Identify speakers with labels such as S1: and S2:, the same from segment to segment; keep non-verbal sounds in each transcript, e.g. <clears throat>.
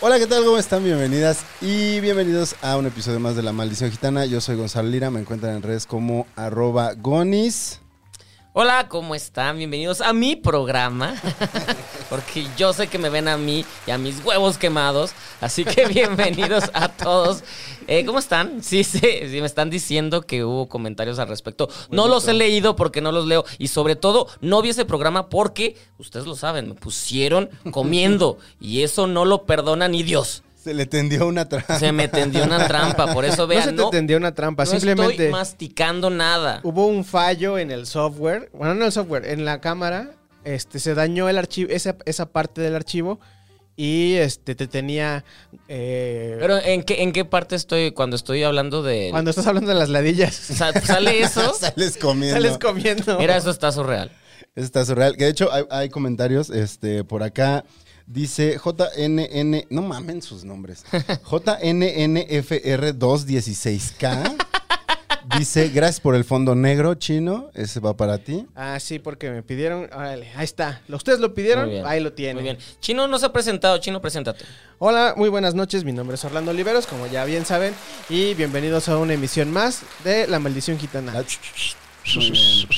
S1: Hola, ¿qué tal? ¿Cómo están? Bienvenidas y bienvenidos a un episodio más de La Maldición Gitana. Yo soy Gonzalo Lira, me encuentran en redes como arroba gonis.
S2: Hola, ¿cómo están? Bienvenidos a mi programa. <laughs> Porque yo sé que me ven a mí y a mis huevos quemados. Así que <laughs> bienvenidos a todos. Eh, ¿Cómo están? Sí, sí, sí, me están diciendo que hubo comentarios al respecto. No los he leído porque no los leo. Y sobre todo, no vi ese programa porque, ustedes lo saben, me pusieron comiendo. Y eso no lo perdona ni Dios.
S1: Se le tendió una trampa. <laughs>
S2: Se me tendió una trampa. Por eso
S3: No se
S2: vean,
S3: te
S2: no,
S3: tendió una trampa,
S2: no
S3: simplemente
S2: estoy masticando nada.
S3: hubo un fallo en el software, bueno, no en el software, en la cámara, este, se dañó el archivo, esa, esa parte del archivo y este te tenía eh,
S2: Pero ¿en qué, en qué parte estoy cuando estoy hablando de...
S3: cuando estás hablando de las ladillas,
S2: Sa-
S1: <laughs>
S2: sale eso.
S1: Sales comiendo.
S3: <laughs> sales comiendo.
S2: Era eso está surreal.
S1: Eso Está surreal. Que de hecho hay, hay comentarios este, por acá. Dice JNN, no mamen sus nombres. JNNFR216K. Dice, gracias por el fondo negro chino, ese va para ti.
S3: Ah, sí, porque me pidieron, órale, ahí está. Lo- Ustedes lo pidieron,
S2: Muy bien.
S3: ahí lo tienen.
S2: Muy bien. Chino no se ha presentado. Chino, preséntate.
S3: Hola, muy buenas noches. Mi nombre es Orlando Oliveros, como ya bien saben, y bienvenidos a una emisión más de La Maldición Gitana.
S1: Muy bien.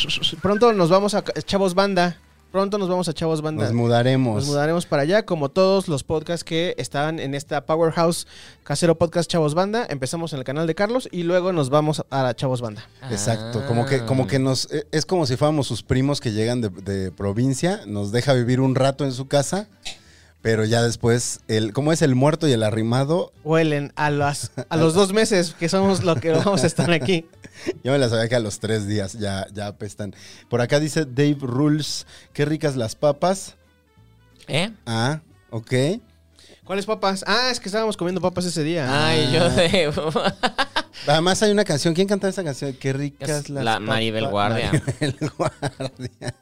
S3: Pronto nos vamos a Chavos Banda. Pronto nos vamos a Chavos Banda.
S1: Nos mudaremos.
S3: Nos mudaremos para allá, como todos los podcasts que estaban en esta Powerhouse Casero Podcast Chavos Banda. Empezamos en el canal de Carlos y luego nos vamos a la Chavos Banda.
S1: Exacto, como que,
S2: Ah.
S1: como que nos, eh, es como si fuéramos sus primos que llegan de, de provincia, nos deja vivir un rato en su casa, pero ya después, el, como es el muerto y el arrimado,
S3: Huelen a, las, a los dos meses que somos lo que vamos a estar aquí.
S1: yo me la sabía que a los tres días ya, ya apestan. Por acá dice Dave Rules, qué ricas las papas.
S2: ¿Eh?
S1: Ah, ok.
S3: ¿Cuáles papas? Ah, es que estábamos comiendo papas ese día. Ah.
S2: Ay, yo de.
S1: Además hay una canción, ¿quién cantaba esa canción? Qué ricas
S2: Es
S1: las
S2: la
S1: papas.
S2: Maribel Guardia.
S1: Maribel <laughs> Guardia.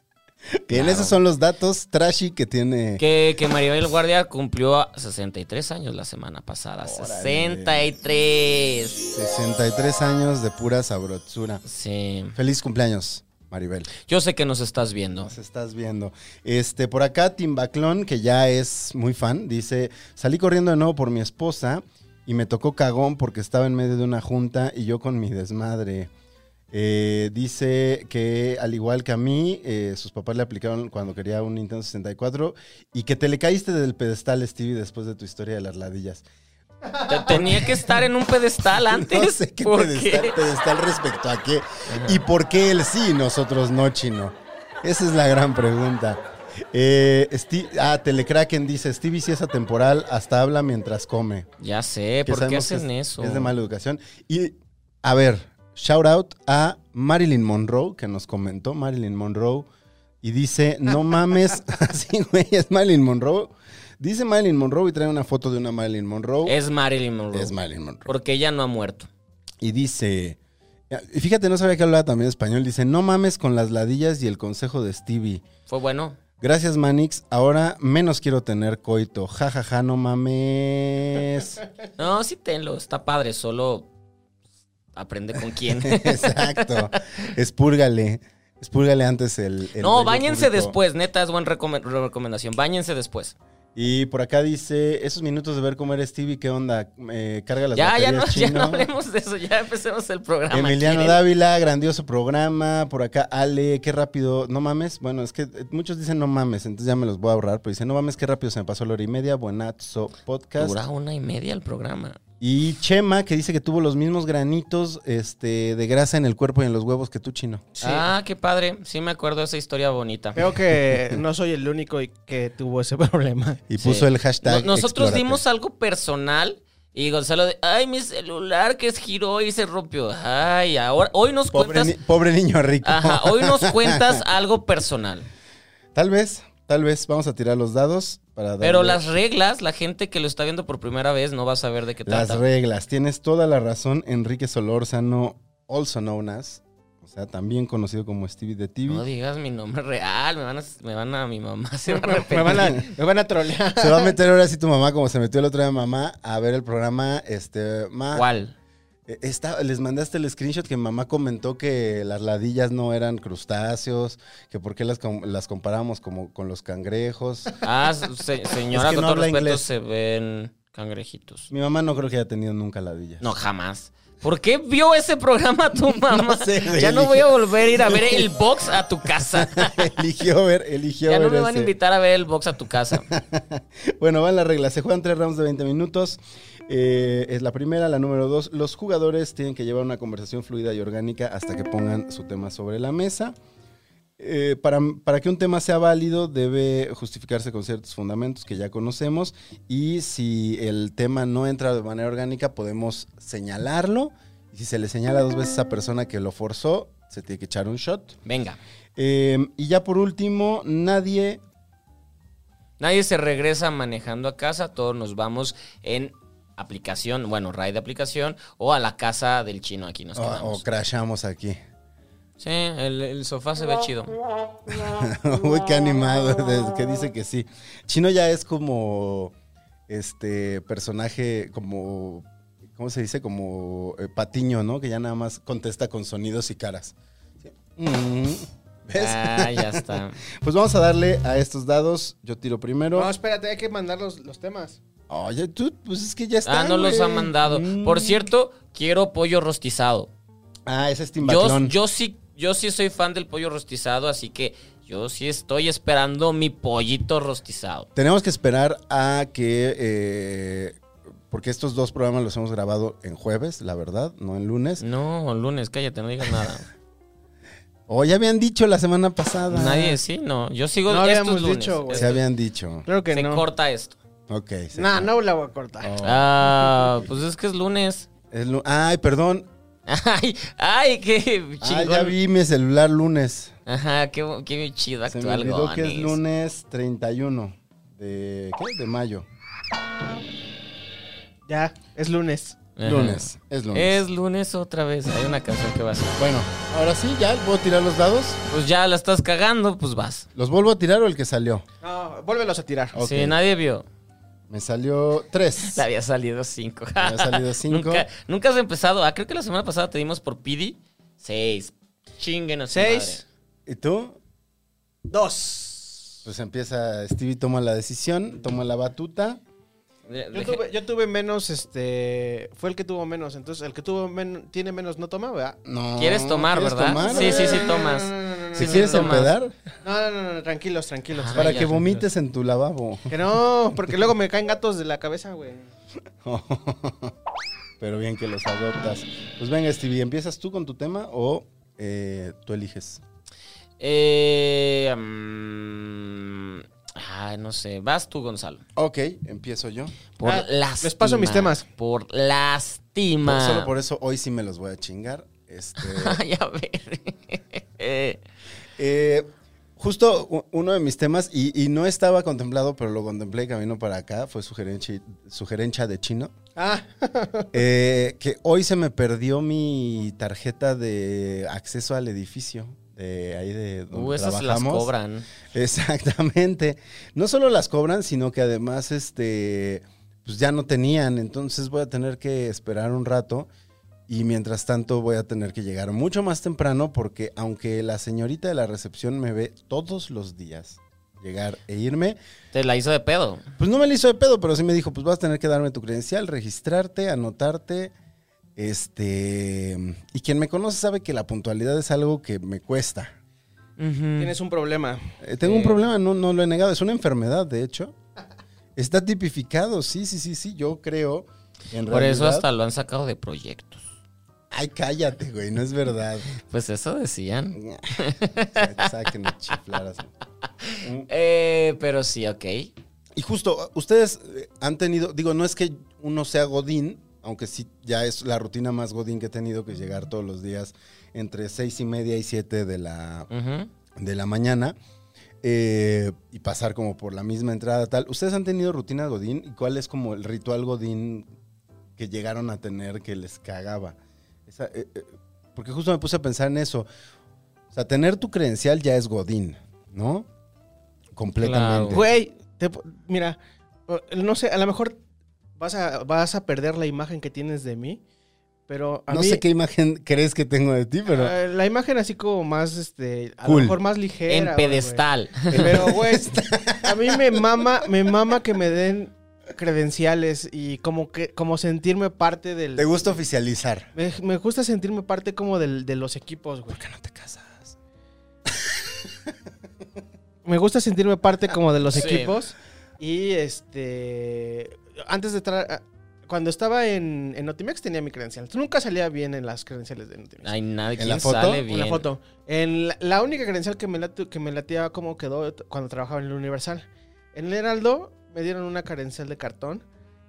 S1: Bien,
S2: Claro.
S1: esos son los datos trashy que tiene...
S2: <laughs> que, que Maribel Guardia cumplió 63 años la semana pasada. ¡63!
S1: 63 años de pura sabrosura.
S2: Sí.
S1: Feliz cumpleaños, Maribel.
S2: Yo sé que nos estás viendo.
S1: Nos estás viendo. Este, por acá, Timbaclón, que ya es muy fan, dice: Salí corriendo de nuevo por mi esposa y me tocó cagón porque estaba en medio de una junta y yo con mi desmadre. Eh, dice que, al igual que a mí, eh, sus papás le aplicaron cuando quería un Nintendo 64 y que te le caíste del pedestal, Stevie, después de tu historia de las ladillas. <laughs>
S2: Te- tenía que estar en un pedestal antes.
S1: No sé qué
S2: ¿Por
S1: pedestal,
S2: qué?
S1: pedestal respecto a qué. ¿Y por qué él sí y nosotros no, chino? Esa es la gran pregunta. Eh, Sti- ah, Telecracken dice, Stevie si es atemporal, hasta habla mientras come.
S2: Ya sé,
S1: Que
S2: ¿por qué
S1: sabemos que
S2: hacen
S1: es-
S2: eso?
S1: Es de mala educación. Y, a ver, shout out a Marilyn Monroe, que nos comentó, Marilyn Monroe, y dice, no mames, <laughs> así güey, es Marilyn Monroe. Dice Marilyn Monroe y trae una foto de una Marilyn Monroe.
S2: Es Marilyn Monroe.
S1: es Marilyn Monroe.
S2: Porque ella no ha muerto.
S1: Y dice, y fíjate, no sabía que hablaba también español, dice, no mames con las ladillas y el consejo de Stevie.
S2: Fue bueno.
S1: Gracias, Manix. Ahora menos quiero tener coito. Ja, ja, ja, no
S2: <laughs>
S1: mames.
S2: No, sí tenlo, está padre, solo aprende
S1: <laughs>
S2: con quién.
S1: Exacto. Espúrgale. Espúrgale antes el... el
S2: no,
S1: bello
S2: báñense
S1: público.
S2: después, neta, es buena recome- re- recomendación. Báñense después.
S1: Y por acá dice, esos minutos de ver cómo eres Stevie, ¿qué onda? Eh, carga las
S2: Ya, ya no,
S1: baterías,
S2: ya no
S1: chino.
S2: hablemos de eso, ya empecemos el <laughs> programa.
S1: Emiliano
S2: ¿quieren?
S1: Dávila, grandioso programa. Por acá, Ale, qué rápido. No mames. Bueno, es que eh, muchos dicen no mames, entonces ya me los voy a ahorrar. Pero dicen no mames, qué rápido se me pasó la hora y media. Buenazo podcast.
S2: Dura una y media el programa.
S1: Y Chema, que dice que tuvo los mismos granitos este, de grasa en el cuerpo y en los huevos que tú, chino.
S2: Ah, qué padre. Sí me acuerdo de esa historia bonita.
S3: Creo que no soy el único y que tuvo ese <laughs> problema.
S1: Y
S2: Sí.
S1: puso el hashtag.
S2: No- nosotros
S1: explórate.
S2: dimos algo personal Y Gonzalo, de, ay, mi celular que giró y se rompió. Ay, ahora, hoy nos
S1: Pobre,
S2: cuentas.
S1: ni- pobre niño rico.
S2: Ajá, hoy nos cuentas algo personal.
S1: <laughs> Tal vez, tal vez. Vamos a tirar los dados para darle
S2: Pero las reglas, la gente que lo está viendo por primera vez no va a saber de qué
S1: las
S2: trata.
S1: reglas. Tienes toda la razón. Enrique Solórzano, also known as, o sea, también conocido como Stevie de TV. <laughs>
S2: No digas mi nombre real, me van a, me van a mi mamá se va a
S3: Me van a,
S2: arrepentir.
S3: me van a trolear.
S1: Se va a meter ahora sí tu mamá, como se metió el otro día mamá, a ver el programa, este, ma,
S2: ¿Cuál?
S1: eh, está- les mandaste el screenshot que mamá comentó que las ladillas no eran crustáceos, que por qué las, com- las comparábamos como con los cangrejos.
S2: Ah, se- señora,
S1: Es que
S2: con
S1: no
S2: todo
S1: habla
S2: respeto,
S1: inglés.
S2: se ven cangrejitos.
S1: Mi mamá no creo que haya tenido nunca ladillas.
S2: No, jamás. ¿Por qué vio ese programa tu mamá?
S1: sé, güey.
S2: ya no voy a volver a ir a ver el box a tu casa.
S1: <laughs> eligió ver, eligió
S2: ya
S1: ver
S2: no me van a
S1: ese.
S2: invitar a ver el box a tu casa.
S1: Bueno, van las reglas. Se juegan tres rounds de 20 minutos. Eh, es la primera, la número dos. Los jugadores tienen que llevar una conversación fluida y orgánica hasta que pongan su tema sobre la mesa. Eh, para, para que un tema sea válido debe justificarse con ciertos fundamentos que ya conocemos y si el tema no entra de manera orgánica podemos señalarlo y si se le señala dos veces a persona que lo forzó se tiene que echar un shot.
S2: Venga.
S1: Eh, y ya por último, nadie
S2: Nadie se regresa manejando a casa, todos nos vamos en aplicación, bueno, raid de aplicación, o a la casa del chino, aquí nos
S1: o,
S2: quedamos.
S1: o crashamos aquí.
S2: Sí, el, el sofá se ve chido.
S1: <laughs> Uy, qué animado, de- que dice que sí. Chino ya es como este personaje, como, ¿cómo se dice? Como eh, patiño, ¿no? Que ya nada más contesta con sonidos y caras. Sí. Mm, ¿Ves?
S2: Ah, ya
S1: <laughs>
S2: está.
S1: Pues vamos a darle a estos dados. Yo tiro primero.
S3: No, espérate, hay que mandar los, los temas.
S1: Oye, tú, pues es que ya está.
S2: Ah, no los ha
S1: güey.
S2: mandado.
S1: Mm.
S2: Por cierto, quiero pollo rostizado.
S1: Ah, ese es
S2: Yo,
S1: Timbatlón.
S2: yo sí, yo sí soy fan del pollo rostizado, así que yo sí estoy esperando mi pollito rostizado.
S1: Tenemos que esperar a que. eh, porque estos dos programas los hemos grabado en jueves, la verdad, no en lunes.
S2: No, lunes, cállate, no
S1: <laughs>
S2: digas nada.
S1: O ya habían dicho la semana pasada.
S2: Nadie, sí, no. Yo sigo
S3: No
S2: estos
S3: habíamos
S2: lunes.
S3: dicho, güey.
S1: Se habían dicho. Oh.
S3: Claro que
S2: se
S3: no.
S2: corta esto.
S1: Ok. se-
S3: Nah, no la voy a cortar.
S2: Ah, pues es que es lunes. <laughs>
S1: Es lu- Ay, perdón.
S2: Ay, ay, qué
S1: Ah,
S2: chingón.
S1: ya vi mi celular lunes.
S2: Ajá, qué, qué chido
S1: Se me
S2: actual,
S1: olvidó que es
S2: Gonis.
S1: lunes 31 de, ¿qué? de mayo.
S2: Oh.
S3: Ya, es lunes.
S2: Ajá.
S1: Lunes. Es lunes.
S2: Es lunes otra vez. Hay una canción que va a ser.
S1: Bueno, ahora sí, ya puedo tirar los dados.
S2: Pues ya la estás cagando, pues vas.
S1: ¿Los vuelvo a tirar o el que salió?
S3: No, vuélvelos a tirar.
S1: Ok.
S2: Sí, nadie vio.
S1: Me salió tres.
S2: <laughs> Le había salido cinco.
S1: Me había salido cinco.
S2: <laughs> nunca, nunca has empezado. Ah, creo que la semana pasada te dimos por Pidi. Seis. Chinguenos.
S3: Seis.
S1: ¿Y tú?
S3: Dos.
S1: Pues empieza Stevie, toma la decisión, toma la batuta.
S3: Yo tuve, yo tuve menos, este. Fue el que tuvo menos. Entonces, el que tuvo men- tiene menos no toma, ¿verdad?
S1: No.
S2: ¿Quieres tomar, verdad? Sí, sí, sí, tomas.
S3: Ah, No, no, no, no,
S1: ¿Se
S2: sí,
S1: quieres
S2: tomas.
S1: empedar?
S3: No, no, no, no, tranquilos, tranquilos.
S2: Ah,
S1: Para
S2: ya.
S1: que vomites en tu lavabo. <laughs>
S3: Que no, porque luego me caen gatos de la cabeza, güey.
S1: Pero bien que los adoptas. Pues venga, Stevie, ¿empiezas tú con tu tema o eh, tú eliges?
S2: Eh, mm, ay, no sé. Vas tú, Gonzalo.
S1: Ok, empiezo yo.
S2: Por
S3: Ah,
S2: lástima.
S3: les paso mis temas.
S2: Por lástima.
S1: Solo
S2: <laughs>
S1: por eso hoy sí me los voy a chingar. Este,
S2: Ay, a ver. Eh,
S1: eh, justo u- uno de mis temas, y, y no estaba contemplado, pero lo contemplé y camino para acá, fue sugerencia, sugerencia de chino. <laughs>
S3: Ah,
S1: Eh, que hoy se me perdió mi tarjeta de acceso al edificio. De ahí de donde
S2: uh, esas las
S1: trabajamos.
S2: cobran.
S1: Exactamente. No solo las cobran, sino que además, este, pues ya no tenían. Entonces voy a tener que esperar un rato. Y mientras tanto voy a tener que llegar mucho más temprano porque aunque la señorita de la recepción me ve todos los días llegar e irme,
S2: Te la hizo de pedo.
S1: pues no me la hizo de pedo, pero sí me dijo, pues vas a tener que darme tu credencial, registrarte, anotarte. Este, y quien me conoce sabe que la puntualidad es algo que me cuesta.
S3: tienes un problema.
S1: Eh, tengo un
S3: Sí.
S1: problema, no, no lo he negado. Es una enfermedad, de hecho. Está tipificado, sí, sí, sí, sí. Yo creo. En
S2: Por eso
S1: realidad-
S2: hasta lo han sacado de proyectos.
S1: Ay, cállate, güey, no es
S2: <laughs>
S1: verdad.
S2: Pues eso decían.
S1: Sa- Saquen a chiflar así.
S2: Eh, pero sí, ok.
S1: Y justo, ustedes eh, han tenido, digo, no es que uno sea godín, aunque sí ya es la rutina más godín que he tenido, que es llegar todos los días entre seis y media y siete de la,
S2: Ujú.
S1: de la mañana eh, y pasar como por la misma entrada tal. ¿Ustedes han tenido rutina Godín? ¿Y cuál es como el ritual Godín que llegaron a tener que les cagaba? Esa, eh, eh, porque justo me puse a pensar en eso. O sea, tener tu credencial ya es Godín, ¿no? Completamente.
S3: Güey, te po- mira, o- no sé, a lo mejor vas a, vas a perder la imagen que tienes de mí, pero a
S1: no
S3: mí...
S1: sé qué imagen crees que tengo de ti, pero...
S3: eh, la imagen así como más, este, a
S1: Cool.
S3: lo mejor más ligera.
S2: En
S3: güey.
S2: pedestal.
S1: <laughs>
S3: Pero, güey, a mí me mama, me mama que me den credenciales y como que, como sentirme parte del...
S1: Te gusta oficializar.
S3: Me, me gusta sentirme parte como del, de los equipos, güey.
S1: No te casas.
S3: Me gusta sentirme parte como de los
S2: Ah, Sí.
S3: equipos. Y este. Antes de entrar. Cuando estaba en, en Notimex tenía mi credencial. Nunca salía bien en las credenciales de Notimex.
S2: Ay, nadie.
S1: ¿En
S2: ¿Quién
S1: la foto?
S2: sale
S3: Una
S2: bien?
S3: foto. En la, la única credencial que me, late- que me latía como quedó t- cuando trabajaba en el Universal. En el Heraldo me dieron una credencial de cartón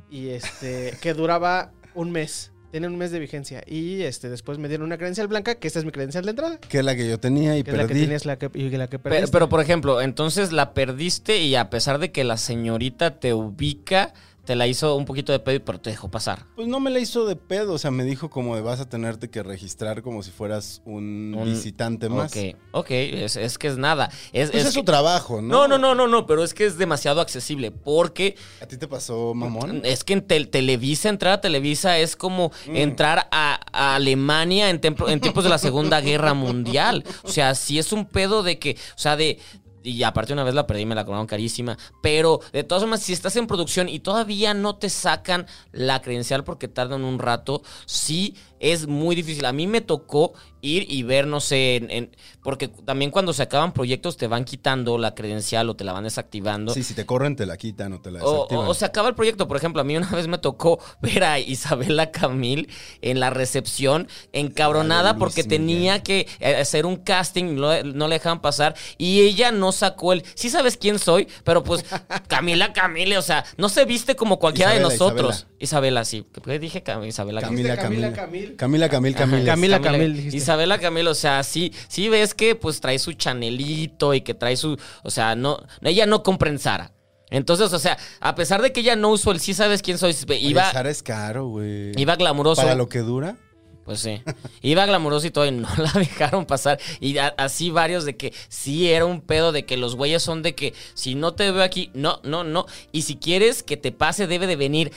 S3: y
S2: <laughs>
S3: este que duraba un mes. Tenía un mes de vigencia. Y este después me dieron una credencial blanca, que esta es mi credencial de entrada.
S1: Que es la que yo tenía y
S3: Que es la que
S1: perdí.
S3: tienes la que, y la que
S2: Pe-
S3: perdiste.
S2: Pero, por ejemplo, entonces la perdiste y a pesar de que la señorita te ubica, te la hizo un poquito de pedo, pero te dejó pasar.
S1: Pues no me la hizo de pedo, o sea, me dijo como de vas a tenerte que registrar como si fueras un,
S2: Un-
S1: visitante más.
S2: Ok, ok, es, es que es nada. Es,
S1: Pues es,
S2: es
S1: su
S2: que-
S1: trabajo,
S2: No,
S1: ¿no?
S2: no, no, no, no, pero es que es demasiado accesible porque
S1: ¿A ti te pasó, mamón?
S2: es que en tel- Televisa, entrar a Televisa es como entrar a, a Alemania en, templo- en tiempos de la Segunda Guerra Mundial. O sea, sí es un pedo de que, o sea, de... Y aparte una vez la perdí, me la cobraron carísima. Pero de todas formas, si estás en producción y todavía no te sacan la credencial porque tardan un rato, sí es muy difícil. A mí me tocó ir y ver, no sé, en- en- porque también cuando se acaban proyectos te van quitando la credencial o te la van desactivando.
S1: Sí, si te corren te la quitan o te la
S2: O,
S1: desactivan.
S2: o- o se acaba el proyecto. Por ejemplo, a mí una <laughs> vez me tocó ver a Isabela Camil en la recepción
S1: La
S2: encabronada
S1: de Luis
S2: porque
S1: Miguel.
S2: tenía que eh, hacer un casting, no, no le dejaban pasar y ella no sacó el... Sí sabes quién soy, pero
S1: <laughs>
S2: pues Camila Camil, o sea, no se viste como cualquiera
S1: Isabela,
S2: de nosotros. Isabela, sí. ¿Por qué dije Cam- Isabela Camil?
S1: Camila,
S3: Camila,
S1: Camila,
S3: Camil.
S1: Camila. Camila, Camila, Camila.
S3: Camila. Camil, dijiste.
S2: Pues, Isabela Camil, o sea, sí, sí ves que pues trae su chanelito y que trae su, o sea, no, ella no compensara. Entonces, o sea, a pesar de que ella no usó el sí sabes quién soy,
S1: Oye,
S2: iba,
S1: Sara es caro, güey.
S2: iba glamuroso.
S1: Para lo que dura.
S2: Pues sí. Iba glamuroso y todo, y no <laughs> la dejaron pasar. Y a- así varios de que sí era un pedo de que los güeyes son de que si no te veo aquí, no, no, no. Y si quieres que te pase, debe de venir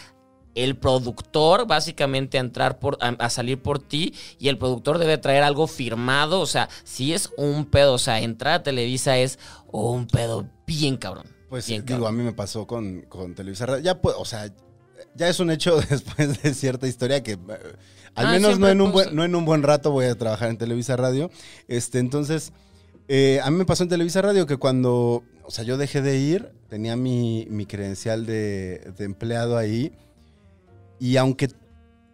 S2: el productor, básicamente, a entrar por, a, a salir por ti. Y el productor debe traer algo firmado. O sea, sí es un pedo. O sea, entrar a Televisa es un pedo bien cabrón.
S1: Pues
S2: bien
S1: digo,
S2: cabrón.
S1: a mí me pasó con, con Televisa Radio. Ya, pues, o sea, ya es un hecho <laughs> después de cierta historia que eh, al
S2: Ah,
S1: menos no
S2: siempre
S1: en, un
S2: pasa.
S1: buen, no en un buen rato voy a trabajar en Televisa Radio. Este, entonces, eh, a mí me pasó en Televisa Radio que cuando, o sea, yo dejé de ir, tenía mi, mi credencial de, de empleado ahí y aunque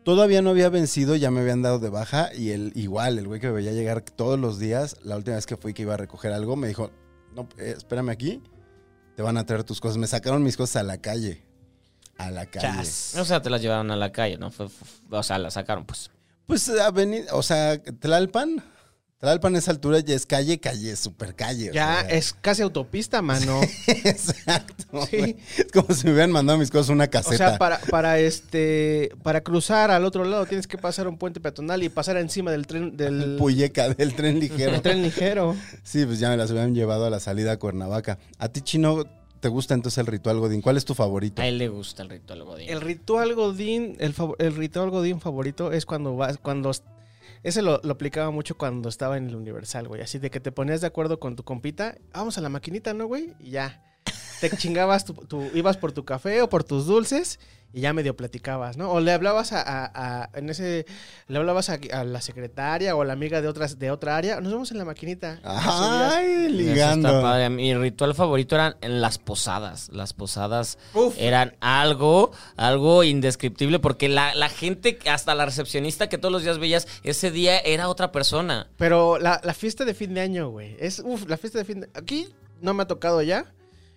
S1: todavía no había vencido, ya me habían dado de baja y el igual, el güey que me veía llegar todos los días, la última vez que fui que iba a recoger algo, me dijo, no, eh, espérame aquí, te van a traer tus cosas. Me sacaron mis cosas a la calle. A la calle.
S2: O sea, te las llevaron a la calle, ¿no? Fue- fue- o sea, la sacaron, pues.
S1: Pues avenida, o sea, Tlalpan. Tlalpan a esa altura ya es calle, calle, super calle.
S3: Ya es casi autopista, mano.
S1: <laughs> Exacto.
S3: Sí.
S1: güey. Es como si me hubieran mandado mis cosas a una
S3: O
S1: caseta.
S3: sea, para, para este para cruzar al otro lado tienes que pasar un puente peatonal y pasar encima del tren del,
S1: Puyeca del tren ligero.
S3: del tren ligero.
S1: Sí, pues ya me las hubieran llevado a la salida a Cuernavaca. A ti, Chino, ¿te gusta entonces el ritual Godín? ¿Cuál es tu favorito?
S2: A él le gusta el ritual godín.
S3: El ritual godín, el, fav- el ritual godín favorito es cuando vas cuando ese lo, lo aplicaba mucho cuando estaba en el Universal, güey, así de que te ponías de acuerdo con tu compita, vamos a la maquinita, ¿no, güey? Y ya. Te chingabas, tu, tu- ibas por tu café o por tus dulces y ya medio platicabas, ¿no? O le hablabas a, a- a- en ese, le hablabas a, a la secretaria o a la amiga de otras de otra área, nos vemos en la maquinita.
S1: Ah. Ay,
S2: Eso
S1: ligando.
S2: está padre. Mi ritual favorito eran en las posadas. Las posadas
S3: Uf.
S2: eran algo, algo indescriptible, porque la, la gente, hasta la recepcionista que todos los días veías, ese día era otra persona.
S3: Pero la, la fiesta de fin de año, güey. Es, uff, la fiesta de fin de Aquí no me ha tocado ya.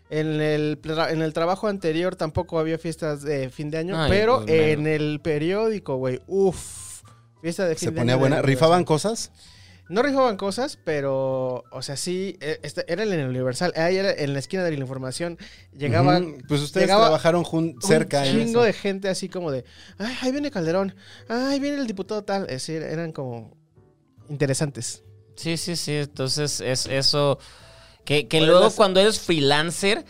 S3: En el, tra- en el trabajo anterior tampoco había fiestas de fin de año,
S2: Ay,
S3: pero
S2: pues, menos.
S3: en el periódico, güey, uff, fiesta de fin
S1: Se
S3: de año.
S1: ponía
S3: de
S1: buena.
S3: la
S1: ¿Rifaban
S3: universidad.
S1: cosas?
S3: No rifaban cosas, pero, o sea, sí, eh, este- era en el Universal, ahí era en la esquina de la información, llegaban
S1: Ujú. Pues ustedes
S3: llegaba
S1: trabajaron jun- cerca.
S3: un
S1: en
S3: chingo
S1: eso.
S3: de gente así como de, ay, ahí viene Calderón, ay, ahí viene el diputado tal, es decir, eran como interesantes.
S2: Sí, sí, sí. Entonces es eso. Que, que
S3: Puedes
S2: luego
S3: hacer-
S2: cuando eres freelancer,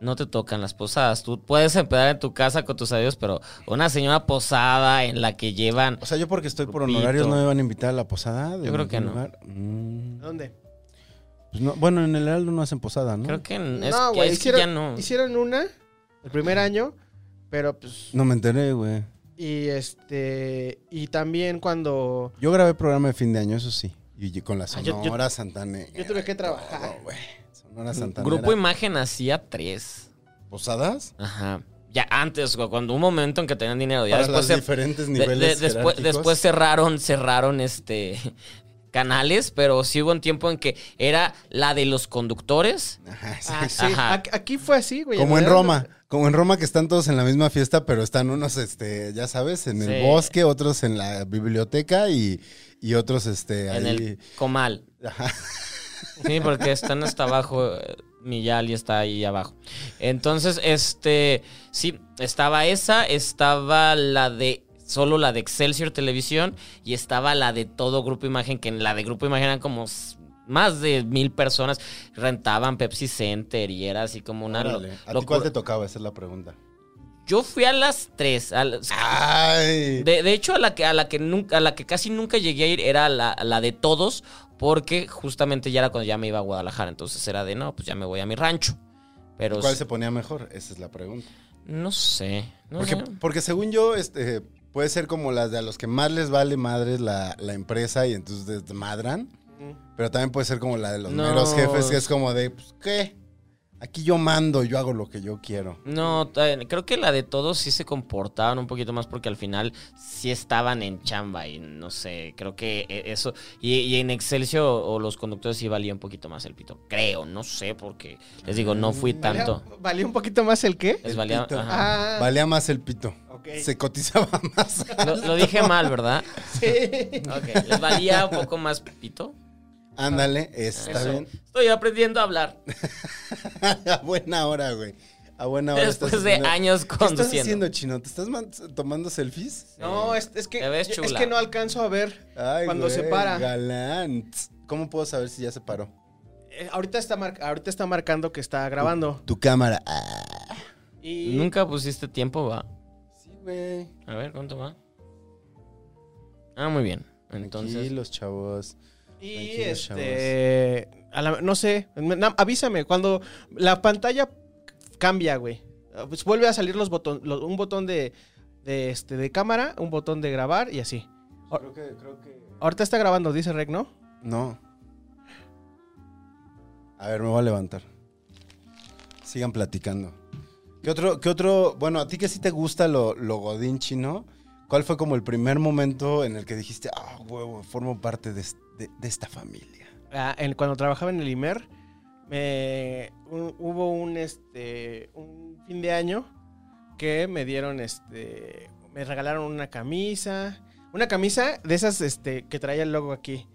S2: no te tocan las posadas. Tú puedes empezar en tu casa con tus amigos, pero una señora posada en la que llevan.
S1: O sea, yo porque estoy por
S2: Grupito.
S1: honorarios no me van a invitar a la posada. de
S2: Yo creo
S1: mi
S2: que no.
S1: lugar. Mm.
S3: ¿Dónde?
S1: Pues no- Bueno, en el Heraldo no hacen posada, ¿no?
S2: Creo que n- Mm, es,
S3: No,
S2: que-
S3: güey,
S2: es que
S3: hicieron,
S2: ya no.
S3: hicieron una el primer año, pero pues,
S1: No me enteré, güey.
S3: y este, y también cuando,
S1: Yo grabé programa de fin de año, eso sí. Y y con la
S3: Ah, yo-
S1: Sonora
S3: yo-
S1: Santanera.
S3: yo tuve que
S1: y
S3: trabajar.
S1: todo, güey. Sonora Santanera.
S2: Grupo Imagen hacía tres.
S1: ¿Posadas?
S2: Ajá. Ya antes, güey, cuando un momento en que tenían dinero. Ya
S1: Para
S2: después
S1: los
S2: se,
S1: diferentes
S2: de- de-
S1: niveles
S2: después,
S1: jerárquicos.
S2: después cerraron, cerraron este <laughs> canales, pero sí hubo un tiempo en que era la de los conductores.
S1: Ajá, sí.
S3: ah, sí,
S2: Ajá.
S3: aquí, aquí fue así, güey.
S1: Como en
S3: Era-
S1: Roma, como en Roma que están todos en la misma fiesta, pero están unos, este, ya sabes, en el
S2: Sí.
S1: bosque, otros en la biblioteca y, y otros, este,
S2: En
S1: ahí.
S2: el comal.
S1: Ajá.
S2: Sí, porque están hasta abajo. eh, Millal y está ahí abajo. Entonces, este. Sí, estaba esa, estaba la de. Solo la de Excelsior Televisión y estaba la de todo Grupo Imagen, que en la de Grupo Imagen eran como s- más de mil personas. Rentaban Pepsi Center y era así como una. lo-
S1: Órale. ¿A ti cuál
S2: locura.
S1: te tocaba? Esa es la pregunta.
S2: Yo fui a las tres. a las-
S1: ¡Ay!
S2: de, de hecho, a la que a la que nunca, a la que casi nunca llegué a ir era la, la de todos, porque justamente ya era cuando ya me iba a Guadalajara. Entonces era de no, pues ya me voy a mi rancho. Pero
S1: ¿Cuál
S2: s-
S1: se ponía mejor? Esa es la pregunta.
S2: no sé. No
S1: Porque,
S2: sé.
S1: porque según yo, este, puede ser como las de a los que más les vale madres la, la empresa y entonces desmadran. Pero también puede ser como la de los
S2: No.
S1: meros jefes, que es como de, pues, ¿qué? Aquí yo mando, yo hago lo que yo quiero.
S2: No, t- creo que la de todos sí se comportaban un poquito más porque al final sí estaban en chamba y no sé, creo que e- eso. Y, y en Excelsior o los conductores sí valía un poquito más el pito. Creo, no sé, porque les digo, no fui
S3: valía-
S2: tanto.
S3: ¿Valía un poquito más el qué?
S2: Les valía.
S1: pito.
S2: ajá.
S3: Ah,
S1: Valía más el pito.
S3: ok.
S1: Se cotizaba <laughs> más.
S2: Lo, lo dije mal, ¿verdad?
S3: <laughs> Sí.
S2: Ok, ¿les valía un poco más pito?
S1: Ándale, está
S2: Eso.
S1: bien. <laughs>
S2: Estoy aprendiendo a hablar
S1: A buena hora, güey. A buena hora.
S2: después
S1: estás
S2: de
S1: haciendo-
S2: años
S1: ¿Qué estás
S2: conduciendo.
S1: haciendo, chino? ¿Te estás man- tomando selfies?
S3: No, es, es que
S2: Te ves
S3: es
S2: chula.
S3: que no alcanzo a ver.
S1: Ay,
S3: Cuando se
S1: güey,
S3: para.
S1: Galán. ¿Cómo puedo saber si ya se paró?
S3: Eh, Ahorita está mar- ahorita está marcando que está grabando.
S1: Tu cámara. Ah.
S3: Y
S2: Nunca pusiste tiempo, va.
S1: Sí, güey.
S2: A ver, ¿cuánto va? Ah, muy bien. Entonces,
S1: Tranquilos, chavos.
S3: Y
S1: Tranquilos,
S3: este. a la- no sé. me- na- avísame. Cuando la pantalla cambia, güey. Ah, pues vuelve a salir los botón, los- un botón de, de, este, de cámara, un botón de grabar y así.
S2: Ah.
S1: Creo que, creo que.
S3: Ahorita está grabando, dice Rec, ¿no?
S1: No. A ver, me voy a levantar. Sigan platicando. ¿Qué otro, qué otro, bueno, a ti que sí te gusta lo, lo godín chino, ¿cuál fue como el primer momento en el que dijiste, ah, huevo, formo parte de, es- de- de esta familia?
S3: Ah, en- cuando trabajaba en el IMER, me- un- hubo un, este, un fin de año que me dieron, este, me regalaron una camisa, una camisa de esas este, que traía el logo aquí,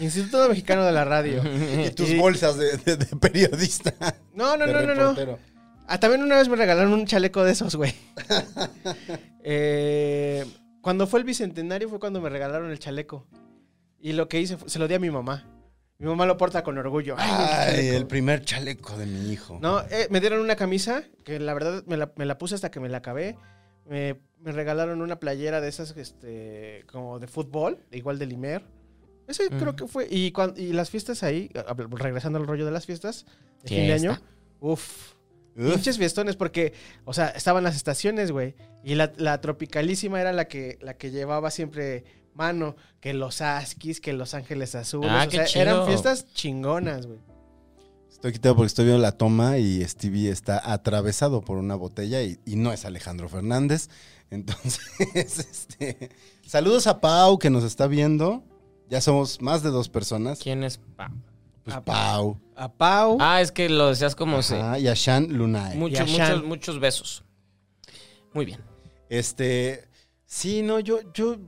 S3: Instituto Mexicano de la Radio.
S1: Y tus
S3: Y-
S1: bolsas de, de- de periodista.
S3: No, no,
S1: de
S3: no, no, no.
S1: reportero.
S3: Ah, también una vez me regalaron un chaleco de esos, güey. <laughs> Eh, cuando fue el bicentenario fue cuando me regalaron el chaleco. Y lo que hice, fue- se lo di a mi mamá. Mi mamá lo porta con orgullo. Ay,
S1: Ay,
S3: el
S1: el
S3: chaleco.
S1: primer chaleco de mi hijo.
S3: No, eh, me dieron una camisa que la verdad me la, me la puse hasta que me la acabé. Me, me regalaron una playera de esas, este, como de fútbol, igual de Limer. Ese
S2: Ujú.
S3: creo que fue. Y, cuan- y las fiestas ahí, a- a- regresando al rollo de las fiestas, de fin de
S2: Fiesta.
S3: año. Uf,
S1: Uf,
S3: Pinches fiestones, porque, o sea, estaban las estaciones, güey. Y la, la tropicalísima era la que, la que llevaba siempre mano, que los Askis, que los Ángeles Azules.
S2: Ah,
S3: o
S2: qué
S3: sea, eran
S2: chido.
S3: fiestas chingonas, güey.
S1: Estoy quitado porque estoy viendo la toma y Stevie está atravesado por una botella y, y no es Alejandro Fernández. <laughs> Entonces, este, saludos a Pau que nos está viendo. Ya somos más de dos personas.
S2: <laughs> ¿quién es? Pa?
S1: Pues Pau.
S3: A Pau.
S2: Ah, es que lo decías como se.
S1: Ajá, y a Shan Lunay.
S2: Muchos,
S3: Y a Shan.
S2: muchos, muchos besos. Muy bien.
S1: Este, sí, no, yo, yo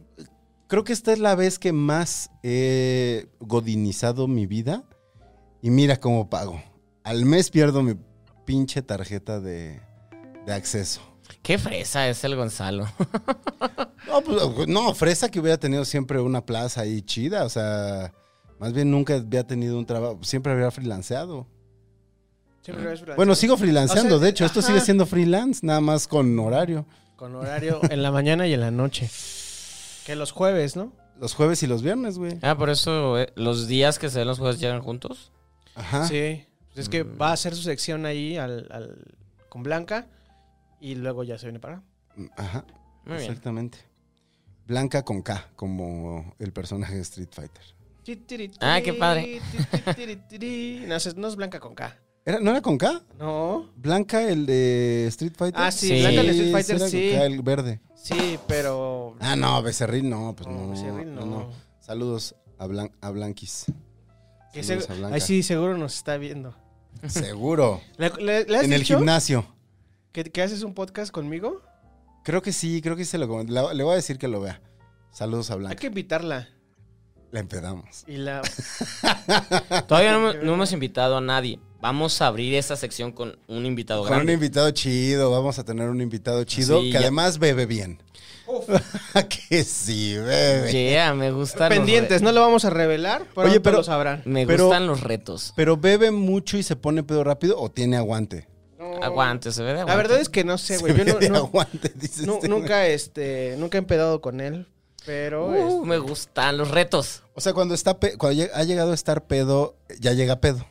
S1: creo que esta es la vez que más he godinizado mi vida. Y mira cómo pago. Al mes pierdo mi pinche tarjeta de, de acceso.
S2: Qué fresa es el Gonzalo. <laughs>
S1: No, pues, no, fresa que hubiera tenido siempre una plaza ahí chida. O sea, más bien nunca había tenido un trabajo. Siempre había freelanceado.
S3: Siempre ves freelance.
S1: Bueno, sigo freelanceando,
S3: O sea,
S1: de hecho. Esto
S3: ajá.
S1: sigue siendo freelance, nada más con horario.
S3: Con horario en la mañana y en la noche. Que los jueves, ¿no?
S1: Los jueves y los viernes, güey.
S2: Ah, por eso eh, los días que se ven los jueves llegan juntos.
S1: Ajá.
S3: Sí. Pues es que va a hacer su sección ahí al, al- con Blanca y luego ya se viene para acá.
S1: Ajá. <laughs>
S2: Muy bien.
S1: Exactamente. Blanca con K, como el personaje de Street Fighter.
S3: Ti, tiri, tiri,
S2: Ah, qué padre.
S3: ti, tiri, tiri. No, es- no es Blanca con K.
S1: ¿Era- ¿No era con K?
S3: No.
S1: Blanca, el de Street Fighter.
S3: Ah, sí,
S2: Sí. Blanca, el
S3: de Street Fighter,
S1: era
S3: sí.
S1: con K, el verde.
S3: Sí, pero.
S1: Ah, no, Becerril no, pues
S3: No,
S1: no.
S3: Becerril no.
S1: Saludos a, Blan- a Blanquis.
S3: que
S1: Saludos
S3: se-
S1: a Blanca.
S3: ahí sí, seguro nos está viendo.
S1: Seguro.
S3: ¿Le, le- le has
S1: en el
S3: dicho
S1: gimnasio.
S3: que, que haces un podcast conmigo?
S1: Creo que sí, creo que se lo com- la- Le voy a decir que lo vea. Saludos a
S3: Hay
S1: Blanca.
S3: que invitarla.
S1: La empedamos.
S3: Y
S1: <laughs>
S3: la. <laughs>
S2: Todavía no, hemos- no hemos invitado a nadie. Vamos a abrir esa sección con un invitado
S1: Con un
S2: grande.
S1: invitado chido, vamos a tener un invitado chido
S2: Sí,
S1: que
S2: ya.
S1: además bebe bien. <laughs> que sí, bebe.
S2: Yeah, me gustan los
S3: pendientes, no lo vamos a revelar. Pronto Oye, pero.
S1: pero-
S3: Lo sabrán.
S2: re- Me
S1: Pero-
S2: gustan los retos.
S1: Pero bebe mucho y se pone pedo rápido o tiene aguante.
S2: Aguante, se ve de aguante.
S3: La verdad es que no sé, güey.
S1: Se
S3: Yo
S1: <laughs>
S3: no-
S1: ve de
S3: no-
S1: aguante, dice
S3: nu-
S1: este güey.
S3: nunca, este, nunca he empedado con él, pero
S2: Uh,
S3: este,
S2: me gustan los retos.
S1: O sea, cuando está pe- cuando lleg- ha llegado a estar pedo, ya llega pedo.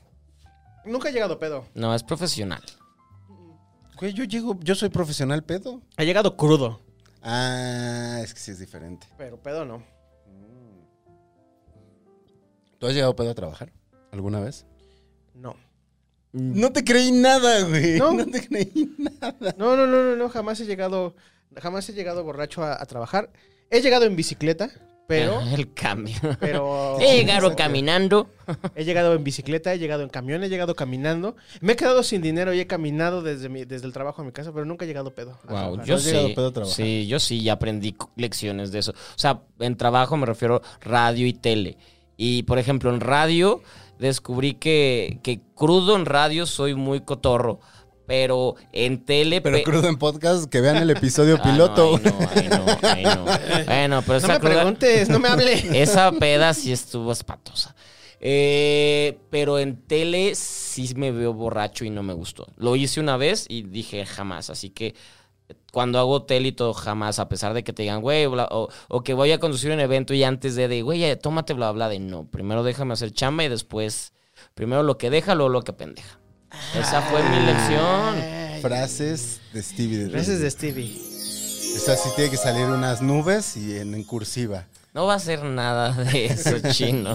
S3: nunca he llegado pedo.
S2: No, es profesional.
S1: Güey, yo llego, yo soy profesional pedo.
S3: Ha llegado crudo,
S1: Ah, es que sí es diferente.
S3: pero pedo no.
S1: ¿Tú has llegado pedo a trabajar alguna vez?
S3: No.
S1: Mm. No te creí nada, güey.
S3: No.
S1: No, te creí nada.
S3: No, no, no, no, no, jamás he llegado jamás he llegado borracho a, a trabajar. He llegado en bicicleta, pero
S2: Ah, <laughs> El cambio.
S3: <laughs>
S2: <laughs>
S3: pero
S2: He llegado caminando.
S3: he llegado en bicicleta, he llegado en camión, he llegado caminando. Me he quedado sin dinero y he caminado desde mi, desde el trabajo a mi casa, pero nunca he llegado pedo. a
S2: Wow,
S3: trabajar.
S2: yo
S1: has llegado
S2: sí,
S1: pedo a trabajar?
S2: sí, yo sí, ya aprendí co- lecciones de eso. O sea, en trabajo me refiero radio y tele. Y por ejemplo, en radio descubrí que, que crudo en radio soy muy cotorro, pero en tele...
S1: Pero
S2: pe-
S1: crudo en podcast, que vean el episodio
S2: <laughs> Ah, no,
S1: piloto.
S2: ay, no, ay, no, ay, no.
S3: <laughs>
S2: Bueno, pero
S3: No
S2: esa
S3: me
S2: cruda-
S3: preguntes, no me
S2: <laughs>
S3: hable.
S2: esa peda sí estuvo espantosa. Eh, pero en tele sí me veo borracho y no me gustó. Lo hice una vez y dije jamás. Así que cuando hago tele y todo, jamás. A pesar de que te digan, güey, bla- o, o que voy a conducir un evento y antes de, de güey, eh, tómate, bla, bla, de no. Primero déjame hacer chamba y después, primero lo que deja, luego lo que pendeja. Esa fue mi
S1: Ah.
S2: lección.
S1: Frases de Stevie.
S3: Gracias de Stevie.
S1: O sea, sí tiene que salir unas nubes y en, en cursiva. <laughs>
S2: No va a ser nada de eso, chino.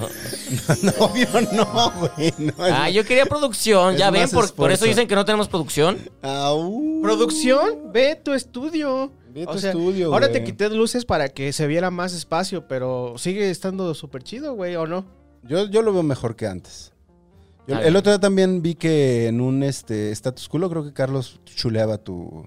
S1: No, obvio no, güey. no, es-
S2: Ah, yo quería producción.
S1: Es
S2: ya ven,
S1: más
S2: por, por
S1: esfuerzo.
S2: eso dicen que no tenemos producción.
S1: Au.
S3: Producción, ve tu estudio.
S1: Ve tu estudio,
S3: Ahora
S1: güey.
S3: te quité luces para que se viera más espacio, pero sigue estando súper chido, güey, ¿o no?
S1: Yo, yo lo veo mejor que antes. Yo-
S2: Ah,
S1: el
S2: bien.
S1: otro día también vi que en un este status culo creo que Carlos chuleaba tu,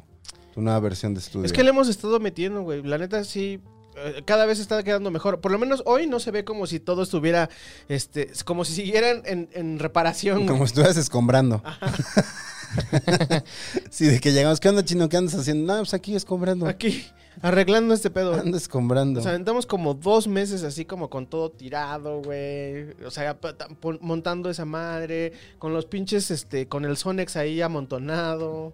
S1: tu nueva versión de estudio.
S3: Es que le hemos estado metiendo, güey. La neta sí. eh, Cada vez está quedando mejor. Por lo menos hoy no se ve como si todo estuviera, este, como si siguieran en, en reparación.
S1: <laughs> Como
S3: güey.
S1: si estuvieras escombrando. <laughs> sí, de que llegamos. ¿Qué onda, chino? ¿Qué andas haciendo? No, pues aquí escombrando.
S3: Aquí, <laughs> arreglando este pedo.
S1: Ando escombrando.
S3: O sea, andamos como dos meses así como con todo tirado, güey. O sea, pa- ta- pon- montando esa madre. Con los pinches, este, con el Sonex ahí amontonado.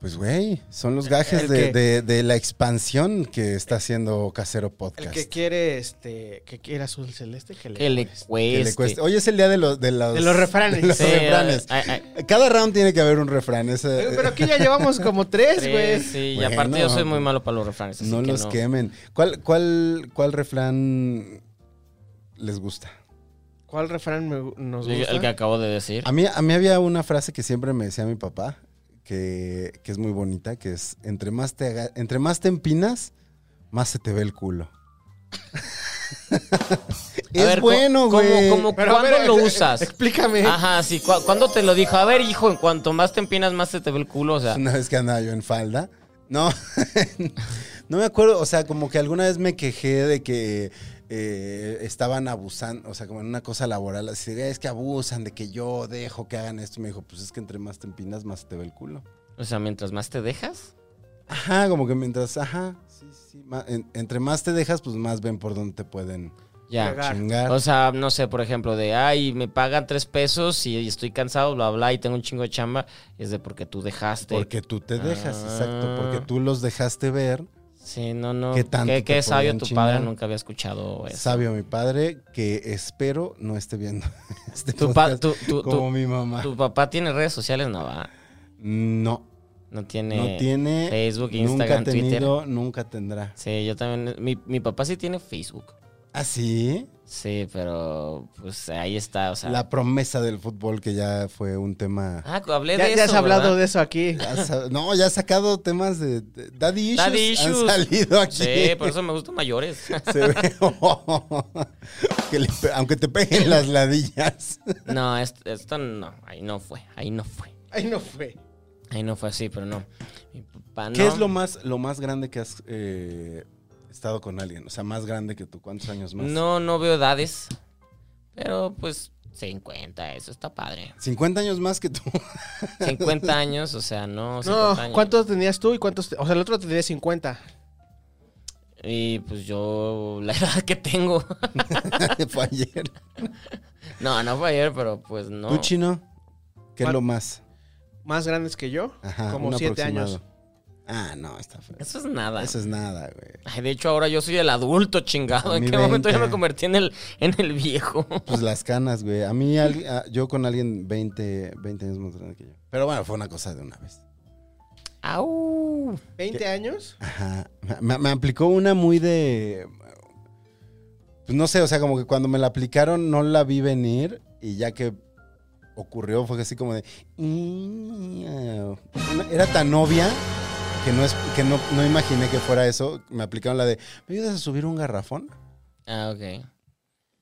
S1: Pues, güey, son los gajes
S3: El
S1: de,
S3: que-
S1: de- de la expansión que está haciendo Casero Podcast.
S3: El que quiere, este, que quiere azul celeste, que le,
S2: Que le
S3: cueste.
S1: Que
S2: cueste.
S1: le cueste. Hoy es el día de los, de los,
S3: este. De los refranes.
S1: <laughs> de los
S2: Sí,
S1: refranes.
S2: ay, ay,
S1: Cada round tiene que haber un refrán. ese- eh,
S3: Pero aquí ya llevamos
S2: <laughs>
S3: como tres,
S2: tres,
S3: güey.
S2: sí, y
S1: Bueno,
S2: aparte yo soy muy
S1: pues,
S2: malo para los refranes. así
S1: no
S2: que
S1: los quemen. ¿Cuál, cuál, ¿Cuál refrán les gusta?
S3: ¿Cuál refrán me gu- nos
S2: Sí,
S3: gusta?
S2: El que acabo de decir.
S1: A mí, a mí había una frase que siempre me decía mi papá, que, que es muy bonita, que es, entre más, te haga- entre <laughs> más te empinas, más se te ve el culo. es
S2: ver, co-
S1: bueno,
S2: ¿cómo-
S1: güey.
S2: cómo-
S3: Pero, a
S2: ¿Cuándo
S3: ver,
S2: lo
S3: ex-
S2: usas? Ah,
S3: Explícame.
S2: Ajá, sí. cu- ¿Cuándo te lo dijo? A ver, hijo, en cuanto más te empinas, más se te ve el culo. O sea,
S1: Una vez que andaba yo en falda. No, <laughs> no me acuerdo, o sea, como que alguna vez me quejé de que eh, estaban abusando, o sea, como en una cosa laboral, así de, es que abusan, de que yo dejo que hagan esto. Y me dijo, pues es que entre más te empinas, más te ve el culo.
S2: o sea mientras más te dejas.
S1: Ajá, como que mientras, ajá, sí, sí, ma- en- entre más te dejas, pues más ven por dónde te pueden
S2: Ya.
S3: Cagar.
S1: chingar.
S2: O sea, no sé, por ejemplo, de, ay, me pagan tres pesos y estoy cansado, bla, bla, y tengo un chingo de chamba, es de porque tú dejaste.
S1: porque tú te dejas,
S2: Ah.
S1: exacto, porque tú los dejaste ver.
S2: Sí, no, no.
S1: ¿Qué tanto
S2: Qué,
S1: te
S2: qué sabio
S1: podían
S2: tu
S1: chingar?
S2: padre, nunca había escuchado eso.
S1: Sabio mi padre, que espero no esté viendo <laughs> este
S2: Tu, pa-
S1: podcast
S2: tu- tu-
S1: como
S2: tu-
S1: mi mamá.
S2: tu papá tiene redes sociales, no va.
S1: No,
S2: No tiene.
S1: no tiene.
S2: Facebook,
S1: nunca
S2: Instagram,
S1: ha
S2: Twitter.
S1: tenido, nunca tendrá.
S2: Sí, yo también. Mi, mi papá sí tiene Facebook.
S1: ¿Ah, sí?
S2: Sí, pero pues ahí está, o sea.
S1: La promesa del fútbol que ya fue un tema.
S2: Ah, hablé
S3: Ya,
S2: de eso.
S3: ya has hablado
S2: ¿verdad?
S3: de eso
S2: <laughs>
S3: aquí.
S1: Ya sa- No, ya ha sacado temas de de- daddy issues.
S2: Daddy issues.
S1: Han salido aquí.
S2: Sí, por eso me gustan mayores.
S1: <laughs> Se ve- <laughs> Que le pe- aunque te peguen las ladillas.
S2: No, esto, esto no, ahí no fue, ahí no fue.
S3: Ahí no fue.
S2: Ahí no fue así, pero no. Mi papá no.
S1: ¿Qué es lo más, lo más grande que has eh, estado con alguien? O sea, más grande que tú. ¿Cuántos años más?
S2: No, no veo edades. Pero pues 50, eso está padre.
S1: 50 años más que tú. <laughs>
S2: 50 años, o sea, no. 50
S3: No,
S2: años.
S3: ¿cuántos tenías tú y cuántos? te- O sea, el otro tenía 50.
S2: Y pues yo, la edad que tengo. <laughs>
S1: fue ayer.
S2: No, no fue ayer, pero pues no.
S1: ¿Tú, chino? ¿Qué es
S3: ¿Cuál?
S1: lo más?
S3: Más grandes que yo.
S1: Ajá,
S3: como
S1: un
S3: 7
S1: aproximado.
S3: años.
S1: Ah, no, está feo.
S2: Eso es nada.
S1: Eso es nada, güey.
S2: Ay, de hecho, ahora yo soy el adulto, chingado.
S1: A
S2: ¿En
S1: mí
S2: qué momento
S1: 20.
S2: yo me convertí en el, en el viejo? <laughs>
S1: Pues las canas, güey. A mí, al- a- yo con alguien 20, 20 años más grande que yo. Pero bueno, fue una cosa de una vez.
S2: ¡Au!
S3: ¿20 años?
S2: Ah.
S1: Ajá. Me, me aplicó una muy de... Pues no sé, o sea, como que cuando me la aplicaron no la vi venir y ya que ocurrió fue así como de... "Iau". Era tan obvia que no, es, que no, no imaginé que fuera eso. Me aplicaron la de... ¿Me ayudas a subir un garrafón?
S2: Ah, ok.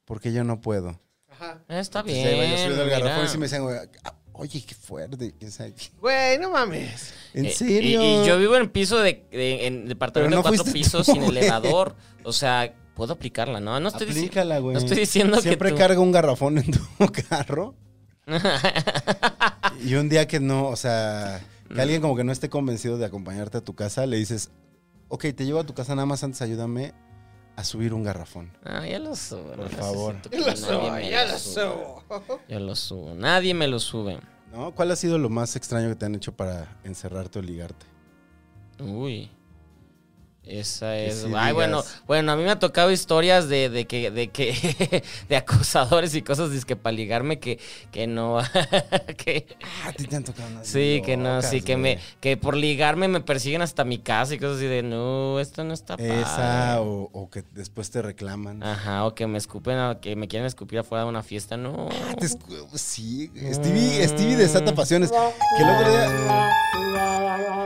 S1: Porque yo no puedo.
S3: Ajá.
S2: Ah, Está
S1: Entonces, Pues
S2: bien.
S1: ahí va yo subiendo el
S2: mira.
S1: garrafón y sí me decían, güey, "Ah, oye, qué fuerte. quién sabe qué".
S3: Güey, no mames.
S1: ¿En
S2: Eh,
S1: serio?
S2: Y, y yo vivo en piso de, de- en
S1: Pero
S2: departamento
S1: no
S2: de
S1: fuiste tú,
S2: cuatro pisos
S1: <laughs>
S2: sin
S1: güey.
S2: elevador. O sea, puedo aplicarla, ¿no? No estoy diciendo.
S1: Aplícala, güey.
S2: no estoy diciendo que
S1: Siempre
S2: tú-
S1: carga un garrafón en tu <laughs> carro.
S2: <laughs>
S1: y un día que no, o sea, que alguien como que no esté convencido de acompañarte a tu casa, le dices, ok, te llevo a tu casa, nada más antes ayúdame a subir un garrafón.
S2: Ah, ya lo subo.
S1: Por favor.
S3: Ya lo subo, ya lo subo.
S2: Ya lo subo. Nadie me lo sube.
S1: ¿No? ¿Cuál ha sido lo más extraño que te han hecho para encerrarte o ligarte?
S2: Uy. Esa
S1: Que
S2: es.
S1: sí
S2: Ay,
S1: digas.
S2: bueno, bueno, a mí me ha tocado historias de, de que, de que, <laughs> de acosadores y cosas disque para ligarme que, que no, <laughs> que,
S1: Ah, a ti te han tocado unas
S2: sí, que no,
S1: locas,
S2: sí, que me,
S1: güey.
S2: que por ligarme me persiguen hasta mi casa y cosas así de, no, esto no está padre.
S1: Esa, o, o que después te reclaman.
S2: Ajá, o que me escupen, o que me quieren escupir afuera de una
S3: <laughs>
S2: fiesta, no.
S1: Ah, te escu- Sí, Stevie,
S2: Mm.
S1: Stevie desata pasiones. Que el otro día.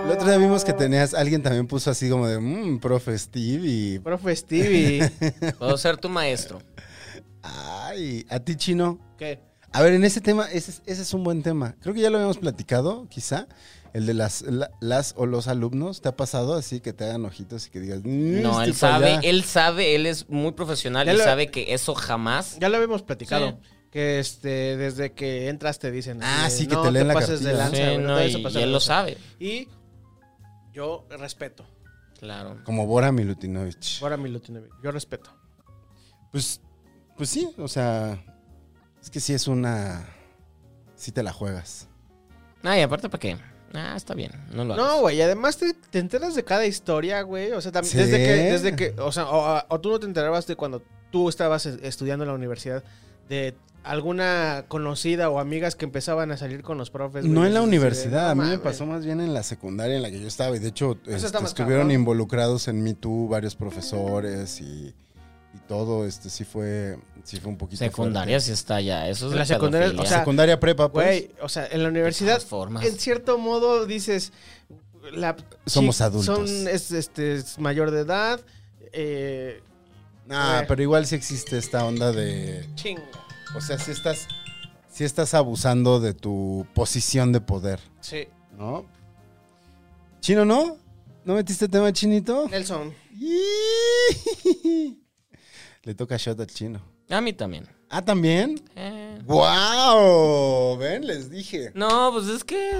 S1: El otro día vimos que tenías. Alguien también puso así como de. Mmm, profe Stevie.
S3: Profe
S1: <laughs>
S3: Stevie.
S2: Puedo ser tu maestro.
S1: Ay, a ti, chino.
S3: ¿Qué?
S1: A ver, en ese tema, ese, es- ese es un buen tema. Creo que ya lo habíamos platicado, quizá. El de las, la- las o los alumnos. ¿Te ha pasado así que te hagan ojitos y que digas. "Mm,
S2: No,
S1: este para
S2: él sabe,
S1: allá"?
S2: él sabe, él es muy profesional
S3: pues Ya
S2: y
S3: lo-
S2: sabe que eso jamás.
S3: Ya lo habíamos platicado.
S2: Sí.
S3: Que este, desde que entras te dicen.
S1: Ah,
S3: así de,
S1: sí, que
S3: "No,
S1: te leen la
S3: pases de
S1: cartilla".
S3: lanza.
S2: Sí,
S3: güey, no
S2: no,
S3: te
S2: y,
S3: vayas a
S2: y
S3: pasar de
S2: él lo
S3: lanza".
S2: sabe.
S3: Y yo respeto.
S2: Claro.
S1: Como Bora Milutinovich.
S3: Ahora Milutinovich, yo respeto.
S1: Pues, pues sí, o sea. Es que sí es una. Sí te la juegas.
S2: Ah, y aparte, ¿para qué? Ah, está bien, no lo hagas.
S3: No, güey, además te, te enteras de cada historia, güey. O sea, tam-
S1: Sí.
S3: desde que, desde que, o sea, o, o tú no te enterabas de cuando tú estabas es- estudiando en la universidad de alguna conocida o amigas que empezaban a salir con los profes. Pues, güey,
S1: No en la
S3: Entonces,
S1: universidad, a
S3: no
S1: mí me
S3: mames.
S1: pasó más bien en la secundaria en la que yo estaba. Y de hecho, este,
S3: está más
S1: estuvieron
S3: cabrón.
S1: involucrados en Me Too varios profesores y, y todo. Este sí fue, sí fue un poquito.
S2: Secundaria
S1: fuerte.
S2: sí está ya, eso es
S3: En
S2: de
S3: la secundaria,
S2: pedofilia.
S3: o sea,
S1: secundaria prepa, pues.
S3: Güey, o sea, en la universidad,
S2: todas formas.
S3: en cierto modo dices, la
S1: Somos
S3: chi-
S1: adultos.
S3: Son, es, este, es mayor de edad, eh,
S1: Nah,
S3: Eh.
S1: pero igual sí existe esta onda de.
S3: Chinga.
S1: O sea, si estás. Si estás abusando de tu posición de poder,
S3: Sí.
S1: ¿no? ¿Chino no? ¿No metiste tema chinito? <laughs>
S3: Nelson.
S1: Le toca shot al chino.
S2: A mí también.
S1: Ah, ¿también?
S2: Eh,
S1: ¡Wow! Ven, les dije. <laughs>
S2: No, pues es que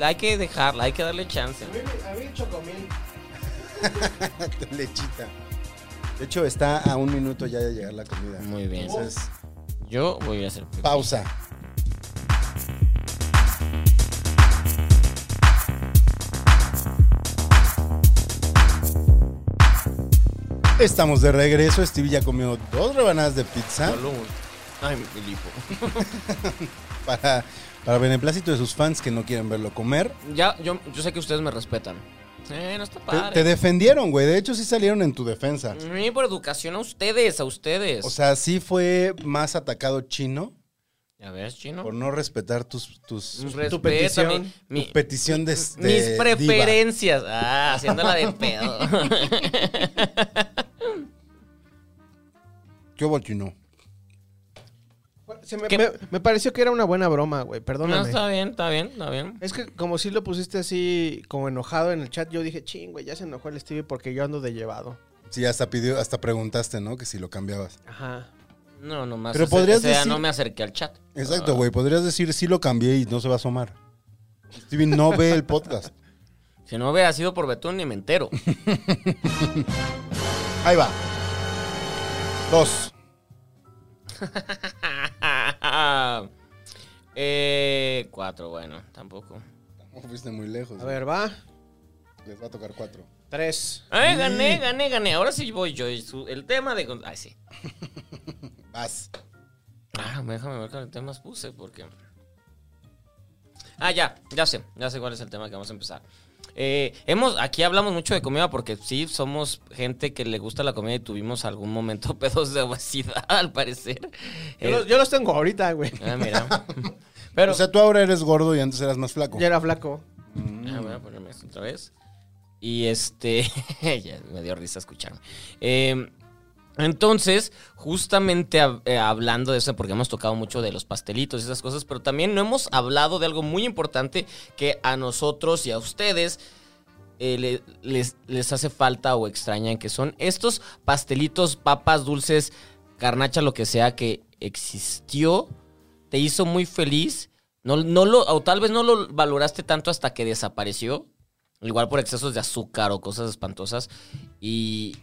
S2: hay que dejarla, hay que darle chance.
S3: A mí chocomil.
S1: Lechita. De hecho, está a un minuto ya de llegar la comida.
S2: Muy bien.
S1: Entonces,
S2: Yo voy a hacer. pipí.
S1: pausa. Estamos de regreso. Stevie ya comió dos rebanadas de pizza
S2: Solo un- Ay, mi Filipo.
S1: para, para beneplácito de sus fans que no quieren verlo comer.
S2: Ya, yo, yo sé que ustedes me respetan. Eh, no está
S1: Te,
S2: padre. Mm,
S1: te defendieron, güey. De hecho, sí salieron en tu defensa.
S2: A mí por educación a ustedes, a ustedes.
S1: O sea, sí fue más atacado chino
S2: ya ves, chino.
S1: por no respetar tus, tus,
S2: Respeta
S3: petición,
S2: mi-
S1: tu petición de, de
S2: mis
S1: diva.
S2: preferencias. Ah, haciéndola de pedo.
S1: ¿Qué hubo, chino?
S3: Se me,
S2: ¿Qué?
S3: me- me pareció que era <laughs> una buena broma, güey.
S2: no,
S3: Perdóname.
S2: está bien, está bien, está bien.
S3: Es que como si lo pusiste así, como enojado en el chat, yo dije, ching, güey, ya se enojó el Stevie porque yo ando de llevado.
S1: Sí, hasta pidió, hasta preguntaste, ¿no? Que si lo cambiabas.
S3: Ajá.
S2: No, nomás.
S1: Pero
S2: o sea,
S1: podrías
S2: o sea,
S1: decir-
S2: no me acerqué al chat.
S1: Exacto, güey. Podrías decir, sí lo cambié y no se va a asomar. Stevie no ve el podcast.
S2: Ah, Si no hubiera sido por Betún, ni me entero. <laughs>
S1: Ahí va. Dos.
S2: eh, cuatro, bueno, tampoco.
S1: Tampoco fuiste muy lejos.
S3: A ver, va.
S1: Les va a tocar cuatro.
S3: Tres.
S2: Ay, Eh, gané, gané, gané. Ahora sí voy yo. Y su- El tema de. Ay, sí.
S1: Vas.
S2: Ah, déjame ver cuál temas puse porque. Ah, ya, ya sé, ya sé cuál es el tema que vamos a empezar. Eh, hemos, aquí hablamos mucho de comida porque sí, somos gente que le gusta la comida y tuvimos algún momento <laughs> pedos de obesidad, al parecer.
S3: Yo,
S2: Eh,
S3: los, yo los tengo ahorita,
S1: <laughs>
S3: güey.
S2: Ah, mira. Pero.
S1: o sea, tú ahora eres gordo y antes eras más flaco. Mm.
S3: Ya era flaco.
S2: Ah, voy a ponerme esto otra vez. Y este. <laughs> ya me dio risa escucharme. Eh, entonces, justamente hab- eh, hablando de eso, porque hemos tocado mucho de los pastelitos y esas cosas, pero también no hemos hablado de algo muy importante que a nosotros y a ustedes eh, le- les, les hace falta o extrañan, que son estos pastelitos, papas, dulces, carnacha, lo que sea que existió, te hizo muy feliz, no, no lo, o tal vez no lo valoraste tanto hasta que desapareció, igual por excesos de azúcar o cosas espantosas, y,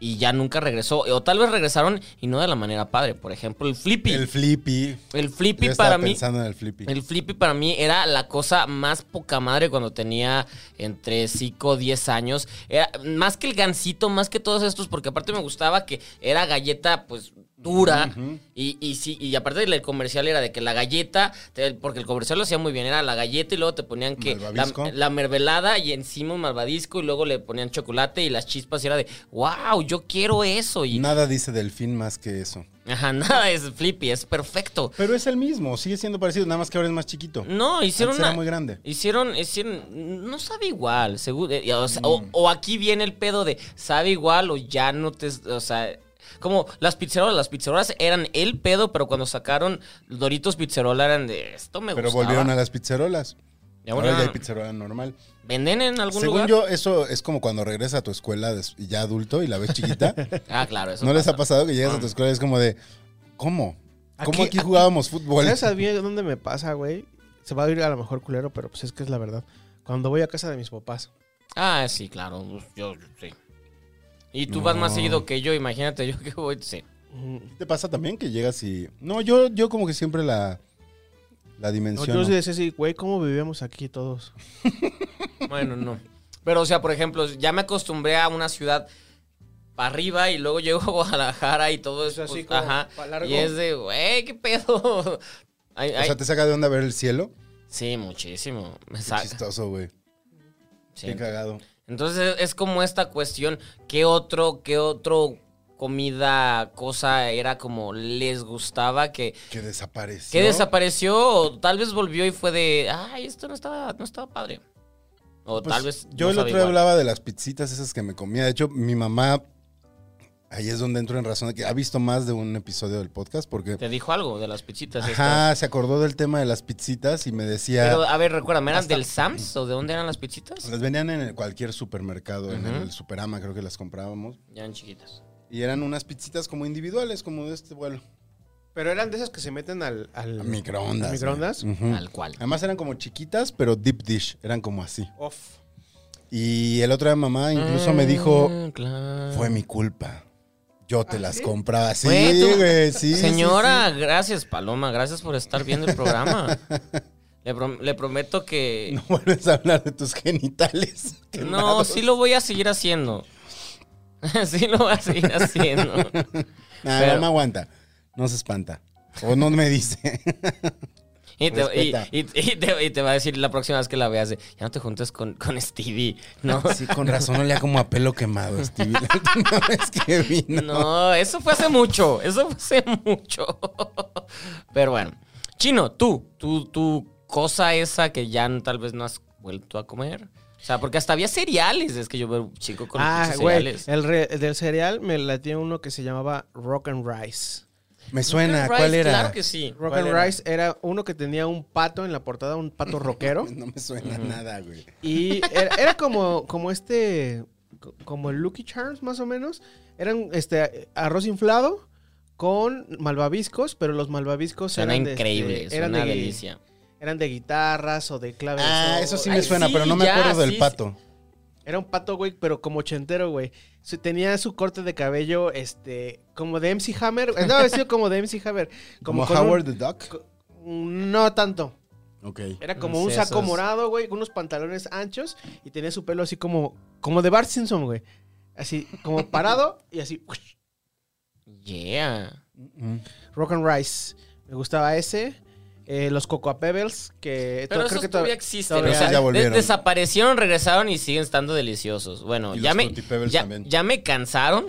S2: y ya nunca regresó, o tal vez regresaron y no de la manera padre, por ejemplo, el flippy.
S1: El
S2: El,
S1: flippy.
S2: flippy
S1: Yo estaba
S2: para mí...
S1: pensando en el flippy.
S2: El flippy para mí era la cosa más poca madre cuando tenía entre 5 o 10 años. Era más que el gansito, más que todos estos, porque aparte me gustaba que era galleta, pues dura y, y sí y aparte el comercial era de que la galleta te- porque el comercial lo hacía muy bien era la galleta y luego te ponían que la,
S1: Malvavisco.
S2: la mermelada y encima un malvadisco y luego le ponían chocolate y las chispas y era de wow yo quiero eso y
S1: Nada dice delfín más que eso.
S2: ajá nada es flippy es perfecto
S1: Pero es el mismo, sigue siendo parecido, nada más que ahora es más chiquito.
S2: no Mm, hicieron
S1: Antes era
S2: una-
S1: muy grande.
S2: Hicieron, hicieron, no sabe igual, seguro. eh, O, sea,
S1: Mm.
S2: o- o aquí viene el pedo de sabe igual o ya no te, o sea, como las pizzerolas, las pizzerolas eran el pedo, pero cuando sacaron Doritos Pizzerola eran de esto me
S1: Pero
S2: gustaba.
S1: volvieron a las pizzerolas.
S2: Y ahora
S1: Ahora ya hay pizzerola normal.
S2: ¿Venden en algún
S1: Según
S2: lugar?
S1: yo, eso es como cuando regresas a tu escuela des- y ya adulto y la ves chiquita.
S2: Ah, claro, <laughs> eso
S1: ¿No les
S2: pasa. Ah.
S1: ha pasado que llegas a tu escuela y es como de, ¿cómo? ¿Cómo
S3: Aquí-
S1: aquí, jugábamos fútbol?
S3: ¿Sabes a mí dónde me pasa, güey? Se va a ir a lo mejor culero, pero pues es que es la verdad. Cuando voy a casa de mis papás.
S2: Ah, sí, claro, pues, yo, yo- sí. Y tú
S1: No.
S2: vas más seguido que yo, imagínate, yo que voy, sí.
S3: Mm.
S1: <laughs> ¿Te pasa también que llegas y... No, yo, yo como que siempre la, la
S3: No,
S1: dimensiono.
S3: yo sí decía así, güey, ¿cómo vivíamos aquí todos?
S2: Bueno, no. Pero, o sea, por ejemplo, ya me acostumbré a una ciudad para arriba y luego llego a Guadalajara y todo eso.
S3: Es así
S2: pues,
S3: como
S2: ajá.
S3: pa' largo.
S2: Y es de, güey, qué pedo. <laughs> Ay,
S1: O
S2: ay.
S1: sea, te saca de onda ver el cielo.
S2: Sí, muchísimo. Me
S1: Qué
S2: saca.
S1: chistoso, güey.
S2: Sí.
S1: Qué cagado.
S2: Entonces es como esta cuestión, ¿qué otro, qué otro comida, cosa era como les gustaba que,
S1: Que desapareció.
S2: que desapareció o tal vez volvió y fue de, ay, esto no estaba, no estaba padre? O
S1: Pues,
S2: tal vez...
S1: Yo
S2: no
S1: el
S2: sabe
S1: otro día
S2: igual.
S1: hablaba de las pizzitas esas que me comía. De hecho, mi mamá Ahí es donde entro en razón de que ha visto más de un episodio del podcast porque...
S2: Te dijo algo de las pichitas. estas?
S1: Ajá, se acordó del tema de las pizzitas y me decía...
S2: Pero, a ver, recuérdame, ¿eran
S1: Hasta-
S2: del Sams o de dónde eran las pichitas?
S1: Las vendían en el- cualquier supermercado, en
S2: Ujú.
S1: el Superama creo que las comprábamos.
S2: Ya eran chiquitas.
S1: Y eran unas pizzitas como individuales, como de este vuelo.
S3: Pero eran de esas que se meten al. al
S1: A microondas.
S3: al microondas.
S1: güey. Ujú.
S2: Tal cual.
S1: Además eran como chiquitas, pero deep dish, eran como así.
S3: Off.
S1: Y el otro día mamá incluso me dijo,
S2: Ah, claro.
S1: fue mi culpa. Yo te las compraba así,
S2: Güey, tú-
S1: güey, sí. sí,
S2: Señora, gracias, Paloma. Gracias por estar viendo el
S1: <laughs>
S2: programa. le, prom- le prometo
S1: sí.
S2: que.
S1: No vuelves a hablar de tus genitales. <laughs>
S2: No, sí lo voy a seguir haciendo. <laughs> sí lo voy a seguir haciendo.
S1: Nah,
S2: pero-
S1: mamá aguanta. No se espanta. O no me dice.
S2: Y te, y-
S1: Respeta.
S2: y- y te- y te va a decir la próxima vez que la veas, de, ya no te juntes con, con Stevie. No,
S1: Sí, con razón olía como a pelo quemado, Stevie. <laughs> La última vez que vino.
S2: <laughs> no, eso fue hace mucho. Eso fue hace mucho. <laughs> Pero bueno. Chino, tú, tú, tu cosa esa que ya tal vez no has vuelto a comer. O sea, porque hasta había cereales. Es que yo veo un chico con
S3: ah,
S2: pinches
S3: güey.
S2: cereales.
S3: El re- del cereal me latía uno que se llamaba Rock and Rice.
S1: Me suena,
S2: Rice,
S1: ¿cuál era?
S2: Claro que sí.
S3: Rock
S1: ¿Cuál
S3: and
S1: era?
S3: Rice era uno que tenía un pato en la portada, un pato rockero.
S1: No me suena nada, güey.
S3: y era, era como, como este. co- Como el Lucky Charms, más o menos. Eran este arroz inflado con malvaviscos, pero los malvaviscos
S2: Suena
S3: eran de, este,
S2: increíble,
S3: eran
S2: suena
S3: de-
S2: delicia.
S3: Eran de guitarras o de claves.
S1: Ah, eso sí me
S2: Ay,
S1: suena,
S2: sí,
S1: pero no me
S2: ya,
S1: acuerdo del
S2: sí,
S1: pato.
S3: Era un pato, güey, pero como ochentero, güey. Se- Tenía su corte de cabello, este, como de MC Hammer. No, vestido como de MC Hammer.
S1: Como,
S3: con
S1: Howard
S3: un-
S1: the Duck.
S3: co- No tanto.
S1: Ok.
S3: Era como
S2: No
S3: un
S2: sé,
S3: saco
S2: eso es-
S3: morado, güey, con unos pantalones anchos y tenía su pelo así como, como de Bart Simpson, güey. Así, como parado y así. uish.
S2: Yeah.
S1: Mm.
S3: Rock and Rice. Me gustaba ese. Eh, los Cocoa Pebbles, que
S2: Pero
S3: to-
S2: esos
S3: creo que
S2: todavía
S3: todavía
S2: existen.
S3: todavía
S2: o sea,
S3: hay.
S1: Ya
S2: de-
S1: volvieron.
S2: desaparecieron, regresaron y siguen estando deliciosos. Bueno,
S1: Y
S2: ya
S1: los
S2: me,
S1: Fruity Pebbles
S2: ya,
S1: también.
S2: ya me cansaron,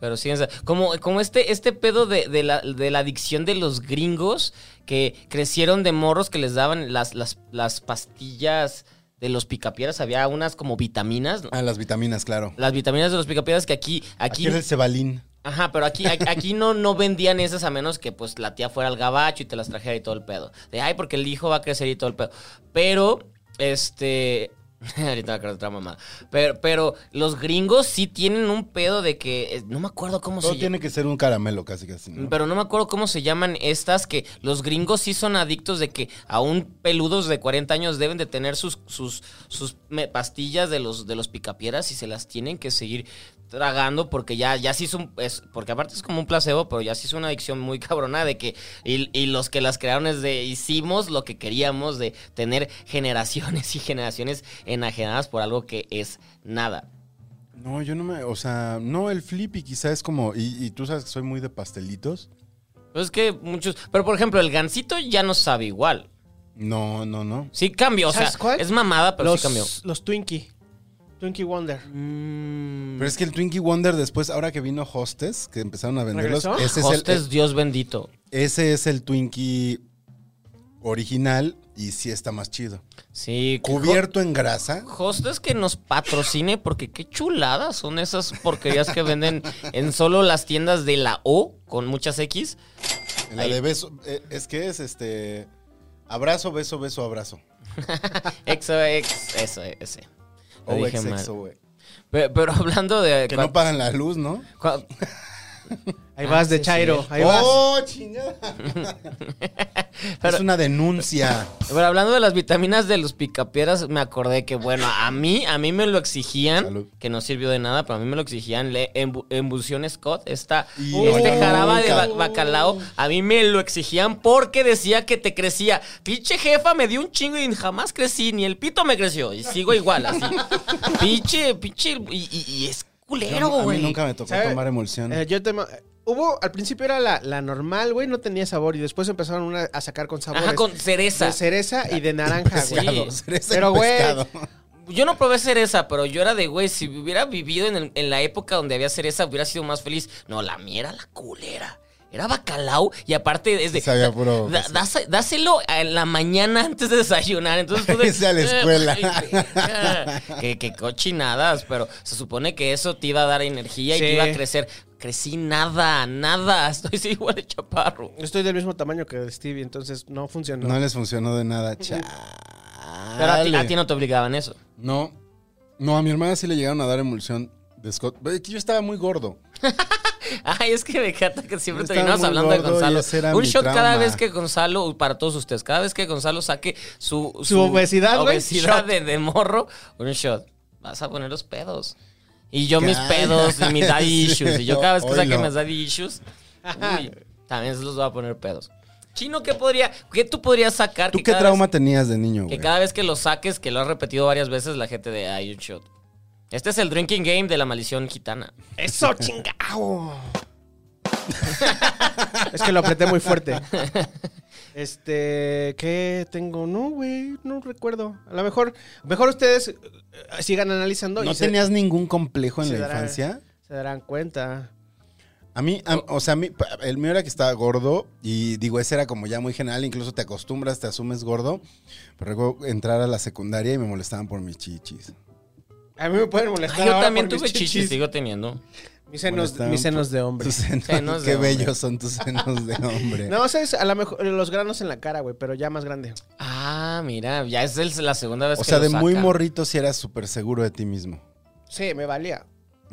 S2: pero siguen. sa- Como, como este, este pedo de, de la, de la adicción de los gringos que crecieron de morros que les daban las, las, las pastillas de los picapieras. Había unas como vitaminas. ¿no?
S1: Ah, las vitaminas, claro.
S2: Las vitaminas de los picapieras que aquí,
S1: Aquí
S2: aquí,
S1: era el cebalín.
S2: Ajá, pero aquí, aquí, aquí no, no vendían esas a menos que pues la tía fuera al gabacho y te las trajera y todo el pedo. De ay, porque el hijo va a crecer y todo el pedo. Pero, este. <laughs> Ahorita me acuerdo de otra mamá. Pero, pero los gringos sí tienen un pedo de que. eh, No me acuerdo cómo
S1: Todo
S2: se llama.
S1: tiene que ser un caramelo, casi casi. ¿no?
S2: Pero no me acuerdo cómo se llaman estas que los gringos sí son adictos de que aún peludos de 40 años deben de tener sus, sus, sus me- pastillas de los, de los picapieras y se las tienen que seguir tragando porque ya, ya sí es un... es- porque aparte es como un placebo, pero ya sí es una adicción muy <laughs> cabrona de que... Y, y los que las crearon es de hicimos lo que queríamos de tener generaciones y generaciones enajenadas por algo que es nada.
S1: No, yo no me. O sea, no, el flippy quizá es como. Y, y tú sabes que soy muy de pastelitos.
S2: Pues es que muchos... Pero por ejemplo, el gansito ya no sabe igual.
S1: No, no, no.
S2: Sí cambió, o sea,
S3: ¿Sabes cuál?
S2: es mamada, pero
S3: los,
S2: sí cambió.
S3: los Twinkie. Twinkie Wonder.
S2: Mm.
S1: Pero es que el Twinkie Wonder después, ahora que vino Hostes, que empezaron a venderlos,
S3: ¿Regresó?
S1: ese es,
S2: Hostes,
S1: El, eh,
S2: Dios bendito.
S1: ese es el Twinkie original y sí está más chido.
S2: Sí, que
S1: Cubierto en grasa.
S2: Ho- Hostes que nos patrocine, porque qué chuladas son esas porquerías que venden en solo las tiendas de la O con muchas X.
S1: en La
S2: Ahí.
S1: de beso. eh, Es que es este. Abrazo, beso, beso, abrazo.
S2: XOX, eso, ese. Lo dije mal.
S1: OXXO, güey.
S2: Pe- Pero, hablando de.
S1: Que
S2: cua-
S1: no pagan la luz, ¿no?
S2: cua-
S3: Ahí
S2: Ah,
S3: vas de
S2: sí,
S3: Chairo.
S2: sí.
S3: Ahí vas.
S1: ¡Oh,
S2: <laughs>
S1: chingada!
S2: Pero-
S1: es una denuncia.
S2: pero hablando de las vitaminas de los picapieras, me acordé que, bueno, a mí, a mí me lo exigían,
S1: Salud.
S2: que no sirvió de nada, pero a mí me lo exigían le, embu- emulsión Scott, esta,
S1: Y
S2: este
S1: no,
S2: jaraba de ba-
S1: cabrón.
S2: bacalao, a mí me lo exigían porque decía que te crecía. Pinche jefa me dio un chingo y jamás crecí, ni el pito me creció, y sigo igual,
S1: <laughs>
S2: así. pinche, pinche, y, y- y es culero,
S1: Yo no- a
S2: güey.
S1: mí nunca me tocó
S3: ¿Sabe?
S1: tomar emulsión.
S3: Eh, yo te ma- Hubo, al principio era la, la normal, güey, no tenía sabor. Y después empezaron una- a sacar con sabores.
S2: Ajá, con cereza.
S3: De cereza y de naranja, güey.
S2: Sí.
S1: cereza y
S3: Pero, güey,
S2: <laughs>
S1: pescado.
S2: Yo no probé cereza, pero yo era de, güey, si hubiera vivido en, el- en la época donde había cereza, hubiera sido más feliz. No, la mía era la culera. Era bacalao y aparte es de...
S1: Sí sabía puro-
S2: da- dás- dáselo en la mañana antes de desayunar.
S1: <laughs>
S2: Entonces tú de-
S1: Irse
S2: <laughs>
S1: a la escuela.
S2: qué, qué cochinadas, pero se supone que eso te iba a dar energía y te
S3: Sí.
S2: iba a crecer. Crecí nada, nada. <laughs> Estoy igual de chaparro.
S3: Estoy del mismo tamaño que Stevie, entonces no funcionó.
S1: No les funcionó de nada, chale.
S2: Pero a ti, a ti no te obligaban eso.
S1: No, no, a mi hermana sí le llegaron a dar emulsión de Scott. Ve que Yo estaba muy gordo.
S2: <laughs> Ay, es que me encanta que siempre
S1: Está
S2: terminamos
S1: muy
S2: hablando de
S1: gordo y
S2: Gonzalo.
S1: ese era
S2: Un
S1: mi
S2: shot cada
S1: trauma.
S2: vez que Gonzalo, para todos ustedes, cada vez que Gonzalo saque su,
S3: obesidad, güey,
S2: obesidad
S3: shot.
S2: de, de morro, un shot. Vas a poner los pedos. Y yo mis
S1: Ay,
S2: pedos y mis
S1: <laughs>
S2: daddy
S1: sí,
S2: issues. Y yo cada vez que saque
S1: oílo.
S2: mis daddy issues,
S1: <laughs>
S2: uy, también se los voy a poner pedos. Chino, ¿qué podría, qué tú podrías sacar?
S1: ¿Tú
S2: que
S1: qué
S2: cada
S1: trauma
S2: vez-
S1: tenías de niño,
S2: que
S1: güey?
S2: cada vez que lo saques, que lo has repetido varias veces, la gente de ay, un shot. Este es el drinking game de la maldición gitana. <laughs>
S3: ¡Eso, chingao! es que lo apreté muy fuerte. Este, ¿qué tengo? No, güey, no recuerdo. A lo mejor, mejor ustedes eh, sigan analizando.
S1: ¿No
S3: y se-
S1: tenías ningún complejo en
S3: se
S1: la
S3: dará-
S1: infancia?
S3: se darán cuenta.
S1: A mí, a- o sea, a mí, pa- el mío era que estaba gordo y digo, ese era como ya muy general, incluso te acostumbras, te asumes gordo, pero luego entrar a la secundaria y me molestaban por mis chichis.
S3: A mí me pueden
S2: Ay,
S3: molestar.
S2: yo
S3: ahora
S2: también
S3: por
S2: tuve
S3: mis
S2: chichis, sigo teniendo.
S3: Mis senos,
S1: Molestaban
S3: mis senos
S1: por
S3: de hombre.
S1: Tus senos-
S2: Senos de
S1: qué
S2: hombre.
S1: bellos son tus senos de
S2: <laughs>
S1: hombre.
S3: No, ¿sabes? A lo mejor los granos en la cara, güey, pero ya más grande.
S2: Ah, mira, ya es el- la segunda vez
S1: o
S2: que
S1: sea,
S2: lo
S1: de muy
S2: saca.
S1: morrito sí eras súper seguro de ti mismo.
S3: Sí, me valía.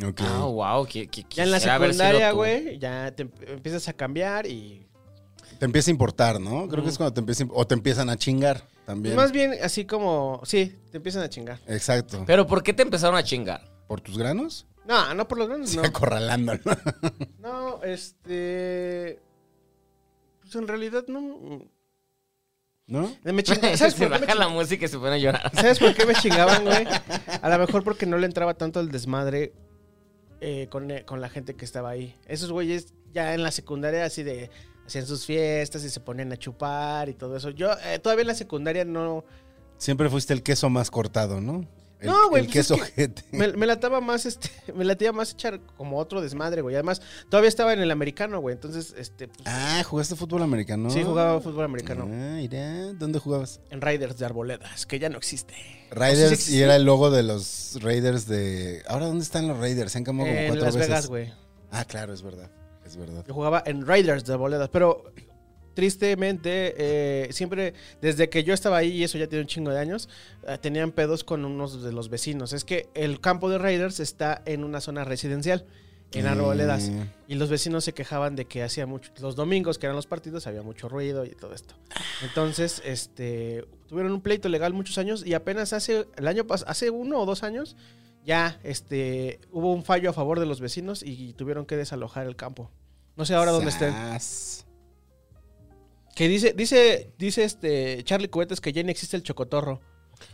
S1: Ok.
S2: Ah, wow, que,
S3: Ya en la secundaria, güey, ya te emp- empiezas a cambiar y...
S1: Te empieza a importar, ¿no? Creo que es cuando te empieza a imp- O te empiezan a chingar también.
S3: Mm. Más bien así como... Sí, te empiezan a chingar.
S1: Exacto.
S2: Pero ¿por qué te empezaron a chingar?
S1: ¿Por tus granos?
S3: No, no por los granos,
S1: Sí,
S3: no.
S1: acorralándolo.
S3: No, este... Pues en realidad no...
S1: ¿No?
S3: Me
S2: <laughs>
S3: chinga- <laughs> ¿Sabes, por
S2: Se
S3: qué me
S2: baja
S3: chinga-
S2: la música y se pone a llorar.
S3: ¿Sabes por qué me chingaban, güey? A lo mejor porque no le entraba tanto el desmadre eh, con, con la gente que estaba ahí. Esos güeyes ya en la secundaria así de... Hacían sus fiestas y se ponían a chupar y todo eso. Yo eh, todavía en la secundaria no...
S1: Siempre fuiste el queso más cortado, ¿no? El,
S3: No, güey, pues
S1: El
S3: es
S1: queso
S3: que-
S1: ojete.
S3: Me, me lataba más, este, <laughs> me latía más echar como otro desmadre, güey. Además, todavía estaba en el americano, güey. Entonces, este, pues,
S1: Ah, ¿jugaste fútbol americano?
S3: sí jugaba fútbol americano.
S1: Ah, mira. ¿Dónde jugabas?
S3: En Raiders de Arboledas, que ya no existe.
S1: Raiders,
S3: sí
S1: y era el logo de los Raiders de... Ahora, ¿dónde están los Raiders? Se han cambiado como
S3: en
S1: cuatro
S3: Las
S1: veces.
S3: Vegas, güey.
S1: Ah, claro, es verdad. Es verdad.
S3: Yo jugaba en Raiders de Arboledas, pero tristemente, eh, siempre, desde que yo estaba ahí, y eso ya tiene un chingo de años, eh, tenían pedos con unos de los vecinos. Es que el campo de Raiders está en una zona residencial, en Arboledas.
S1: Eh,
S3: Y los vecinos se quejaban de que hacía mucho. Los domingos, que eran los partidos, había mucho ruido y todo esto. Entonces, este. Tuvieron un pleito legal muchos años y apenas hace. El año pas- hace uno o dos años. Ya, este. Hubo un fallo a favor de los vecinos y tuvieron que desalojar el campo. No sé ahora dónde estén.
S1: sas.
S3: Que dice, dice, dice este Charlie Cubetes que ya no existe el chocotorro.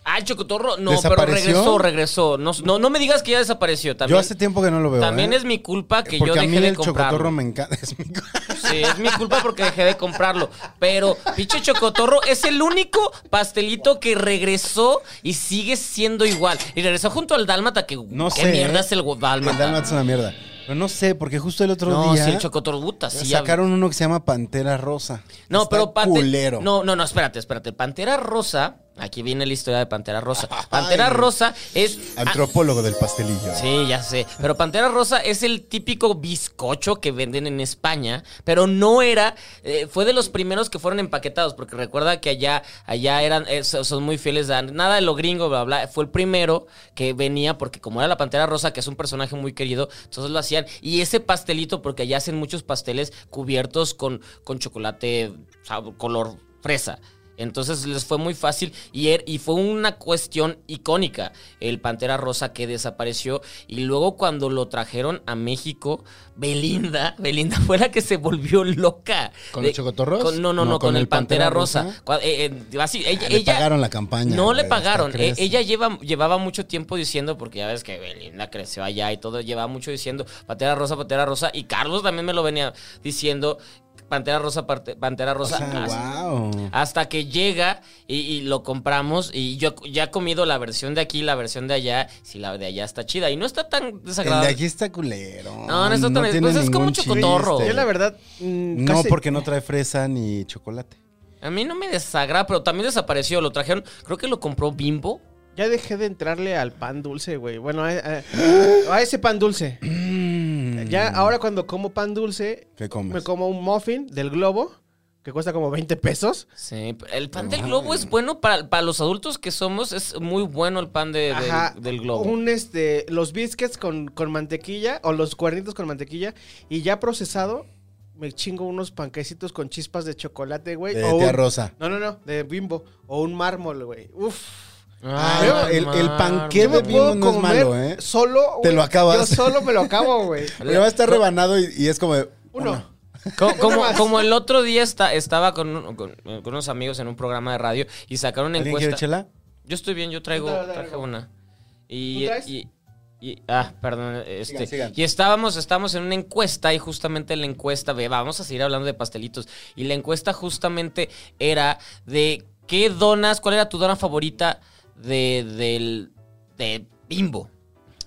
S2: Ah, el chocotorro, no, pero
S1: ¿Desapareció?
S2: regresó, regresó. No, no, no me digas que ya desapareció. También,
S1: Yo hace tiempo que no lo veo.
S2: también
S1: ¿eh?
S2: es mi culpa que
S1: Porque
S2: yo
S1: a mí
S2: dejé de
S1: el
S2: comprarlo.
S1: chocotorro me encanta. <laughs> Es mi co-
S2: Sí, es mi culpa porque dejé de comprarlo. Pero pinche chocotorro es el único pastelito que regresó y sigue siendo igual. Y regresó junto al dálmata que
S1: No
S2: qué
S1: sé,
S2: mierda
S1: ¿eh?
S2: es el gu-
S1: El
S2: dálmata.
S1: Dalmat es una mierda. Pero no sé, porque justo el otro
S2: no,
S1: día
S2: sí, el chocotorro puta, sí. ya-
S1: sacaron uno que se llama Pantera Rosa.
S2: No,
S1: Está
S2: pero Pante-
S1: culero.
S2: No, no, no, espérate, espérate. Pantera Rosa, aquí viene la historia de Pantera Rosa.
S1: <laughs>
S2: Pantera
S1: Ay.
S2: Rosa es
S1: Antropólogo del pastelillo.
S2: ah. Sí, ya sé. Pero Pantera Rosa es el típico bizcocho que venden en España, pero no era, eh, fue de los primeros que fueron empaquetados, porque recuerda que allá, allá eran, eh, so- son muy fieles a nada de lo gringo, bla, bla. Fue el primero que venía, porque como era la Pantera Rosa, que es un personaje muy querido, entonces lo hacían. Y ese pastelito, porque allá hacen muchos pasteles cubiertos con, con chocolate, sab- color fresa. Entonces les fue muy fácil y, er- y fue una cuestión icónica el Pantera Rosa que desapareció y luego cuando lo trajeron a México, Belinda, <laughs> Belinda fue la que se volvió loca.
S1: ¿Con los chocotorros?
S2: con- no, no, no, con, el Pantera, Rosa. Cua- eh, eh, así, ella,
S1: Ah, Le
S2: ella-
S1: pagaron la campaña.
S2: no
S1: güey,
S2: le
S1: hasta
S2: pagaron. E-
S1: crees.
S2: ella lleva, llevaba mucho tiempo diciendo, porque ya ves que Belinda creció allá y todo, llevaba mucho diciendo patera rosa, patera rosa. Y Carlos también me lo venía diciendo Pantera Rosa, parte- Pantera Rosa. hasta-
S1: wow.
S2: hasta que llega y, y lo compramos y yo ya he comido la versión de aquí, la versión de allá, si la de allá está chida y no está tan
S1: El de
S2: desagradable.
S1: aquí está culero.
S2: No, no está tan-
S1: tiene
S2: pues es como
S1: ningún
S2: chocotorro.
S1: chiste.
S3: Yo la verdad. mm,
S1: No,
S3: casi-
S1: porque no trae fresa ni chocolate.
S2: A mí no me desagrada, pero también desapareció, lo trajeron, creo que lo compró Bimbo.
S3: Ya dejé de entrarle al pan dulce, güey. Bueno, a, a- a ese pan
S1: <clears throat>
S3: dulce. Mm. Ya ahora cuando como pan dulce,
S1: ¿Qué comes?
S3: me como un muffin del globo, que cuesta como 20 pesos.
S2: Sí, el pan del globo es bueno para, para los adultos que somos, es muy bueno el pan de- del-
S3: Ajá.
S2: del, globo.
S3: Un este, los biscuits con, con mantequilla o los cuernitos con mantequilla y ya procesado, me chingo unos panquecitos con chispas de chocolate, güey.
S1: de
S3: o
S1: tía
S3: un-
S1: Rosa.
S3: No, no, no, de bimbo. O un mármol, güey. Uf.
S1: Ah, el- el panque
S3: Yo
S2: mármol.
S3: me
S1: de bimbo
S3: puedo
S1: no es
S3: comer
S1: malo, ¿eh?
S3: solo.
S1: Te
S3: güey.
S1: lo acabas.
S3: Yo solo me lo
S1: <laughs>
S3: acabo, güey.
S1: Pero va a estar rebanado y, y es como. de,
S3: Uno.
S1: una.
S2: Co-
S1: <laughs>
S2: Como,
S3: más.
S2: como el otro día esta- estaba con, un- con- con unos amigos en un programa de radio y sacaron una
S1: ¿Alguien
S2: encuesta.
S1: quiere chela?
S2: Yo estoy bien, yo traigo,
S3: Yo traigo.
S2: traje una. Y,
S3: ¿Tú traes?
S2: y- y- ah, perdón, este,
S1: Sigan, sigan.
S2: y estábamos, estábamos en una encuesta y justamente la encuesta, ve, vamos a seguir hablando de pastelitos y la encuesta justamente era de qué donas, cuál era tu dona favorita de del de Bimbo.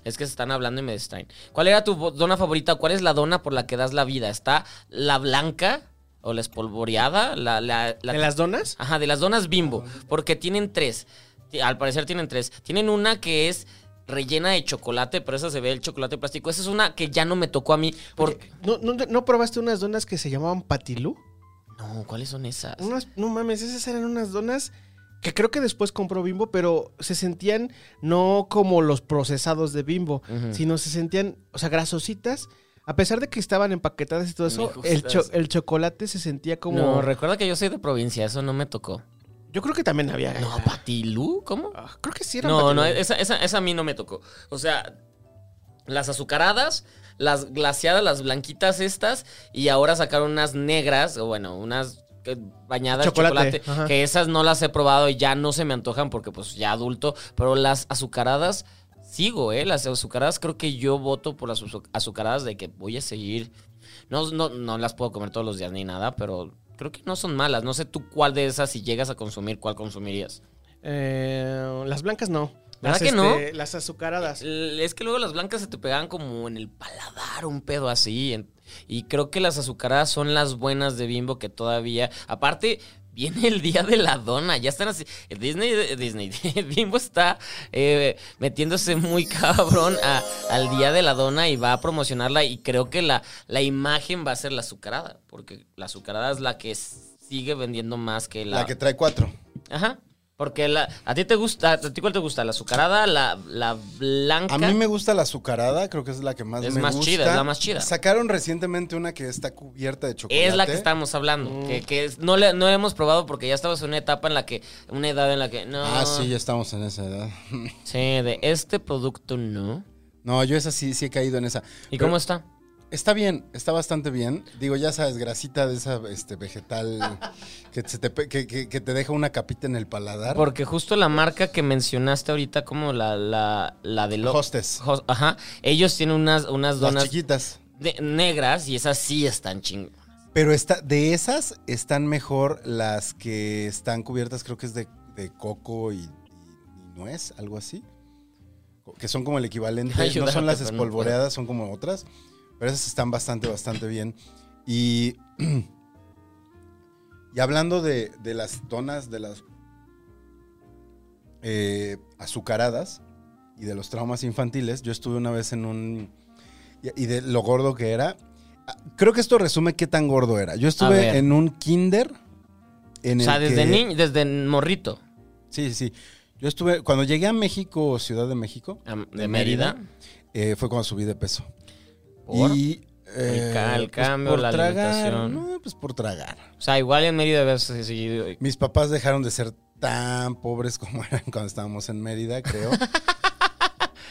S2: Es que se están hablando y me distraen. ¿Cuál era tu bo- dona favorita? ¿Cuál es la dona por la que das la vida? ¿Está la blanca o la espolvoreada? La, la, la-
S3: ¿De las donas?
S2: Ajá, de las donas bimbo. Porque tienen tres. Ti- Al parecer tienen tres. Tienen una que es rellena de chocolate, pero esa se ve el chocolate plástico. Esa es una que ya no me tocó a mí. Por...
S3: Eh, ¿No, no, no probaste unas donas que se llamaban patilú?
S2: No, ¿cuáles son esas?
S3: Unas- no mames, esas eran unas donas que creo que después compró Bimbo, pero se sentían no como los procesados de Bimbo,
S2: Ujú.
S3: sino se sentían, o sea, grasositas. A pesar de que estaban empaquetadas y todo eso,
S2: Mijos,
S3: el, cho-
S2: estás-
S3: el chocolate se sentía como...
S2: No, recuerda que yo soy de provincia, eso no me tocó.
S3: Yo creo que también había...
S2: No, patilú, ¿cómo?
S3: Ah, creo que sí era
S2: No, no, esa, esa, esa a mí no me tocó. O sea, las azucaradas, las glaciadas, las blanquitas estas, y ahora sacaron unas negras, o bueno, unas que- bañadas de
S3: Chocolate,
S2: chocolate,
S3: ajá.
S2: que esas no las he probado y ya no se me antojan porque pues ya adulto, pero las azucaradas sigo, ¿eh? Las azucaradas creo que yo voto por las azu- azucaradas de que voy a seguir. No, no, no las puedo comer todos los días ni nada, pero creo que no son malas. No sé tú cuál de esas, si llegas a consumir, cuál consumirías.
S3: Eh, las blancas no.
S2: ¿Verdad
S3: Las,
S2: que no? Eh,
S3: este, Las azucaradas.
S2: L- Es que luego las blancas se te pegaban como en el paladar, un pedo así. en- y creo que las azucaradas son las buenas de Bimbo que todavía. Aparte, viene el día de la dona. Ya están así. el Disney, eh, Disney, <laughs> Bimbo está eh, metiéndose muy cabrón a- al día de la dona y va a promocionarla. Y creo que la, la imagen va a ser la azucarada. Porque la azucarada es la que s- sigue vendiendo más que la.
S1: La que trae cuatro.
S2: Ajá. Porque la, a ti te gusta, a ti cuál te gusta, la azucarada, la, la blanca.
S1: A mí me gusta la azucarada, creo que es la que más
S2: Es
S1: me
S2: más
S1: gusta.
S2: chida, es la más chida.
S1: Sacaron recientemente una que está cubierta de chocolate.
S2: Es la que estábamos hablando, que, que es- no, le, no hemos probado porque ya estamos en una etapa en la que, una edad en la que, no,
S1: Ah, sí, ya estamos en esa edad.
S2: sí, de este producto no.
S1: No, yo esa sí, sí he caído en esa.
S2: ¿Y
S1: Pero
S2: cómo está?
S1: Está bien, está bastante bien. Digo, ya sabes, grasita de esa este,
S2: <laughs>
S1: vegetal que, se te, pe- que, que- que te deja una capita en el paladar.
S2: Porque justo la marca que mencionaste ahorita, como la, la, la de los...
S1: Hostess.
S2: Ajá, ellos tienen unas, unas
S1: Las
S2: donas
S1: chiquitas.
S2: de- negras y esas sí están ching.
S1: Pero está, de esas están mejor las que están cubiertas, creo que es de, de coco y, y- y nuez, algo así. O- Que son como el equivalente. no
S2: Ayúdate,
S1: son las
S2: pero no
S1: espolvoreadas, son como otras. Pero esas están bastante, bastante bien. Y, <clears throat> y hablando de, de las donas, de las eh, azucaradas y de los traumas infantiles, yo estuve una vez en un... Y y de lo gordo que era. Ah, Creo que esto resume qué tan gordo era. Yo
S2: ver.
S1: estuve en un kinder. En
S2: O sea,
S1: el que-
S2: desde niño, desde morrito.
S1: Sí, sí, sí. Yo estuve, cuando llegué a México, Ciudad de México,
S2: Am- de Mérida.
S1: eh, fue cuando subí de peso.
S2: ¿Por?
S1: Y, eh, pues,
S2: ca- el cambio, la alimentación.
S1: No, pues por tragar.
S2: O sea, igual en Mérida habías seguido.
S1: Mis papás dejaron de ser tan pobres como <laughs> eran cuando estábamos en Mérida,
S2: <laughs>
S1: creo.
S2: Pues,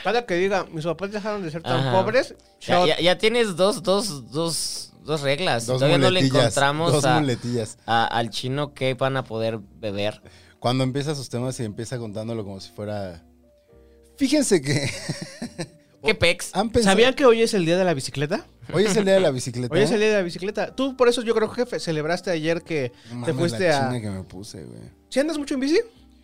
S3: Cada que diga, mis papás dejaron de ser tan
S2: Ajá.
S3: pobres,
S2: Ya,
S3: shot.
S2: ya- ya tienes dos, dos, dos, dos reglas.
S1: Dos
S2: Todavía no le
S1: muletillas,
S2: encontramos
S1: dos
S2: a-
S1: muletillas.
S2: a- al chino que van a poder beber.
S1: Cuando empieza sus temas y empieza contándolo como si fuera... Fíjense que <laughs>
S2: ¿Qué pex?
S1: han pensado...
S3: ¿Sabían que hoy es el día de la bicicleta?
S1: Hoy es el día de la bicicleta.
S3: Hoy es el día de la bicicleta. Tú, por eso yo creo, jefe, celebraste ayer que
S1: Mames,
S3: te fuiste a.
S1: la chinga que me puse, güey.
S3: ¿Sí andas mucho en bici?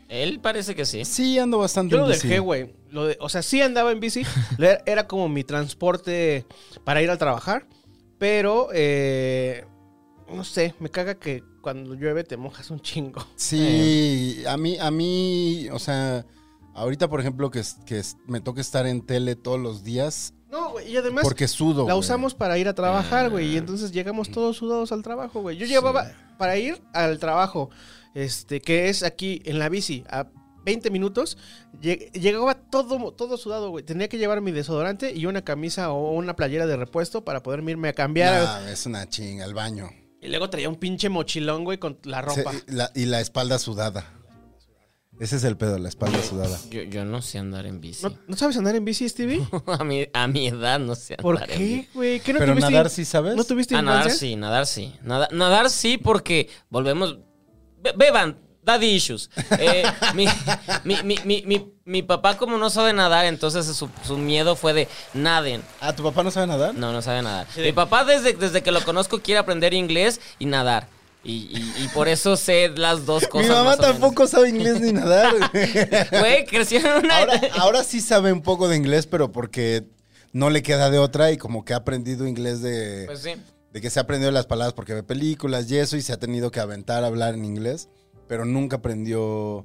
S2: Él parece que sí.
S1: Sí, ando bastante
S3: Yo lo
S1: en bici.
S3: dejé, güey. Lo de- o sea, sí andaba en
S1: <laughs>
S3: bici. le- Era como mi transporte para ir a trabajar. Pero, eh, no sé, me caga que cuando llueve te mojas un chingo.
S1: Sí, a mí, a mí, o sea, ahorita, por ejemplo, que, es- que es- me toca estar en tele todos los días
S3: No, güey. Y además
S1: porque sudo.
S3: la
S1: güey. Ah. Mm.
S3: usamos para ir a trabajar, güey. Y entonces llegamos todos sudados al trabajo, güey. Yo llevaba para ir al trabajo, este, que es aquí en la bici, a 20 minutos. lle- Llegaba todo, todo sudado, güey. Tenía que llevar mi desodorante y una camisa o una playera de repuesto para poderme irme a cambiar.
S1: Nah, es una chinga, al baño.
S3: Y luego traía un pinche mochilón, güey, con la ropa.
S1: Se- y, la, y la espalda sudada. Ese es el pedo, la espalda sudada.
S2: Yo, yo no sé andar en bici. <laughs>
S3: ¿No, no sabes andar en bici,
S1: <laughs>
S3: Stevie?
S2: a, mi, a mi edad no sé andar
S3: ¿Por
S2: en bici.
S3: qué, güey? ¿Qué no
S1: Pero
S3: tuviste
S1: nadar
S3: in-
S1: sí sabes.
S3: ¿No tuviste
S2: Ah, nadar
S3: infancia?
S2: sí, nadar sí. Nada- nadar sí porque volvemos... Be- beban, daddy issues. Eh, <laughs> mi, mi- mi- mi- mi- mi papá como no sabe nadar, entonces su, su miedo fue de naden.
S1: Ah, ¿tu papá no sabe nadar?
S2: No, no sabe nadar. Mi papá desde, desde que lo conozco quiere aprender inglés y nadar. Y, y- y por eso sé las dos
S1: Mi
S2: cosas.
S1: mamá
S2: más o menos.
S1: tampoco sabe inglés ni nadar.
S2: <laughs>
S1: güey.
S2: Güey, creció en una...
S1: ahora, ahora sí sabe un poco de inglés, pero porque no le queda de otra y como que ha aprendido inglés de,
S2: <laughs> Pues sí.
S1: de que se ha aprendido las palabras porque ve películas y eso y se ha tenido que aventar a hablar en inglés, pero nunca aprendió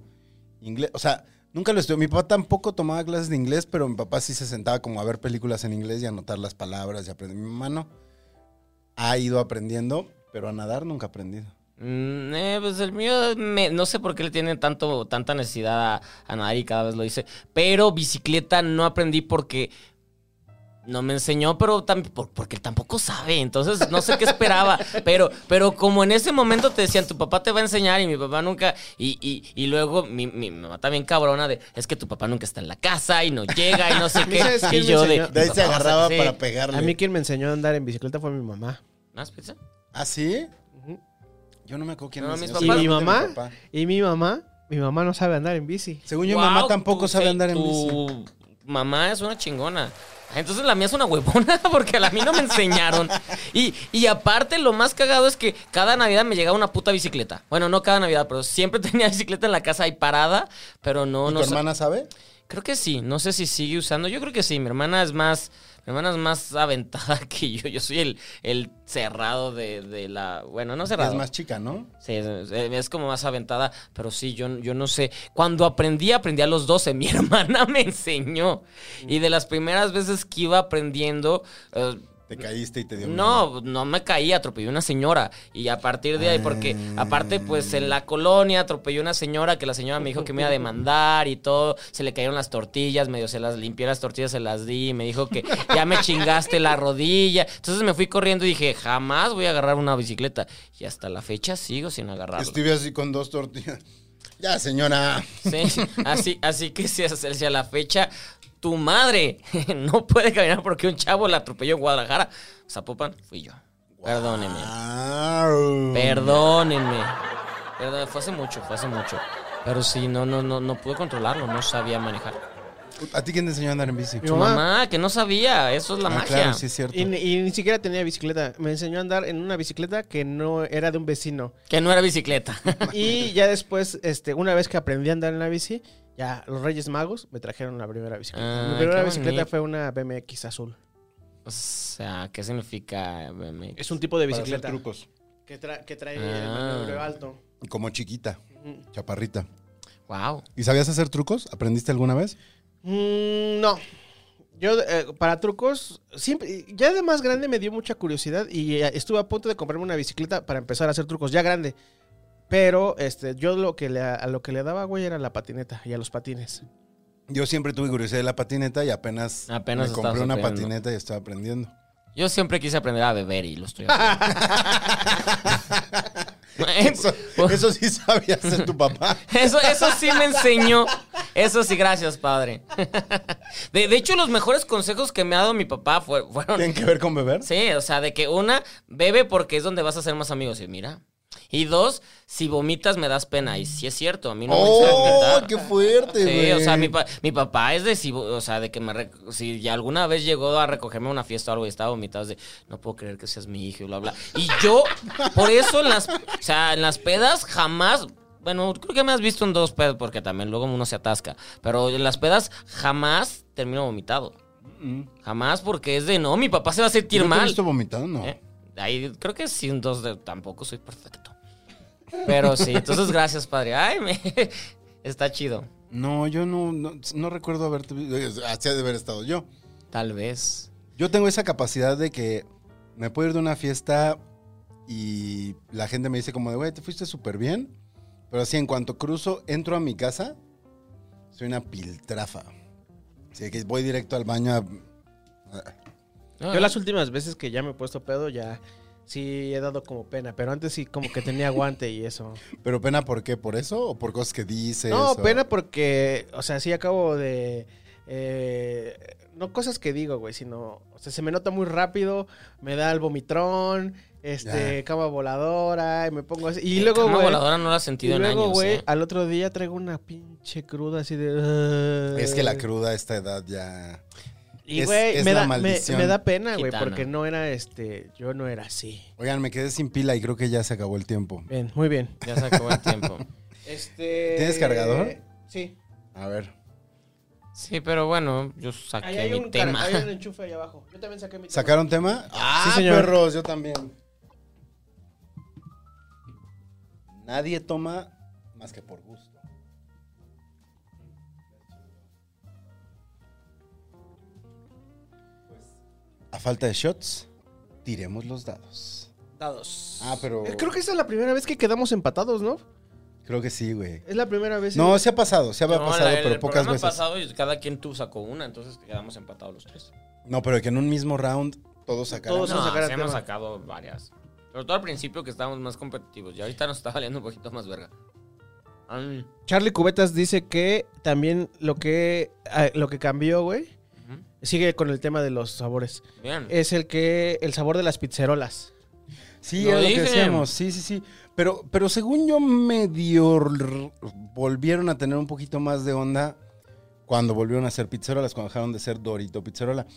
S1: inglés. O sea, nunca lo estudió. Mi papá tampoco tomaba clases de inglés, pero mi papá sí se sentaba como a ver películas en inglés y anotar las palabras y aprender. Mi mamá no. Ha ido aprendiendo, pero a nadar nunca ha aprendido.
S2: Mm, eh, pues el mío, me- no sé por qué le tiene tanto, tanta necesidad a, a nadar y cada vez lo dice. Pero bicicleta no aprendí porque no me enseñó, pero tam- por- porque él tampoco sabe. Entonces no sé qué esperaba. <laughs> pero, pero como en ese momento te decían, tu papá te va a enseñar y mi papá nunca. Y, y, y luego mi, mi mamá también cabrona de, es que tu papá nunca está en la casa y no llega y
S1: <laughs>
S2: no sé
S3: mí
S2: qué.
S3: sabes quién
S2: Y
S3: me
S2: yo de.
S3: enseñó?
S1: De ahí se
S2: "Papá, vas a-
S1: agarraba
S2: sí".
S1: para pegarle.
S3: A mí quien me enseñó a andar en bicicleta fue mi mamá.
S2: ¿Más pizza?
S1: ¿Ah, sí?
S3: Ujú.
S1: Yo no me acuerdo quién
S2: No,
S1: me
S2: mis
S1: enseñó.
S3: Y
S2: papás.
S3: mi
S1: Seguramente
S3: mamá,
S1: mi papá.
S3: y mi mamá, mi mamá no sabe andar en bici.
S1: Según yo, mi
S2: Guau,
S1: mamá tampoco
S2: tu-
S1: sabe
S2: sí,
S1: andar en
S2: tu
S1: bici.
S2: Mamá es una chingona. Ah, Entonces la mía es una huevona <laughs> porque a la mí no me enseñaron. Y, y aparte lo más cagado es que cada Navidad me llegaba una puta bicicleta. Bueno, no cada Navidad, pero siempre <laughs> tenía bicicleta en la casa ahí parada, pero no...
S1: ¿Y
S2: no
S1: tu
S2: sa-
S1: hermana sabe?
S2: Creo que sí, no sé si sigue usando. Yo creo que sí, mi hermana es más... Mi hermana es más aventada <laughs> que yo. Yo soy el, el cerrado de, de la... Bueno, no cerrado.
S1: Es más chica, ¿no?
S2: Sí, es, es- es como más aventada, pero sí, yo, yo no sé. Cuando aprendí, aprendí a los 12. <laughs> Mi hermana me enseñó. Y de las primeras veces que iba aprendiendo, eh,
S1: Te caíste y te dio miedo.
S2: no, no me caí, atropellé una señora. Y a partir de ahí, porque aparte, pues en la colonia atropellé una señora que la señora me dijo que me iba a demandar y todo. Se le cayeron las tortillas, medio se las limpié las tortillas, se las di. Y me dijo que ya me chingaste la rodilla. Entonces me fui corriendo y dije, jamás voy a agarrar una bicicleta. Y hasta la fecha sigo sin agarrarla.
S1: Estuve así con dos tortillas. <laughs> Ya, señora.
S2: Sí, así, así que si hacia la fecha, tu madre <laughs> no puede caminar porque un chavo la atropelló en Guadalajara. Zapopan, fui yo. Perdóneme.
S1: Au.
S2: Perdónenme. Perdón, fue hace mucho, fue hace mucho. Pero sí, no, no, no, no pude controlarlo, no sabía manejar.
S1: ¿A ti quién te enseñó a andar en bici?
S3: Mi
S2: Tu
S3: mamá.
S2: mamá, que no sabía, eso es la
S1: Ah,
S2: magia.
S1: Claro, sí es cierto.
S3: Y, ni- y ni siquiera tenía bicicleta. Me enseñó a andar en una bicicleta que no era de un <laughs> vecino.
S2: Que no era bicicleta. <laughs>
S3: Y ya después, este, una vez que aprendí a andar en la bici, ya los Reyes Magos me trajeron la primera bicicleta.
S2: Ah,
S3: Mi primera
S2: qué
S3: bicicleta
S2: bonito.
S3: fue una BMX azul.
S2: o sea, ¿qué significa? BMX?
S3: Es un tipo de
S1: Para hacer
S3: bicicleta
S1: trucos.
S3: que, tra- que trae
S2: Ah.
S3: el manubrio alto.
S1: Y Como chiquita, chaparrita.
S2: Wow.
S1: ¿Y sabías hacer trucos? ¿Aprendiste alguna vez?
S3: Mm, no. Yo, eh, para trucos, siempre, ya de más grande me dio mucha curiosidad y eh, estuve a punto de comprarme una bicicleta para empezar a hacer trucos ya grande. Pero este, yo lo que le, a lo que le daba, güey, era la patineta y a los patines.
S1: Yo siempre tuve curiosidad de la patineta y apenas,
S2: Apenas
S1: me compré
S2: estabas
S1: una
S2: aprendiendo.
S1: patineta y estoy aprendiendo.
S2: Yo siempre quise aprender a beber y lo estoy haciendo.
S1: <laughs>
S2: <laughs> Eh,
S1: Eso, eso sí sabía hacer tu
S2: <laughs>
S1: papá.
S2: Eso, eso sí me enseñó. Eso sí, gracias, padre. De, de hecho, los mejores consejos que me ha dado mi papá fue- fueron.
S1: ¿Tienen que ver con beber?
S2: Sí, o sea, de que una, bebe porque es donde vas a hacer más amigos. Y mira. Y dos, si vomitas me das pena. Y sí es cierto, a mí no me gusta
S1: ¡Oh,
S2: vomitar.
S1: qué fuerte,
S2: Sí,
S1: güey!
S2: o sea, mi, pa- mi papá es de si, o sea, de que me re- si ya alguna vez llegó a recogerme a una fiesta o algo y estaba vomitado, es de no puedo creer que seas mi hijo y bla bla. Y yo, por eso en las, o sea, en las pedas jamás, bueno, creo que me has visto en dos pedas porque también luego uno se atasca, pero en las pedas jamás termino vomitado. Jamás porque es de no, mi papá se va a
S1: ¿No
S2: sentir
S1: Mm, te he
S2: mal.
S1: visto vomitando? No.
S2: ¿Eh? Ahí creo que sí, un dos de tampoco soy perfecto. Pero sí, entonces gracias, padre. Ay, me- <laughs> está chido.
S1: No, yo no, no, no recuerdo haberte visto. Así ha de haber estado yo.
S2: Tal vez.
S1: Yo tengo esa capacidad de que me puedo ir de una fiesta y la gente me dice como de, güey, te fuiste súper bien. Pero así en cuanto cruzo, entro a mi casa, soy una piltrafa. Así que voy directo al baño a...
S2: Ah.
S3: Yo las últimas veces que ya me he puesto pedo, ya sí he dado como pena, pero antes sí como que tenía aguante y eso.
S1: Pero pena, ¿por qué? ¿Por eso? ¿O por cosas que dices?
S3: No,
S1: o-
S3: pena porque, o sea, sí acabo de... eh, no cosas que digo, güey, sino... O sea, se me nota muy rápido, me da el vomitrón, este,
S1: Ya.
S3: cama voladora, y me pongo así. Y
S2: Eh,
S3: luego,
S2: cama
S3: güey...
S2: voladora no la he
S3: Y
S2: sentido en
S3: luego,
S2: años.
S3: güey,
S2: eh.
S1: ah,
S3: al otro día traigo una pinche cruda así de...
S1: Es que la cruda a esta edad ya...
S3: Y,
S1: es-
S3: güey,
S1: es
S3: me,
S1: la
S3: da- me-
S1: maldición.
S3: me da pena, güey,
S2: Gitana.
S3: porque no era, este... Yo no era así.
S1: Oigan, me quedé sin pila y creo que ya se acabó el tiempo.
S3: Bien, muy bien.
S2: Ya se acabó el tiempo.
S3: Este...
S1: ¿Tienes cargador?
S3: Sí.
S1: A ver.
S2: Sí, pero bueno, yo saqué
S3: Ahí hay
S2: mi
S3: un, car-
S2: tema.
S3: ahí hay un enchufe ahí abajo. Yo también saqué mi tema.
S1: ¿Sacaron tema? Ah,
S3: señor.
S1: perros, yo también. Nadie toma más que por gusto. Pues, A falta de shots, tiremos los dados.
S2: <laughs>
S3: Dados.
S1: Ah, pero-
S3: Eh, Creo que esta es la primera vez que quedamos empatados, ¿no?
S1: Creo que sí, güey.
S3: Es la primera vez.
S1: No, se ha pasado, se ha
S2: No,
S1: pasado,
S2: la- el
S1: pero pocas
S2: programa
S1: veces.
S2: pasado y cada quien tú sacó una, entonces quedamos empatados los tres.
S1: No, pero que en un mismo round todos sacaron.
S3: Todos
S2: no,
S3: a sacar
S2: sí
S3: el
S2: hemos
S3: tema.
S2: sacado varias. Sobre todo al principio que estábamos más competitivos. Y ahorita nos está valiendo un poquito más verga. Ay,
S3: Charlie Cubetas dice que también lo que, ah, lo que cambió, güey,
S2: ujú.
S3: sigue con el tema de los sabores.
S2: Bien.
S1: Eh,
S3: Es el que, el sabor de las pizzerolas.
S1: Sí,
S2: Lo
S1: era lo que
S2: dije.
S1: decíamos, sí, sí, sí. Pero, pero según yo, medio r- volvieron a tener un poquito más de onda cuando volvieron a ser pizzerolas, cuando dejaron de ser Dorito Pizzerola.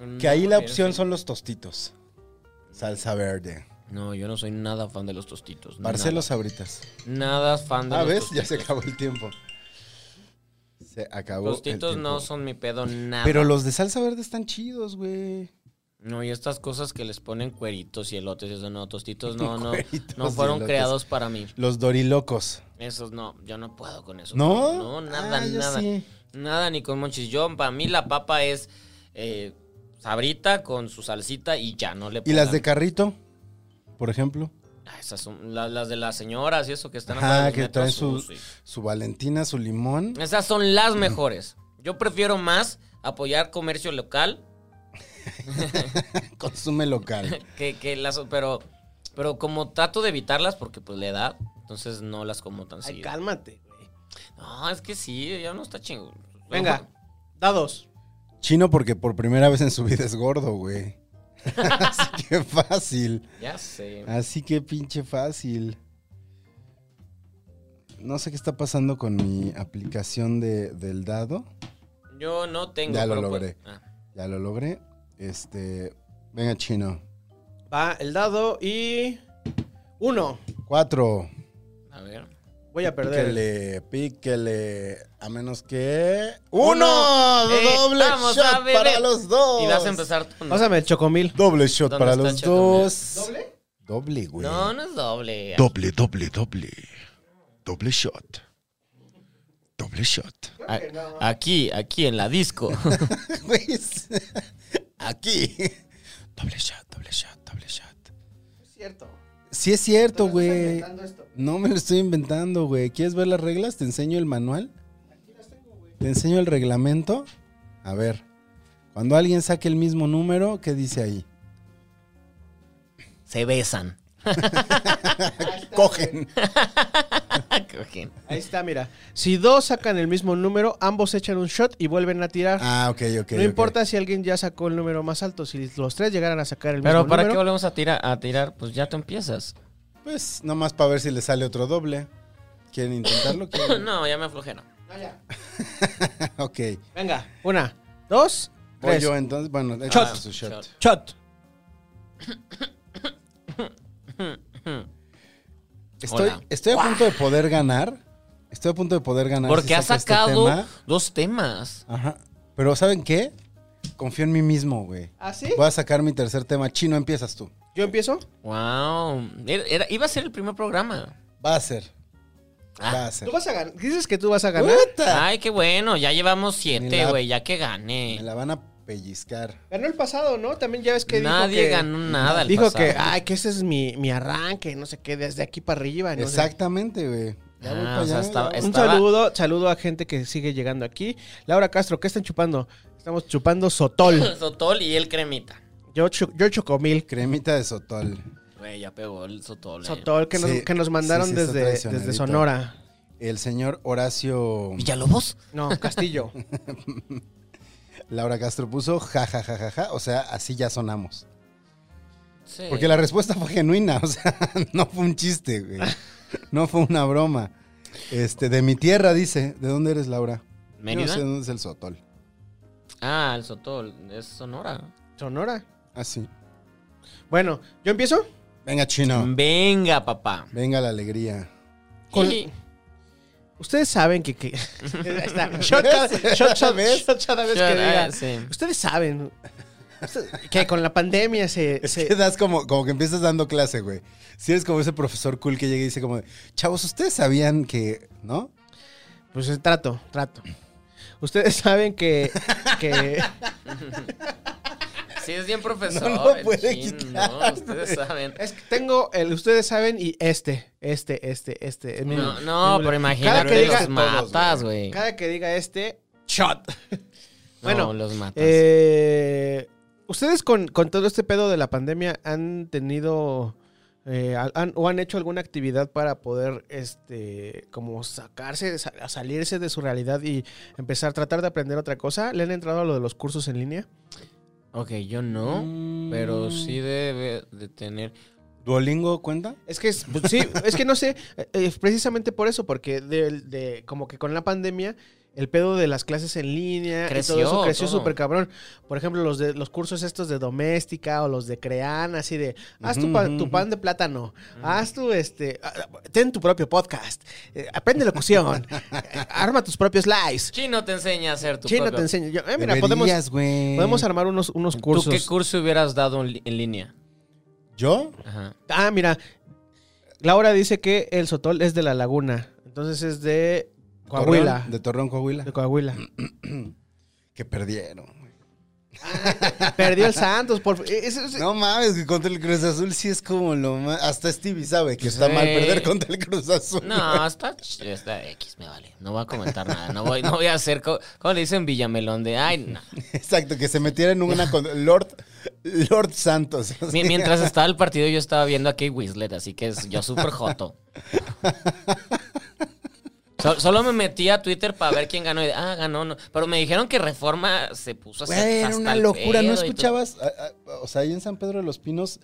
S2: Mm,
S1: Que ahí la
S2: sí,
S1: opción
S2: sí.
S1: son los tostitos. Salsa verde.
S2: No, yo no soy nada fan de los tostitos.
S1: Barcelos Sabritas.
S2: Nada, nada fan de
S1: Ah,
S2: los
S1: ¿ves? Ya
S2: tostitos.
S1: se acabó el tiempo. Se acabó el
S2: Tostitos no
S1: tiempo.
S2: son mi pedo nada.
S1: Pero los de salsa verde están chidos, güey.
S2: No, y estas cosas que les ponen cueritos y elotes, eso no,
S1: <laughs>
S2: tostitos no, no,
S1: Cueritos
S2: no
S1: y
S2: fueron
S1: elotes.
S2: creados para mí.
S1: Los dorilocos.
S2: Esos no, yo no puedo con eso.
S1: ¿No?
S2: No, nada,
S1: Ah, yo
S2: nada.
S1: sí.
S2: Nada, ni con monchis. Yo, para mí la papa es eh, sabrita con su salsita y ya, no le
S1: ¿Y las de
S2: pongan-
S1: carrito? Por ejemplo.
S2: Ah, esas son la- las de las señoras y eso que están
S1: Ajá,
S2: afuera de los
S1: que
S2: metros,
S1: traen su-
S2: sí.
S1: Su Valentina, su limón. <laughs>
S2: Esas son las mejores. Yo prefiero más apoyar comercio local
S1: Consume local.
S2: que, que las... Pero, pero como trato de evitarlas porque pues la edad, entonces no las como tan
S3: Ay,
S2: seguido.
S3: cálmate, güey.
S2: No, es que sí, ya no está chingón.
S3: Venga, dados.
S1: Chino porque por primera vez en su vida es gordo, güey. <laughs> Así que fácil.
S2: Ya sé.
S1: Así que pinche fácil. No sé qué está pasando con mi aplicación de, del dado.
S2: Yo no tengo.
S1: Ya lo
S2: pero, pues,
S1: logré.
S2: ah,
S1: Ya lo logré. Este. Venga, chino.
S3: Va el dado y. Uno.
S1: Cuatro.
S2: a ver.
S3: Voy a perder.
S1: Píquele, píquele. A menos que.
S2: Uno.
S1: ¡Uno!
S2: Eh,
S1: ¡Doble
S2: vamos a
S1: shot
S2: beber.
S1: para los dos!
S2: Y vas a empezar tú. ¿no?
S3: Pásame el chocomil.
S1: Doble shot
S2: ¿Dónde
S1: para
S2: está
S1: los
S2: Chocomil?
S1: dos. ¿Doble? Doble, güey.
S2: No,
S1: <laughs>
S2: no es doble.
S4: Doble, doble, doble. Doble shot. Doble shot.
S2: A- Aquí, aquí en la disco. <laughs>
S1: Pues, Aquí.
S4: Doble shot, doble shot, doble shot.
S3: Es cierto.
S1: Sí es cierto, güey.
S3: Inventando esto.
S1: No me lo estoy inventando, güey. ¿Quieres ver las reglas? ¿Te enseño el manual? ¿Te enseño el reglamento? A ver. Cuando alguien saque el mismo número, ¿qué dice ahí?
S2: Se besan.
S3: Ah,
S1: <laughs> Cogen.
S2: Ah, Cogen.
S3: Ahí está, mira. Si dos sacan el mismo número, ambos echan un shot y vuelven a tirar.
S1: Ah, ok, ok.
S3: no
S1: ok.
S3: importa si alguien ya sacó el número más alto. Si los tres llegaran a sacar el
S2: Pero
S3: mismo
S2: ¿para qué
S3: número.
S2: volvemos a tirar? A tirar? Pues ya tú empiezas. <laughs>
S1: Pues nomás para ver si le sale otro doble.
S4: <laughs>
S1: ¿Quieren intentarlo? ¿Quieren?
S2: No, ya me aflojero.
S1: <laughs> ok.
S3: Venga, una, dos,
S1: Voy
S3: tres.
S1: yo entonces. Bueno, échate
S3: Shot.
S1: su shot.
S2: Shot.
S3: Shot.
S1: Estoy,
S2: Hola.
S1: estoy a punto de poder ganar. Estoy a punto de poder ganar.
S2: Porque
S1: si
S2: ha
S1: saco este
S2: sacado
S1: tema.
S2: dos temas.
S1: Ajá. Pero ¿saben qué? Confío en mí mismo, güey.
S3: ¿Ah, sí?
S1: Voy a sacar mi tercer tema. Chino, empiezas tú.
S3: ¿Yo empiezo?
S2: Wow. Era- era- iba a ser el primer programa.
S1: Va a ser.
S2: Ah.
S1: Va a ser.
S3: ¿Tú vas a ganar? ¿Dices que tú vas a ganar?
S1: ¡Puta!
S2: Ay, qué bueno. Ya llevamos
S1: Ni
S2: siete,
S1: la-
S2: güey. Ya que
S1: Me
S2: gané.
S1: la van a pellizcar.
S3: Ganó el pasado, ¿no? También ya ves que dijo
S2: Nadie
S3: que-
S2: ganó nada. el
S3: Dijo
S2: pasado.
S3: que, ay, que ese es mi, mi arranque, no sé qué, desde aquí para arriba. Ah, no sé.
S1: Exactamente, güey. Ya voy
S2: Ah,
S1: para
S2: o sea,
S1: allá,
S2: estaba-
S1: ya voy.
S3: Un
S2: Estaba-
S3: saludo, saludo a gente que sigue llegando aquí. Laura Castro, ¿qué están chupando? Estamos chupando
S2: <laughs>
S3: Sotol.
S2: Sotol y el cremita.
S3: Yo, chu- yo chocomil.
S1: Cremita de sotol.
S2: Güey, ya pegó el Sotol. eh.
S3: Sotol, que nos,
S1: Sí,
S3: que nos mandaron
S1: sí, sí, está
S3: desde, desde
S1: traicionadito.
S3: Sonora.
S1: El señor Horacio
S2: ¿Villalobos?
S3: No,
S1: <laughs>
S3: Castillo.
S1: Laura Castro puso ja, ja, ja, ja, ja. O sea, así ya sonamos.
S2: Sí.
S1: Porque la respuesta fue genuina, <laughs> o sea, no fue un chiste, güey. No fue una broma. Este, de mi tierra, dice. ¿De dónde eres, Laura? Yo
S2: ¿Mérida?
S1: No sé dónde es el Sotol.
S2: Ah, el Sotol. Es Sonora.
S3: Sonora.
S1: Así.
S3: Bueno, ¿yo empiezo?
S1: Ah, Venga,
S3: Ah. Mm.
S1: chino.
S2: Venga, papá.
S1: Venga la alegría.
S3: Con-
S2: Y-
S3: Ustedes saben que... <laughs> que- Ahí está. Shot cada- shot- shot- shot cada vez que
S2: Shot, ah,
S3: diga.
S2: sí.
S3: Ustedes <laughs> saben usted- que con la pandemia se...
S1: Es
S3: se-
S1: que <laughs> das como, como que empiezas dando clase, güey. Si eres como ese profesor cool que llega y dice como, de, chavos, ustedes sabían que, ¿no?
S3: Pues eh, trato, trato. Ustedes saben que... <laughs> que
S2: Sí,
S3: <laughs>
S2: es bien profesor.
S1: No lo
S2: el
S1: puede
S2: chin,
S1: quitar,
S2: no, ustedes saben.
S3: es que tengo el... Ustedes saben y este, este, este, este. es mi-
S2: No, no,
S3: mi-
S2: pero
S3: Cada
S2: imagínate,
S3: que diga,
S2: los matas, güey.
S3: cada que diga este... Shot.
S2: Bueno,
S3: Bueno,
S2: los matas.
S3: Eh, ¿Ustedes con, con todo este pedo de la pandemia han tenido eh, han- o han hecho alguna actividad para poder este como sacarse, sa- salirse de su realidad y empezar a tratar de aprender otra cosa? ¿Le han entrado a lo de los cursos en línea?
S2: ok, yo no, pero
S3: mm.
S2: sí debe de tener.
S1: ¿Duolingo cuenta?
S3: Es que es- pues, sí, <laughs> es que no sé, eh, eh, precisamente por eso, porque de, de- como que con la pandemia el pedo de las clases en línea y
S2: Creció,
S3: todo eso creció
S2: todo.
S3: súper cabrón. Por ejemplo, los de los cursos estos de doméstica o los de crean, así de haz tu,
S1: Ujú,
S3: pa-
S1: ujú,
S3: tu
S1: ujú.
S3: pan de plátano, haz tu este, ah, ah, ten tu propio podcast, eh, aprende
S2: <laughs>
S3: locución, eh, arma tus propios lives.
S2: Chino te enseña a hacer tu
S3: Chino
S2: propio- eh,
S3: te enseño. Yo, eh, mira, podemos,
S1: Deberías, güey.
S3: podemos armar unos, unos cursos.
S2: ¿Tú qué curso hubieras dado en, li- en línea?
S1: ¿Yo?
S2: Ajá.
S3: Ah, mira. Laura dice que el Sotol es de la laguna. Entonces es de Coahuila.
S1: Torreón, De Torreón, Coahuila.
S3: De Coahuila.
S1: Que perdieron. güey.
S3: Perdió el Santos. Por... es- es-
S1: No mames, que contra el Cruz Azul sí es como lo más... Hasta Stevie sabe que está
S2: Sí.
S1: mal perder contra el Cruz Azul.
S2: No, está, ch- está X, me vale. No voy a comentar nada. No voy, no voy a hacer. co- ¿Cómo le dicen Villamelón? De ay, no.
S1: Exacto, que se metiera en una con Lord, Lord Santos.
S2: <laughs> Mi- Mientras estaba el partido, yo estaba viendo a Kate Winslet, así que es, yo súper joto. So- solo me metí a Twitter para ver quién ganó. y, ah, ganó. No. Pero me dijeron que Reforma se puso hasta,
S1: <laughs> Güey, era
S2: hasta
S1: una
S2: el
S1: locura. ¿No
S2: pedo y
S1: escuchabas? Ah, ah, O sea, ahí en San Pedro de los Pinos,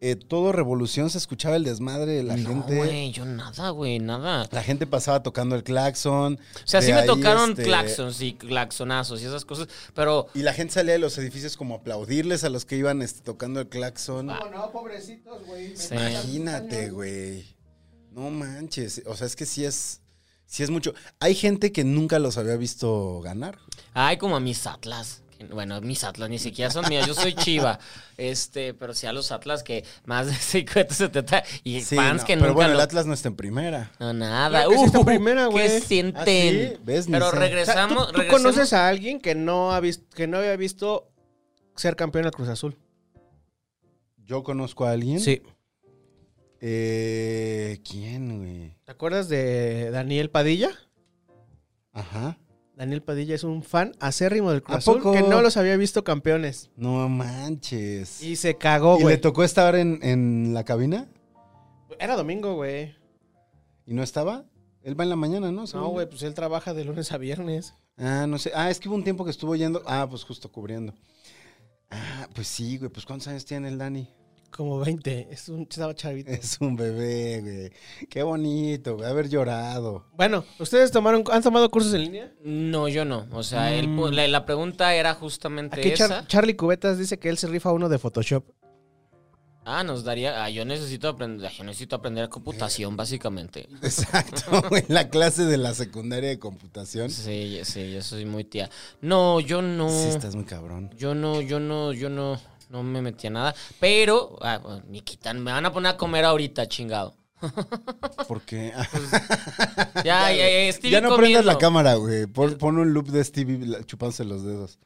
S1: eh, todo revolución se escuchaba el desmadre de la
S2: todo. No,
S1: gente.
S2: güey, yo nada, güey, nada.
S1: La gente pasaba tocando el claxon.
S2: O sea,
S1: de
S2: sí me
S1: ahí,
S2: tocaron
S1: este,
S2: claxons y claxonazos y esas cosas, pero
S1: Y la gente salía de los edificios como a aplaudirles a los que iban este, tocando el claxon.
S2: sí.
S1: Imagínate, güey. No manches. O sea, es que sí es. Sí es mucho. Hay gente que nunca los había visto ganar.
S2: Ay, como a mis Atlas. que- Bueno, mis Atlas ni siquiera son míos, yo soy chiva. Este, pero sí a los Atlas que más de <laughs> 50, 70 y
S1: Sí,
S2: fans
S1: no,
S2: que
S1: pero
S2: nunca
S1: bueno,
S2: lo-
S1: el Atlas no está en primera.
S2: No, nada.
S3: Claro que sí está
S2: Uh,
S3: primera,
S2: ¿Qué
S3: güey.
S2: sienten?
S1: Ah, sí, ¿ves? Ni
S2: Pero
S3: o
S1: sé.
S3: sea,
S2: regresamos.
S3: ¿Tú, tú
S2: regresemos-
S3: conoces a alguien que no, ha visto, que no había visto ser campeón al Cruz Azul?
S1: Yo conozco a alguien. Eh, ¿Quién, güey?
S3: ¿Te acuerdas de Daniel Padilla?
S1: Ajá.
S3: Daniel Padilla es un fan acérrimo del Cruz
S1: ¿A
S3: Azul
S1: poco?
S3: que no los había visto campeones.
S1: No manches. ¿Y,
S3: Y se cagó,
S1: le
S3: güey.
S1: tocó estar en, en la cabina?
S3: Era domingo, güey.
S1: ¿Y no estaba? Él va en la mañana, ¿no?
S3: No,
S1: Según yo.
S3: güey, pues él trabaja de lunes a viernes.
S1: Ah, no sé. Ah, es que hubo un tiempo que estuvo yendo. Ah, pues justo cubriendo. Ah, pues sí, güey. Pues ¿cuántos años tiene el Dani?
S3: Como 20. Es un chavo chavito.
S1: Es un bebé, güey. Qué bonito, güey. Haber llorado. <laughs>
S3: Bueno, ¿ustedes tomaron, han tomado cursos en línea?
S2: No, yo no. O sea, él pu- la, la pregunta era justamente
S3: Aquí Mm. Char-
S2: esa.
S3: Charlie Cubetas dice que él se rifa uno de Photoshop.
S2: Ah, nos daría. Ah, yo necesito aprender. Yo necesito aprender computación, básicamente.
S3: Eh.
S1: Exacto, güey. La clase de la secundaria de computación. Sí,
S2: Sí, sí, yo soy muy tía. No, yo no.
S1: estás muy cabrón.
S2: Yo no, yo no, yo no, no me metí a nada. Pero, ah, bueno, me quitan, me van a poner a comer ahorita,
S1: <laughs>
S2: chingado.
S1: Porque. <laughs>
S2: Ya, ya, ya, Stevie
S1: ya no prendas la
S2: Pues comiendo.
S1: cámara, güey. Pon, pon un loop de Stevie la- chupándose los dedos.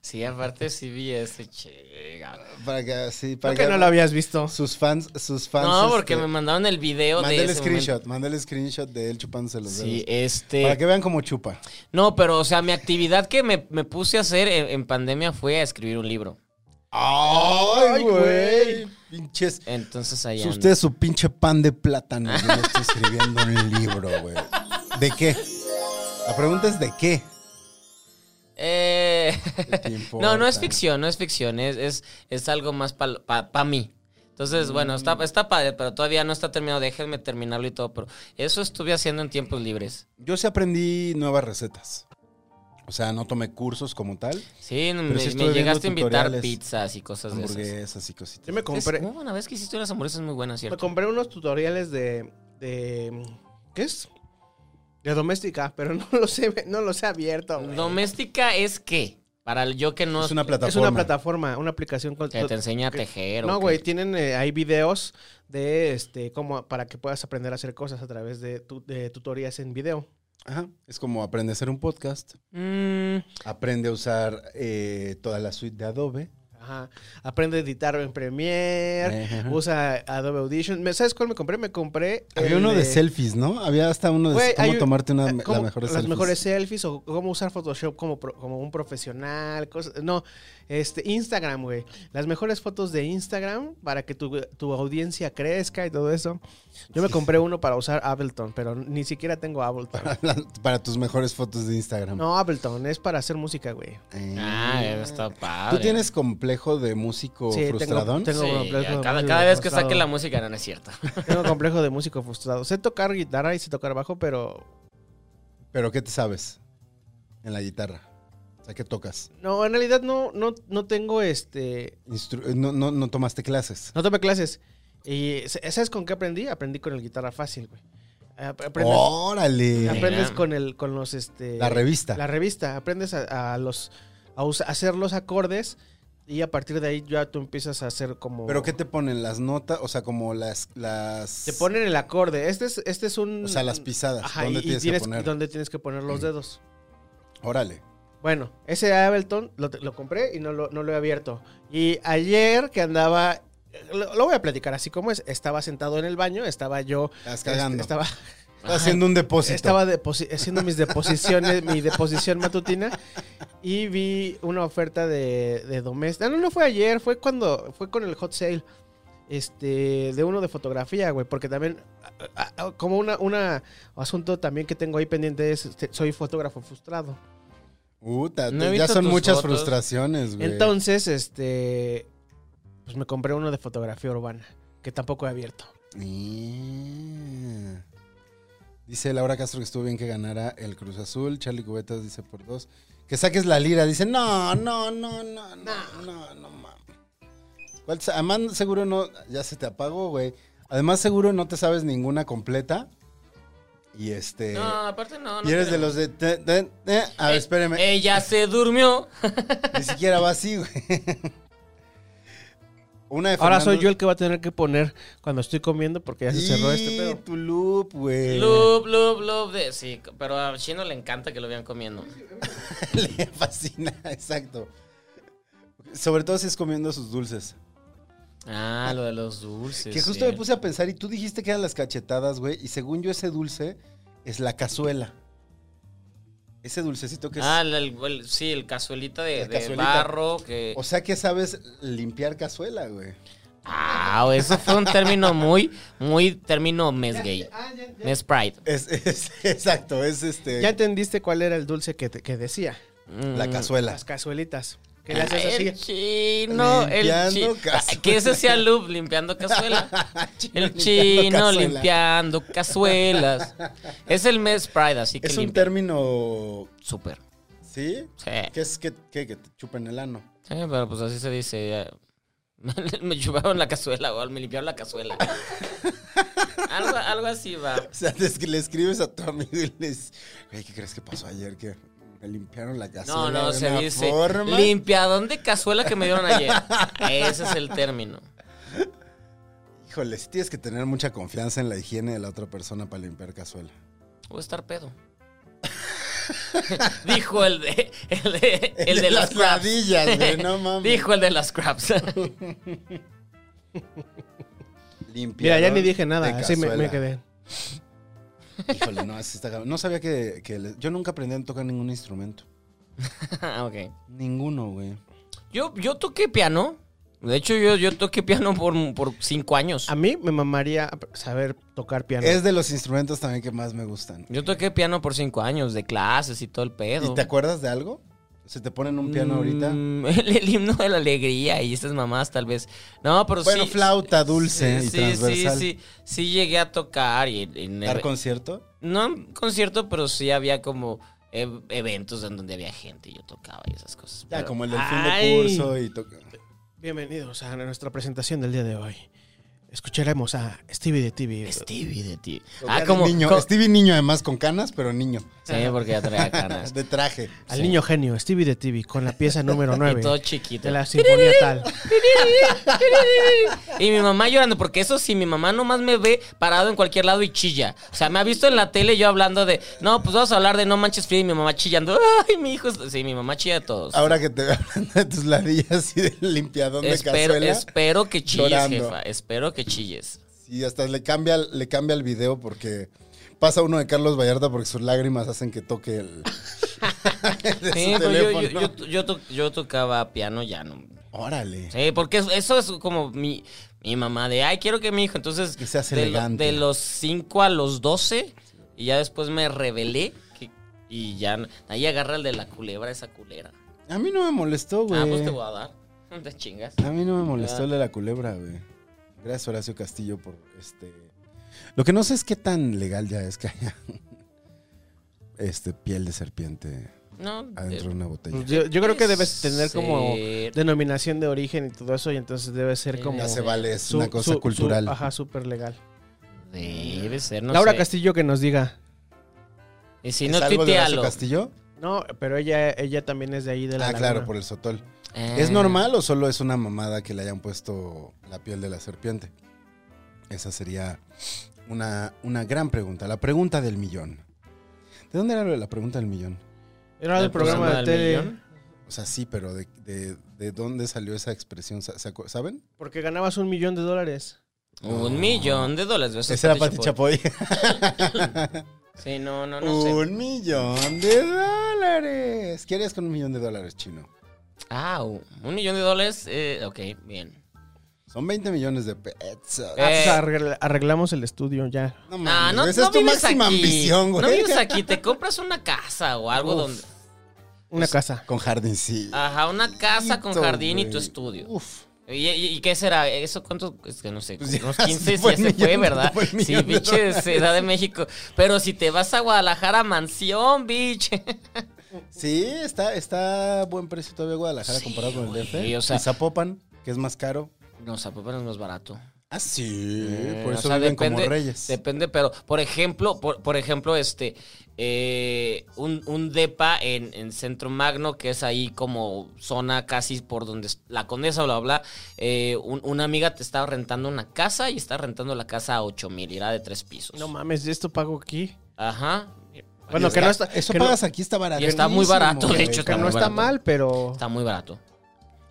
S2: Sí, aparte sí vi ese chinga.
S1: Para que, sí, para
S3: Porque no lo habías visto.
S1: Sus fans, sus fans.
S2: No, porque
S1: este,
S2: me mandaron el video
S1: Mandé
S2: de
S1: el
S2: ese
S1: screenshot, mandé el screenshot de él chupándose los
S2: momento. Sí,
S1: dedos.
S2: este.
S1: Para que vean cómo chupa.
S2: No, pero, o sea, mi actividad que me, me puse a hacer en, en pandemia fue a escribir un libro.
S1: ¡Ay, güey! Pinches.
S2: Entonces ahí.
S1: Si
S2: ando.
S1: usted es su pinche pan de plátano, yo le estoy escribiendo un libro, güey. ¿De qué? La pregunta es de qué.
S2: Eh,
S1: te importa?
S2: <laughs> no, no es ficción, no es ficción, es, es, es algo más para mí. Entonces, bueno,
S1: Mm.
S2: está, está padre, pero todavía no está terminado. Déjenme terminarlo y todo, pero eso estuve haciendo en tiempos libres.
S1: Yo sí aprendí nuevas recetas. O sea, no tomé cursos como tal. sí
S2: Sí, me,
S1: estuve
S2: me llegaste a
S1: viendo
S2: invitar
S1: tutoriales.
S2: pizzas y cosas de esas.
S1: Hamburguesas y cositas.
S3: Yo me compré,
S2: Es- hubo una vez que hiciste unas hamburguesas muy buenas,
S3: me
S2: ¿cierto?
S3: compré unos tutoriales de, de. ¿Qué es? De doméstica, pero <laughs> no los he, no los he abierto. güey.
S2: ¿Doméstica es qué? Para el- yo que no...
S1: Es una plataforma.
S3: Es una plataforma, una aplicación con.
S2: Que te enseña a tejer o
S3: No,
S2: qué.
S3: güey, tienen eh, hay videos de este como para que puedas aprender a hacer cosas a través de, tu- de tutorías en video.
S1: Ajá. Es como aprende a hacer un podcast.
S2: Mm,
S1: Aprende a usar eh, toda la suite de Adobe.
S3: Ajá. Aprende a editar en Premiere,
S1: Ajá.
S3: usa Adobe Audition. ¿Me- ¿Sabes cuál me compré? Me compré
S1: Había
S3: el
S1: uno de selfies, ¿no? Había hasta uno de
S3: Güey,
S1: cómo
S3: hay un-
S1: tomarte una,
S3: eh,
S1: me-
S3: cómo-
S1: la mejor
S3: las
S1: selfies.
S3: mejores selfies o cómo usar Photoshop como, pro- como un profesional, cosas, no, este Instagram, güey. Las mejores fotos de Instagram para que tu, tu audiencia crezca y todo eso. Yo me compré uno para usar Ableton, pero ni siquiera tengo Ableton.
S1: <laughs> Para tus mejores fotos de Instagram.
S3: No, Ableton es para hacer música, güey.
S1: Eh.
S2: ah, está padre.
S1: ¿Tú tienes complejo de músico
S3: Sí, tengo-
S1: frustradón?
S3: tengo-
S2: Sí,
S3: complejo
S2: ya,
S3: de
S2: cada,
S3: músico
S2: cada vez que
S3: frustrado.
S2: saque la música, no, no es cierto.
S3: Tengo complejo de músico frustrado. Sé tocar guitarra y sé tocar bajo, pero
S1: ¿Pero qué te sabes en la guitarra? O sea, ¿qué tocas?
S3: no, en realidad no, no, no tengo este,
S1: Instru- eh, no, no, no tomaste clases.
S3: no tomé clases. Y sa- ¿sabes con qué aprendí? Aprendí con el guitarra fácil, güey. Ap- aprendes-
S1: ¡Órale!
S3: Aprendes
S2: Mira.
S3: con el, con los este.
S1: Oh, La revista.
S3: La revista. Aprendes a, a los a us- a hacer los acordes y a partir de ahí ya tú empiezas a hacer como.
S1: ¿Pero qué te ponen? ¿Las notas? O sea, como las... las...
S3: te ponen el acorde. Este es, este es un.
S1: O sea, las pisadas.
S3: Ajá,
S1: ¿Dónde
S3: y- y
S1: tienes,
S3: tienes-
S1: que poner? Mm.
S3: dónde tienes que poner los dedos.
S1: Órale.
S3: Bueno, ese Ableton lo, te- lo compré y no lo, no lo he abierto. Y ayer que andaba. Lo, lo voy a platicar así como es. Estaba sentado en el baño, estaba yo.
S1: Estás cagando.
S3: este, Estaba,
S1: Estás haciendo un depósito.
S3: Estaba deposi- haciendo mis deposiciones, mi deposición matutina y vi una oferta de, de doméstica. No, no fue ayer, fue cuando fue con el hot sale este de uno de fotografía, güey, porque también a- a- a- como una una asunto también que tengo ahí pendiente es este, soy fotógrafo frustrado.
S1: Puta,
S2: No he
S1: ya
S2: visto
S1: son
S2: tus
S1: muchas
S2: fotos.
S1: frustraciones, güey.
S3: Entonces, este pues me compré uno de fotografía urbana que tampoco he abierto.
S1: Mm. Dice Laura Castro que estuvo bien que ganara el Cruz Azul. Charlie Cubetas dice por dos. Que saques la lira. Dice, no, no, no, no, no, no, no, mames. ¿Cuál sa- Además, seguro no. Ya se te apagó, güey. Además, seguro no te sabes ninguna completa. Y este.
S2: No, aparte no. no
S1: y eres
S2: creo.
S1: de los de. te- te- eh, a ver, espéreme.
S2: Ella se durmió.
S1: Ni siquiera va así, güey. Una de
S3: Ahora soy
S1: Fernando-
S3: yo el que va a tener que poner cuando estoy comiendo porque ya se cerró este
S1: Y
S3: pedo.
S1: tu loop, güey.
S2: Loop, loop, loop. De... Sí, pero a Chino le encanta que lo vean comiendo.
S1: <laughs> Le fascina, exacto. Sobre todo si es comiendo sus dulces.
S2: Ah, lo de los dulces.
S1: que justo me puse a pensar y tú dijiste que eran las cachetadas, güey. Y según yo, ese dulce es la cazuela. Ese dulcecito que es.
S2: Ah, el, el- el- sí, el cazuelita de,
S1: El
S2: de
S1: cazuelita.
S2: barro. Que...
S1: O sea que sabes limpiar cazuela, güey.
S2: Ah, eso fue un término muy, muy término mes gay. Mes pride.
S1: Es, es- <laughs> exacto, es este.
S3: Ya entendiste cuál era el dulce que, te- que decía.
S1: <laughs>
S2: Mm,
S1: la Ah, eh, cazuela.
S3: Las cazuelitas. Que le haces
S2: El
S3: así.
S2: chino, el
S1: Limpiando
S2: chi-
S1: cazuela.
S2: Ah, Que ese sea loop, limpiando cazuela.
S1: <laughs> Ah,
S2: el chino
S1: cazuela.
S2: limpiando cazuelas. Es el mes Pride, así que
S1: Es un
S2: limpia.
S1: término.
S2: Súper.
S1: ¿Sí?
S2: Sí.
S1: ¿Qué es que, que, que te chupen el ano?
S2: Sí, pero pues así se dice. eh. <laughs> me chuparon la cazuela, o me limpiaron la cazuela. algo, algo así va.
S1: O sea, es que le escribes a tu amigo y le dices, "Güey, ¿qué crees que pasó ayer? Que me limpiaron la casa.
S2: No, no,
S1: de
S2: se
S1: una
S2: dice
S1: forma".
S2: limpiadón de cazuela que me dieron ayer. Ese es el término.
S1: Híjoles, tienes que tener mucha confianza en la higiene de la otra persona para limpiar cazuela.
S2: Voy a estar pedo. <laughs> Dijo el de, el de, el
S1: <laughs>
S2: de las craps.
S1: ladillas, güey,
S2: <laughs>
S1: no mames.
S2: Dijo el de las craps. <laughs>
S3: Mira,
S1: Limpiador
S3: ya ni dije
S1: de
S3: nada, así me, me
S1: cazuela.
S3: quedé.
S1: <laughs> Híjole, no, así está cabrón. No sabía que, que le- yo nunca aprendí a tocar ningún instrumento.
S2: Ah, ok.
S1: Ninguno, güey.
S2: Yo, yo toqué piano. De hecho, yo, yo toqué piano por, por cinco años.
S3: A mí me mamaría saber tocar piano.
S1: Es de los instrumentos también que más me gustan.
S2: Yo toqué piano por cinco años, de clases y todo el pedo.
S1: ¿Y te acuerdas de algo? Si te ponen un piano ahorita.
S2: Mm, <laughs> el, el himno de la alegría y estas mamás tal vez. No, pero
S1: Bueno,
S2: sí.
S1: flauta dulce y
S2: sí, sí,
S1: transversal.
S2: sí. Sí llegué a tocar y... y-
S1: ¿Dar concierto?
S2: No en concierto, pero sí había como e- eventos en donde había gente y yo tocaba y esas cosas.
S1: Ya,
S2: Pero-
S1: como el del fin
S3: Ay.
S1: de curso y toca.
S3: Bienvenidos a nuestra presentación del día de hoy. Escucharemos a Stevie de TV.
S2: Stevie de ti.
S1: Tocar de niño.
S2: Ah,
S1: este.
S2: co-
S1: Stevie niño además con canas, pero niño.
S2: Sí, porque ya
S1: <laughs>
S2: traía canas.
S1: De traje.
S3: Al niño genio, Stevie de TV, con la
S1: <laughs>
S3: pieza número 9
S2: Y todo chiquito.
S3: de la sinfonía tal.
S2: Y mi mamá llorando, porque eso sí, mi mamá nomás me ve parado en cualquier lado y chilla. O sea, me ha visto en la tele yo hablando de, no, pues vamos a hablar de No Manches Free y mi mamá chillando, ay, mi hijo. es-". Sí, mi mamá chilla de todos.
S1: Ahora que te <laughs> veo hablando de tus ladillas y del limpiadón de
S2: espero,
S1: cazuela.
S2: espero que chilles,
S1: llorando.
S2: jefa. Espero
S1: <laughs>
S2: que chilles.
S1: Y hasta le cambia, le cambia el video porque pasa uno de Carlos Vallarta porque sus lágrimas hacen que toque
S2: <laughs>
S1: el. <laughs> de
S2: Sí,
S1: su
S2: pero yo, yo,
S1: teléfono.
S2: yo, yo to- yo tocaba piano ya no.
S1: Órale.
S2: Sí, porque eso- eso es como mi, mi mamá de, ay, quiero que mi hijo. Entonces,
S1: Que seas
S2: de, lo-
S1: elegante.
S2: de los 5 a los 12, y ya después me rebelé. que- y ya, ahí agarra el de la culebra, esa culera.
S1: A mí no me molestó, güey.
S2: Ah, pues te voy a dar. <laughs> No Te chingas.
S1: A mí no me molestó el de la culebra, güey. Gracias, Horacio Castillo, por este. Lo que no sé es qué tan legal ya es que haya este piel de serpiente
S2: No,
S1: adentro de una botella.
S2: Pues
S3: Yo, yo creo que debes tener como
S2: Sí.
S3: denominación de origen y todo eso, y entonces debe ser como.
S1: Ya se vale, es
S3: su-
S1: una cosa
S3: su- su-
S1: cultural.
S3: ajá, súper legal.
S2: debe ser, no
S3: Laura
S2: sé.
S3: Castillo que nos diga.
S2: Y si
S1: ¿Es
S2: no,
S1: algo de Horacio
S2: tuitealo.
S1: Castillo?
S3: No, pero ella, ella también es de ahí de la.
S1: Ah, claro,
S3: laguna.
S1: por el sotol.
S2: Ah.
S1: ¿Es normal o solo es una mamada que le hayan puesto la piel de la serpiente? Esa sería una, una gran pregunta. La pregunta del millón. ¿De dónde era lo de la pregunta del millón?
S3: Era del
S2: ¿El
S3: programa de
S2: del
S3: tele.
S2: millón?
S1: O sea, sí, pero ¿de, de- de dónde salió esa expresión? ¿Sa- se acu- ¿Saben?
S3: Porque ganabas un millón de dólares.
S2: Un
S1: No.
S2: millón de dólares. ¿ves?
S1: Esa era
S2: Pati
S1: Pati Chapoy.
S2: Chapoy. Sí, no, no, no sé.
S1: Un millón de dólares. ¿Qué harías con un millón de dólares, chino?
S2: Ah, un millón de dólares. eh, ok, bien.
S1: Son 20 millones de pesos.
S3: Ah, pues
S2: Eh.
S3: arregla- arreglamos el estudio ya.
S1: No
S2: Ah,
S1: mames,
S2: no,
S1: esa
S2: no
S1: es tu
S2: vives
S1: máxima
S2: aquí.
S1: ambición, güey.
S2: No
S1: <laughs>
S2: vives aquí, te compras una casa o algo
S3: Uf.
S2: donde.
S3: Una casa.
S1: Con jardincito.
S2: Ajá, Ah, una casa con jardín y tu
S1: güey.
S2: estudio.
S1: Uf.
S2: ¿Y, y, y qué será? ¿Eso cuánto? Es que no sé,
S1: Pues ya <laughs>
S2: unos
S1: se
S2: 15
S1: fue
S2: ya
S1: el
S2: se fue,
S1: millón,
S2: ¿verdad?
S1: se <laughs> fue el
S2: Sí,
S1: millón de
S2: biche, es Ciudad de México. Pero si te vas a Guadalajara, mansión, biche.
S1: Sí, está, está buen precio todavía Guadalajara comparado con el
S2: güey,
S1: DF.
S2: o sea-
S1: y Zapopan, que es más caro.
S2: No, Zapopan es más barato.
S1: Ah, sí.
S2: Eh,
S1: por eso
S2: o sea,
S1: viven como reyes.
S2: Depende, pero por ejemplo, por, por ejemplo, este, eh, un, un depa en, en Centro Magno, que es ahí como zona casi por donde es- la condesa, bla, bla, bla, eh, un- una amiga te estaba rentando una casa y está rentando la casa a 8 mil, irá de tres pisos.
S3: No mames, ¿y esto pago aquí?
S2: Ajá.
S1: pues,
S3: Bueno, que no está.
S1: Eso
S3: que no-
S1: pagas aquí, está barato.
S2: Y está muy barato, de
S1: güey.
S2: hecho,
S3: que no
S2: muy
S3: está
S2: barato.
S3: mal, pero.
S2: Está muy barato.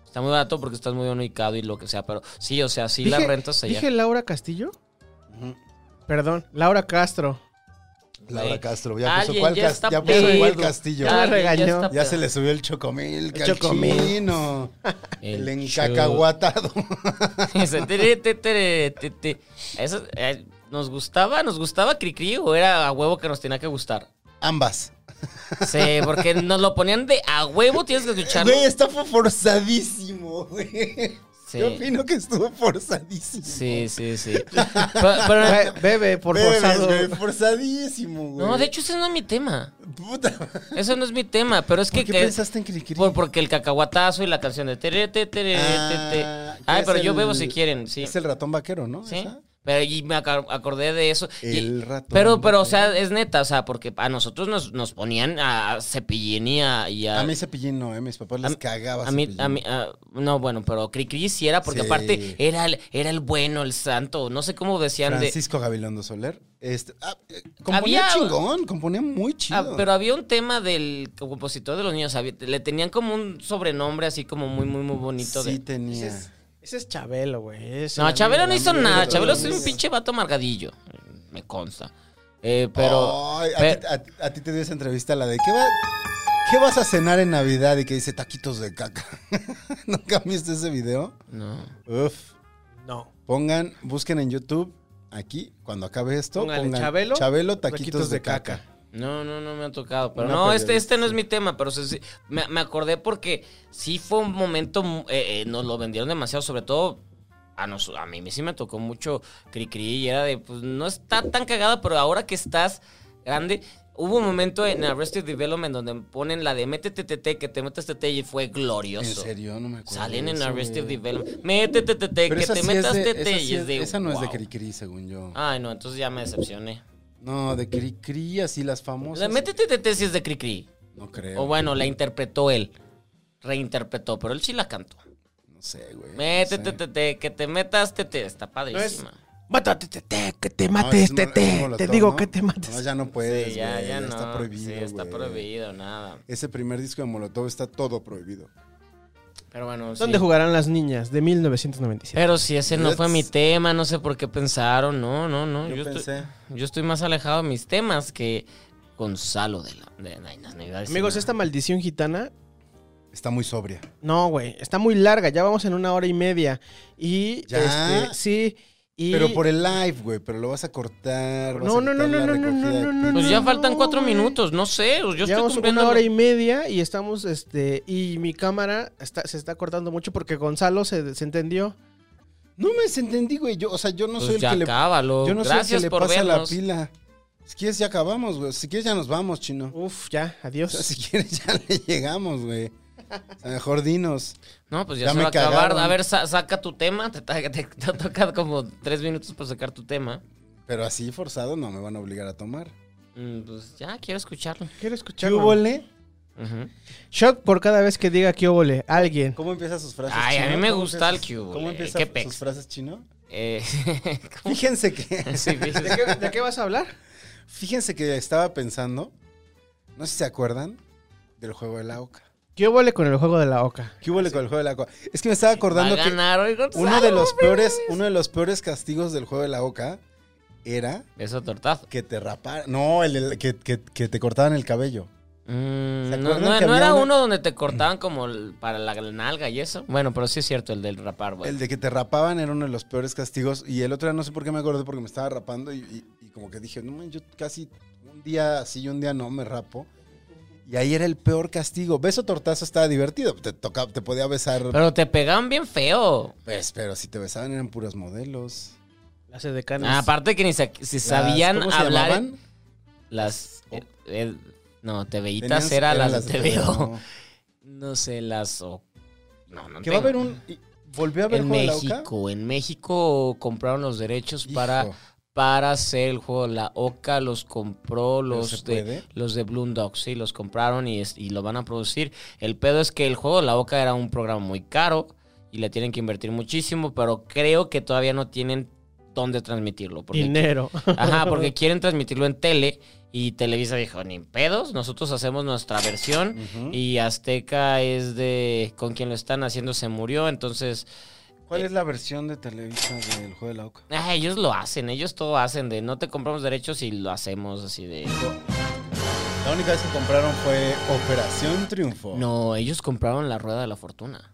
S2: Está muy barato porque estás muy ubicado y lo que sea, pero sí, o sea, sí las
S3: Dije-
S2: rentas allá.
S3: ¿Dije Laura Castillo?
S1: Ujú.
S3: Perdón, Laura Castro.
S1: Laura
S2: Güey,
S1: Castro, ya puso
S2: alguien
S1: cuál,
S2: ya
S1: cas-
S2: está
S1: ya puso
S2: pedo.
S1: cuál castillo.
S3: Ya me
S2: Alguien
S3: regañó.
S2: está
S1: Ya se
S2: pedo.
S1: le subió el chocomil,
S3: El chocomil.
S1: calchino. El
S2: show.
S1: encacahuatado.
S2: <laughs> Ese tere, te, tere, te, te. Eso, eh, ¿Nos gustaba? ¿Nos gustaba Cricri o era a huevo que nos tenía que gustar?
S1: Ambas.
S2: Sí, porque nos lo ponían de a huevo, tienes que escucharlo.
S1: Güey, está fo- forzadísimo, güey.
S2: Sí.
S1: Yo opino que estuvo forzadísimo.
S2: Sí, sí, sí. Pero-
S1: <laughs>
S2: pero-
S3: Be- Bebe, por
S1: Bebes,
S3: forzado.
S1: güey, forzadísimo, güey.
S2: no, de hecho, ese no es mi tema.
S1: Puta.
S2: Eso no es mi tema, pero es
S1: ¿Por
S2: que.
S1: qué
S2: que-
S1: pensaste en Kirikiri?
S2: por- porque el cacahuatazo y la canción de terete, terete,
S1: Ah,
S2: Ay,
S1: que
S2: pero
S1: es
S2: yo
S1: el-
S2: bebo si quieren, sí.
S1: Es el ratón vaquero, ¿no?
S2: Sí.
S1: Esa.
S2: Pero y me aca- acordé de eso. Y-
S1: El ratón.
S2: pero, pero,
S1: vaquero.
S2: o sea, es neta, o sea, porque a nosotros nos, nos ponían a cepillín y a. y a-
S1: A mí cepillín no, eh, mis papás les
S2: mí-
S1: cagaba
S2: Ah. a mí,
S1: Cepillín.
S2: a mí, ah, no, bueno, pero Cricri sí era, porque
S1: Sí.
S2: aparte era el, era el bueno, el santo, no sé cómo decían de.
S1: Francisco Gabilondo Soler. Este, ah, eh, componía
S2: Había-
S1: chingón, componía muy
S2: Ah,
S1: chido.
S2: pero había un tema del compositor de los niños, había- le tenían como un sobrenombre así como muy, muy, muy bonito.
S1: sí
S2: de...
S1: tenía.
S3: Ese es Chabelo, güey. ese
S2: No,
S3: era
S2: Chabelo
S3: mío,
S2: no hizo
S3: era mío.
S2: nada, Chabelo es un pinche vato amargadillo, me consta. Eh, pero...
S1: Ay, a
S2: pe-
S1: ti- a, ti- a ti te dio esa entrevista la de ¿qué, va- qué vas a cenar en Navidad? Y que dice taquitos de caca. <laughs> ¿Nunca viste ese video?
S2: No.
S1: Uf.
S3: No.
S1: Pongan, busquen en YouTube, aquí, cuando acabe esto,
S3: Póngale
S1: pongan
S3: Chabelo,
S1: taquitos,
S3: taquitos
S1: de,
S3: de
S1: caca.
S3: caca.
S2: No, no, no me ha tocado. Pero
S1: Una
S2: no, este,
S1: periodista.
S2: este no es mi tema, pero sí- sí, me, me acordé porque sí fue un momento, mu- eh, eh, nos lo vendieron demasiado, sobre todo a, nos, a mí sí me tocó mucho Cricri y era de, pues no está tan cagada, pero ahora que estás grande, hubo un momento en Arrested Development donde ponen la de métete, tete, que te metas, tete, y fue
S1: ¿En
S2: glorioso.
S1: serio? No me acuerdo.
S2: Salen
S1: de
S2: en
S1: eso,
S2: Arrested
S1: güey.
S2: Development, métete, tete,
S1: Pero
S2: que
S1: esa
S2: te
S1: sí
S2: metas,
S1: es de-
S2: tete,
S1: esa, sí
S2: y es de,
S1: esa no es de
S2: wow.
S1: Cricri, según yo.
S2: Ay, no, entonces ya me decepcioné.
S1: No, de Cricri, así las
S2: La
S1: famosas.
S2: métete, tete, si es de Cricri.
S1: No creo.
S2: O bueno, la interpretó él. Reinterpretó, pero él sí la cantó.
S1: No sé, güey. no sé.
S2: Métete, te, te, que te metas, te, te. Está padrísima.
S3: Mátate, te, te, que te
S1: No,
S3: mates,
S1: es un-
S3: te,
S1: es un
S3: te. Te
S1: molotov,
S3: digo
S1: ¿no?
S3: que te mates.
S1: No, ya no Pues, puedes.
S2: Sí, ya,
S1: güey,
S2: ya, no.
S1: Está prohibido.
S2: Sí, está
S1: güey.
S2: prohibido, nada.
S1: Ese primer disco de Molotov está todo prohibido.
S2: Pero bueno, sí.
S3: ¿Dónde jugarán las niñas? De 1997.
S2: Pero si ese no fue mi
S1: Let's-
S2: tema, no sé por qué pensaron. No, no, no. Yo,
S1: Yo,
S2: estoy,
S1: pensé.
S2: yo estoy más alejado de mis temas que Gonzalo de la. de- ay, no, no iba a decir
S3: Amigos,
S1: este
S2: nada.
S3: esta maldición gitana.
S1: Está muy sobria.
S3: No, güey. Está muy larga. Ya vamos en una hora y media. Y.
S1: ¿Ya?
S3: Este, sí. Y.
S1: Pero por el live, güey. Pero lo vas a cortar. vas
S3: No,
S1: a
S3: no, no,
S1: quitar
S3: no, no,
S1: la
S3: no,
S1: recogida de
S3: no, no,
S1: pizza.
S2: Pues ya
S3: no,
S2: faltan cuatro
S3: güey.
S2: minutos, no sé. Yo estoy
S3: Llevamos
S2: cumpliendo.
S3: una hora
S2: lo-
S3: y media y estamos, este, y mi cámara está, se está cortando mucho porque Gonzalo se desentendió.
S1: No me entendí, güey. Yo, o sea, yo no
S2: Pues
S1: soy el
S2: ya
S1: que le.
S2: acábalo.
S1: Yo no soy el que
S2: Gracias
S1: le
S2: por
S1: pasa
S2: vernos.
S1: la pila. Si quieres, ya acabamos, güey. Si quieres, ya nos vamos, chino.
S3: Uf, ya,
S1: O sea,
S3: adiós.
S1: si quieres, <laughs> ya le llegamos, güey. O sea, mejor dinos.
S2: No, pues ya,
S1: Ya
S2: se
S1: me
S2: va a acabar.
S1: cagaron.
S2: A ver, sa- saca tu tema. Te, ta- te- <laughs> te toca como tres minutos para sacar tu tema.
S1: Pero así forzado no me van a obligar a tomar.
S2: Mm, Pues ya, quiero escucharlo.
S3: Quiero
S1: ¿Qué
S3: escuchar.
S1: hubole?
S2: Ujú.
S3: Shock por cada vez que diga que obole. Alguien.
S1: ¿Cómo empieza sus frases?
S2: Ay, a
S1: chino?
S2: mí me
S1: ¿Cómo
S2: gusta
S1: empieza
S2: el que
S1: sus-
S2: hubo,
S1: ¿Cómo
S2: eh,
S1: empieza
S2: qué
S1: sus
S2: pex.
S1: frases chino?
S2: <laughs> Eh,
S1: <laughs>
S2: ¿cómo? <laughs>
S1: Fíjense que,
S2: Sí, dices-
S3: ¿De qué, de qué vas a hablar?
S1: fíjense que estaba pensando, no sé si se acuerdan del juego de la oca.
S3: ¿Qué obole con el juego de la oca?
S1: ¿Qué hubo con el juego de la oca? Es que me estaba
S2: Ah, Va a
S1: acordando que
S2: ganar hoy
S1: uno de los peores, uno de los peores castigos del juego de la oca era
S2: Eso tortazo.
S1: que te raparan, no, el, el- que, que- que te cortaban el cabello.
S2: Mm,
S1: ¿Se
S2: no
S1: acuerdan
S2: no-
S1: que
S2: no
S1: había
S2: era
S1: una-
S2: uno donde te cortaban como el- para la nalga y eso. Bueno, pero sí es cierto, el del rapar, güey.
S1: El de que te rapaban era uno de los peores castigos y el otro día no sé por qué me acordé porque me estaba rapando y, y- y como que dije, no, man, yo casi un día sí y un día no me rapo. Y ahí era el peor castigo. Beso tortazo estaba divertido, te, toca, te podía besar,
S2: Pero te pegaban bien feo.
S1: pues, pero si te besaban eran puras modelos.
S3: Las edecanas.
S2: Ah, Aparte que ni sa- si
S1: Las-
S2: sabían
S1: ¿cómo se
S2: hablar.
S1: llamaban?
S2: Las. eh, eh, no, te
S1: Tenían-
S2: veitas era
S1: eran
S2: las, de
S1: de
S2: TVO.
S1: TVO.
S2: No sé, las. o- No, no
S1: Que va a
S2: tengo.
S1: haber un... y- ¿Volvió a haber
S2: En
S1: juego de la Oca?
S2: México, en México compraron los derechos para,
S1: Hijo,
S2: para hacer el juego. La Oca los compró
S1: ¿pero se
S2: los de
S1: puede?
S2: los de Bloom Dogs, sí, los compraron y, es- y lo van a producir. El pedo es que el juego La Oca era un programa muy caro y le tienen que invertir muchísimo, pero creo que todavía no tienen dónde transmitirlo. porque- <laughs>
S3: Dinero.
S2: Ajá, porque quieren transmitirlo en tele y Televisa dijo, ni pedos, nosotros hacemos nuestra versión
S1: Ujú.
S2: y Azteca es de con quien lo están haciendo se murió, entonces,
S1: ¿Cuál
S2: Eh,
S1: es la versión de Televisa del juego de la Oca?
S2: ah, ellos lo hacen, ellos todo hacen de no te compramos derechos y lo hacemos así de
S1: La única vez que compraron fue Operación Triunfo.
S2: No, ellos compraron la rueda de la fortuna.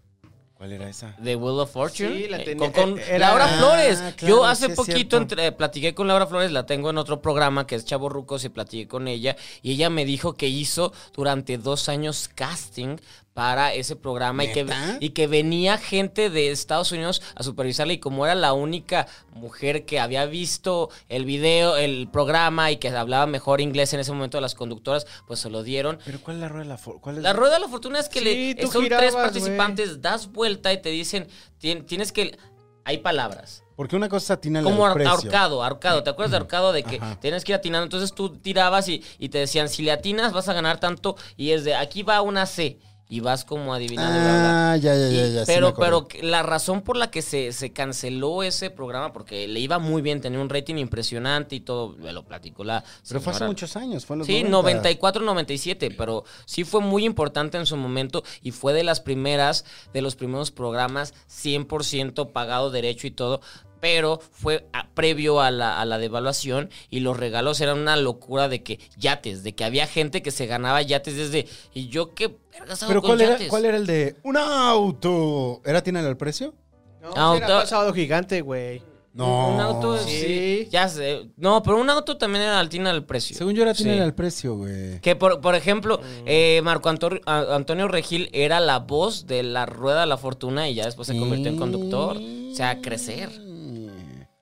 S4: ¿Cuál era esa?
S2: de Wheel of Fortune.
S3: Sí, la
S2: eh,
S3: tenía-
S2: con, con
S3: era-
S2: Laura
S3: Ah,
S2: Flores.
S3: claro,
S2: Yo hace
S3: sí es
S2: poquito
S3: cierto.
S2: entre- platiqué con Laura Flores, la tengo en otro programa que es Chavo Rucos y platiqué con ella. Y ella me dijo que hizo durante dos años casting para ese programa y que,
S4: ¿Neta?
S2: y que venía gente de Estados Unidos a supervisarla y como era la única mujer que había visto el video, el programa y que hablaba mejor inglés en ese momento de las conductoras, pues se lo dieron.
S4: ¿Pero cuál es la rueda de la for- cuál es
S2: La rueda de la fortuna es que
S3: Sí,
S2: le,
S3: tú
S2: son
S3: girabas,
S2: tres participantes, das vuelta y te dicen, "Tien- tienes que... Hay palabras.
S1: Porque una cosa tiene el
S2: Como ahor-
S1: precio.
S2: ahorcado, ahorcado. ¿Te acuerdas de ahorcado? De que
S1: Ajá.
S2: tienes que ir atinando. Entonces tú tirabas y, y te decían, si le atinas vas a ganar tanto. Y es de, aquí va una C. Y vas como adivinando. bla, bla.
S1: Ah, ya, ya,
S2: Y-
S1: ya, ya. sí me
S2: pero,
S1: acordé.
S2: pero que- la razón por la que se, se canceló ese programa, porque le iba muy bien, tenía un rating impresionante y todo, me lo platicó la...
S1: Pero fue hace
S2: señora.
S1: muchos años, fue en los
S2: Sí,
S1: 90.
S2: 94, 97, pero sí fue muy importante en su momento y fue de las primeras, de los primeros programas 100% pagado derecho y todo, pero fue a- previo a la, a la devaluación y los regalos eran una locura de que yates, de que había gente que se ganaba yates desde, y yo qué vergas hago
S1: Pero
S2: con
S1: ¿cuál era,
S2: yates?
S1: ¿cuál era el de un auto? ¿Era tiene el precio?
S3: No, pues
S2: Ah,
S3: era
S2: auto-
S3: pasado gigante, güey.
S1: No.
S2: Un auto, sí.
S3: Sí.
S2: ya sé, no, pero un auto también era altina al precio.
S1: Según yo era tiene
S2: Sí.
S1: al precio, güey.
S2: Que por, por ejemplo,
S3: Mm.
S2: eh, Marco Antor- a- Antonio Regil era la voz de la rueda de la fortuna y ya después se convirtió en conductor. O sea, a crecer.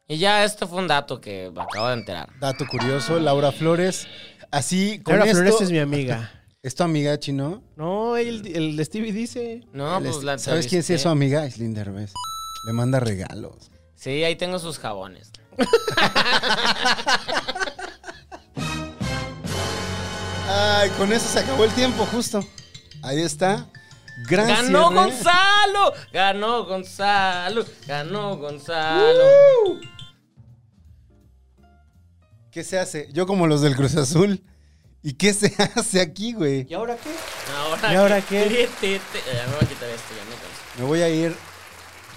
S2: Y ya este fue un dato que me acabo de enterar.
S1: Mm. Dato curioso, Laura Flores. Así, con
S3: Laura
S1: esto,
S3: Flores es mi amiga.
S1: <laughs> ¿Es tu amiga chino?
S3: No, el, el Stevie dice.
S2: No,
S1: El
S2: pues
S1: est-
S2: la
S1: ¿Sabes quién sí
S2: entrevisté.
S1: es su amiga? Es Linda Derbez. Le manda regalos.
S2: Sí, ahí tengo sus jabones.
S1: Ay, con eso se acabó el tiempo, justo. Ahí está. Gran
S2: ¡Ganó
S1: cierre.
S2: Gonzalo! ¡Ganó Gonzalo! ¡Ganó Gonzalo!
S3: Uh.
S1: ¿Qué se hace? Yo como los del Cruz Azul. ¿Y qué se <laughs> hace aquí, güey?
S3: ¿Y ahora qué?
S2: Ahora,
S3: ¿Y ahora qué?
S2: Ti, <laughs> ti, ti. Ya me eh, voy a quitar esto, ya me cansé.
S1: Me voy a ir.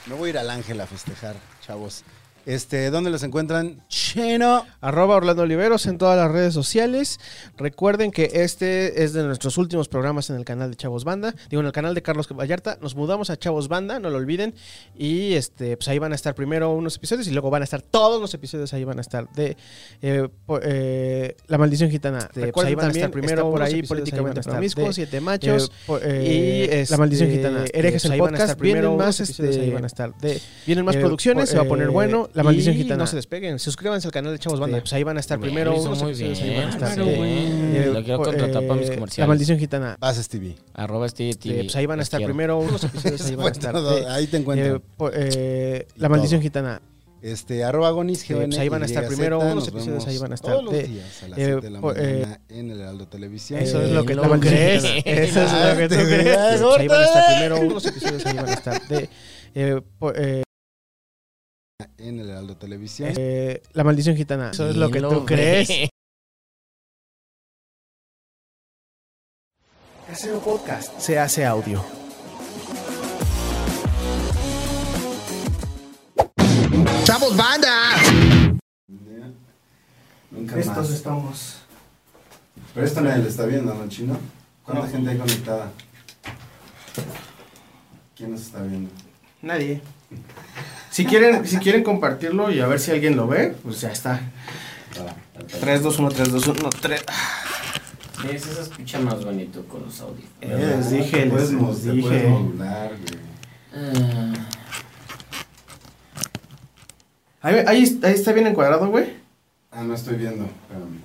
S1: Me voy a ir al Ángel a festejar, chavos. Este, ¿dónde los encuentran? Chino.
S3: Arroba Orlando Oliveros en todas las redes sociales. Recuerden que este es de nuestros últimos programas en el canal de Chavos Banda. Digo, en el canal de Carlos Vallarta. Nos mudamos a Chavos Banda, no lo olviden. Y este, pues ahí van a estar primero unos episodios y luego van a estar todos los episodios. Ahí van a estar de eh, po- eh, La Maldición Gitana. Este, pues
S5: Recuerden
S3: ahí van a
S5: también,
S3: estar primero
S5: está
S3: por
S5: puros
S3: ahí,
S5: episodios, ahí van a
S3: políticamente
S5: estar
S3: promiscuos,
S5: de-
S3: siete machos.
S5: eh, po- eh,
S3: y este,
S5: La Maldición Gitana.
S3: Herejes
S5: Eh, pues
S3: el
S5: ahí van a
S3: podcast.
S5: estar primero
S3: Vienen más,
S5: unos episodios,
S3: este,
S5: ahí van a estar
S3: de- vienen más
S5: eh,
S3: producciones,
S5: po-
S3: se va a poner
S5: eh,
S3: bueno. La Maldición
S5: y
S3: Gitana.
S5: no se
S3: despeguen. Suscríbanse al canal de Chavos
S5: Banda.
S3: Pues ahí van a estar
S2: Bien,
S3: primero.
S2: lo hizo
S3: unos
S2: muy
S3: episodios,
S2: bien, eh,
S3: ahí van a estar.
S2: claro,
S3: Sí.
S2: güey.
S3: Eh,
S2: Lo quiero
S3: po-
S2: contratar para mis
S3: eh,
S2: comerciales.
S3: La Maldición Gitana.
S1: Vas, Stevie.
S2: Arroba este
S3: Eh, pues ahí van a estar primero
S2: <laughs>
S3: unos episodios, ahí van a estar.
S1: Bueno,
S3: de-
S1: <laughs> ahí te
S3: eh,
S1: encuentran.
S3: po- eh,
S1: Y
S3: la maldición
S1: todo.
S3: gitana.
S1: Este, arroba gonis,
S3: eh, pues ahí van a estar
S1: GNYZ,
S3: primero unos
S1: nos
S3: episodios,
S1: vemos
S3: ahí van a estar
S1: Todos los
S3: de-
S1: días a las
S3: eh,
S1: 7 de la
S3: po-
S1: mañana en el Heraldo Televisión.
S3: Eso es Eh, lo que
S2: no
S3: tú crees.
S2: crees. <laughs>
S3: Eso es lo que tú
S1: Te
S3: crees.
S1: veas,
S3: Eh, pues ahí van a estar
S1: ¡Corta!
S3: primero unos episodios, ahí van a estar. de- eh, po- eh,
S1: En el Heraldo Televisión.
S3: eh, la maldición gitana. Eso es lo que tú
S2: <laughs>
S3: crees.
S2: crees.
S5: Casero Podcast se hace audio.
S6: ¡Chavos Banda!
S1: Nunca
S5: Estos
S1: más.
S5: estamos.
S1: Pero esto nadie lo está viendo, ¿no, chino? ¿Cuánta gente hay conectada? ¿Quién nos está viendo?
S5: Nadie. Si quieren, si quieren compartirlo y a ver si alguien lo ve, pues ya está. 3, 2, 1, 3, 2, 1, 3.
S2: Es esa escucha más bonito con los audios.
S5: Eh, Les dije,
S1: Ah, Te
S5: les,
S1: puedes, mo-
S5: les
S1: te puedes
S5: dije.
S1: modular, güey.
S3: Ah.
S5: Ahí, ahí- ahí está bien encuadrado, güey.
S1: Ah, no estoy viendo. Espérame.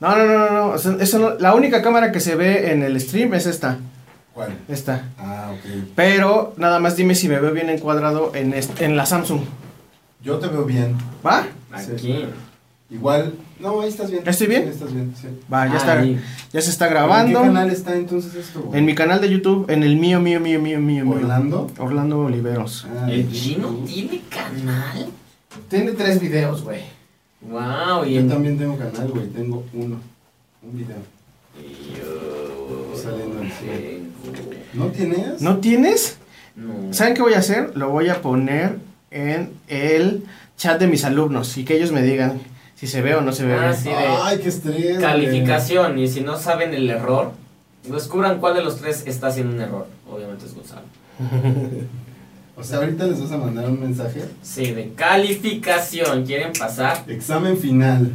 S5: No, no, no, no, no. o sea, eso no- La única cámara que se ve en el stream es esta.
S1: ¿Cuál?
S5: Esta.
S1: Ah, ok.
S5: Pero nada más dime si me veo bien encuadrado en, est- en la Samsung.
S1: Yo te veo bien.
S5: ¿Va?
S1: Sí. Igual. No, ahí estás bien.
S5: ¿Estoy bien?
S1: Sí, estás bien, sí.
S5: Va, Ah, ya está.
S2: Ahí.
S5: Ya se está
S1: ¿En qué
S5: grabando.
S1: canal está entonces esto? güey?
S5: En mi canal de YouTube, en el mío, mío, mío, mío, mío. mío.
S1: ¿Orlando?
S5: Orlando Oliveros.
S1: Ah,
S2: ¿El
S1: de
S2: chino
S1: YouTube.
S2: tiene canal?
S5: Tiene tres videos, güey.
S2: Wow, y
S1: Yo
S2: en-
S1: también tengo canal, güey. Tengo uno. Un video. Saliendo al cielo. ¿No tienes?
S5: ¿No tienes?
S2: No.
S5: ¿Saben qué voy a hacer? Lo voy a poner en el chat de mis alumnos y que ellos me digan si se ve o no se ve.
S2: Ah,
S5: bien.
S2: sí.
S1: Ay, qué estrés. güey.
S2: Calificación, y si no saben el error, descubran cuál de los tres está haciendo un error. Obviamente es Gonzalo.
S1: O sea, ahorita les vas a mandar un mensaje.
S2: Sí, de calificación. ¿Quieren pasar?
S1: Examen final.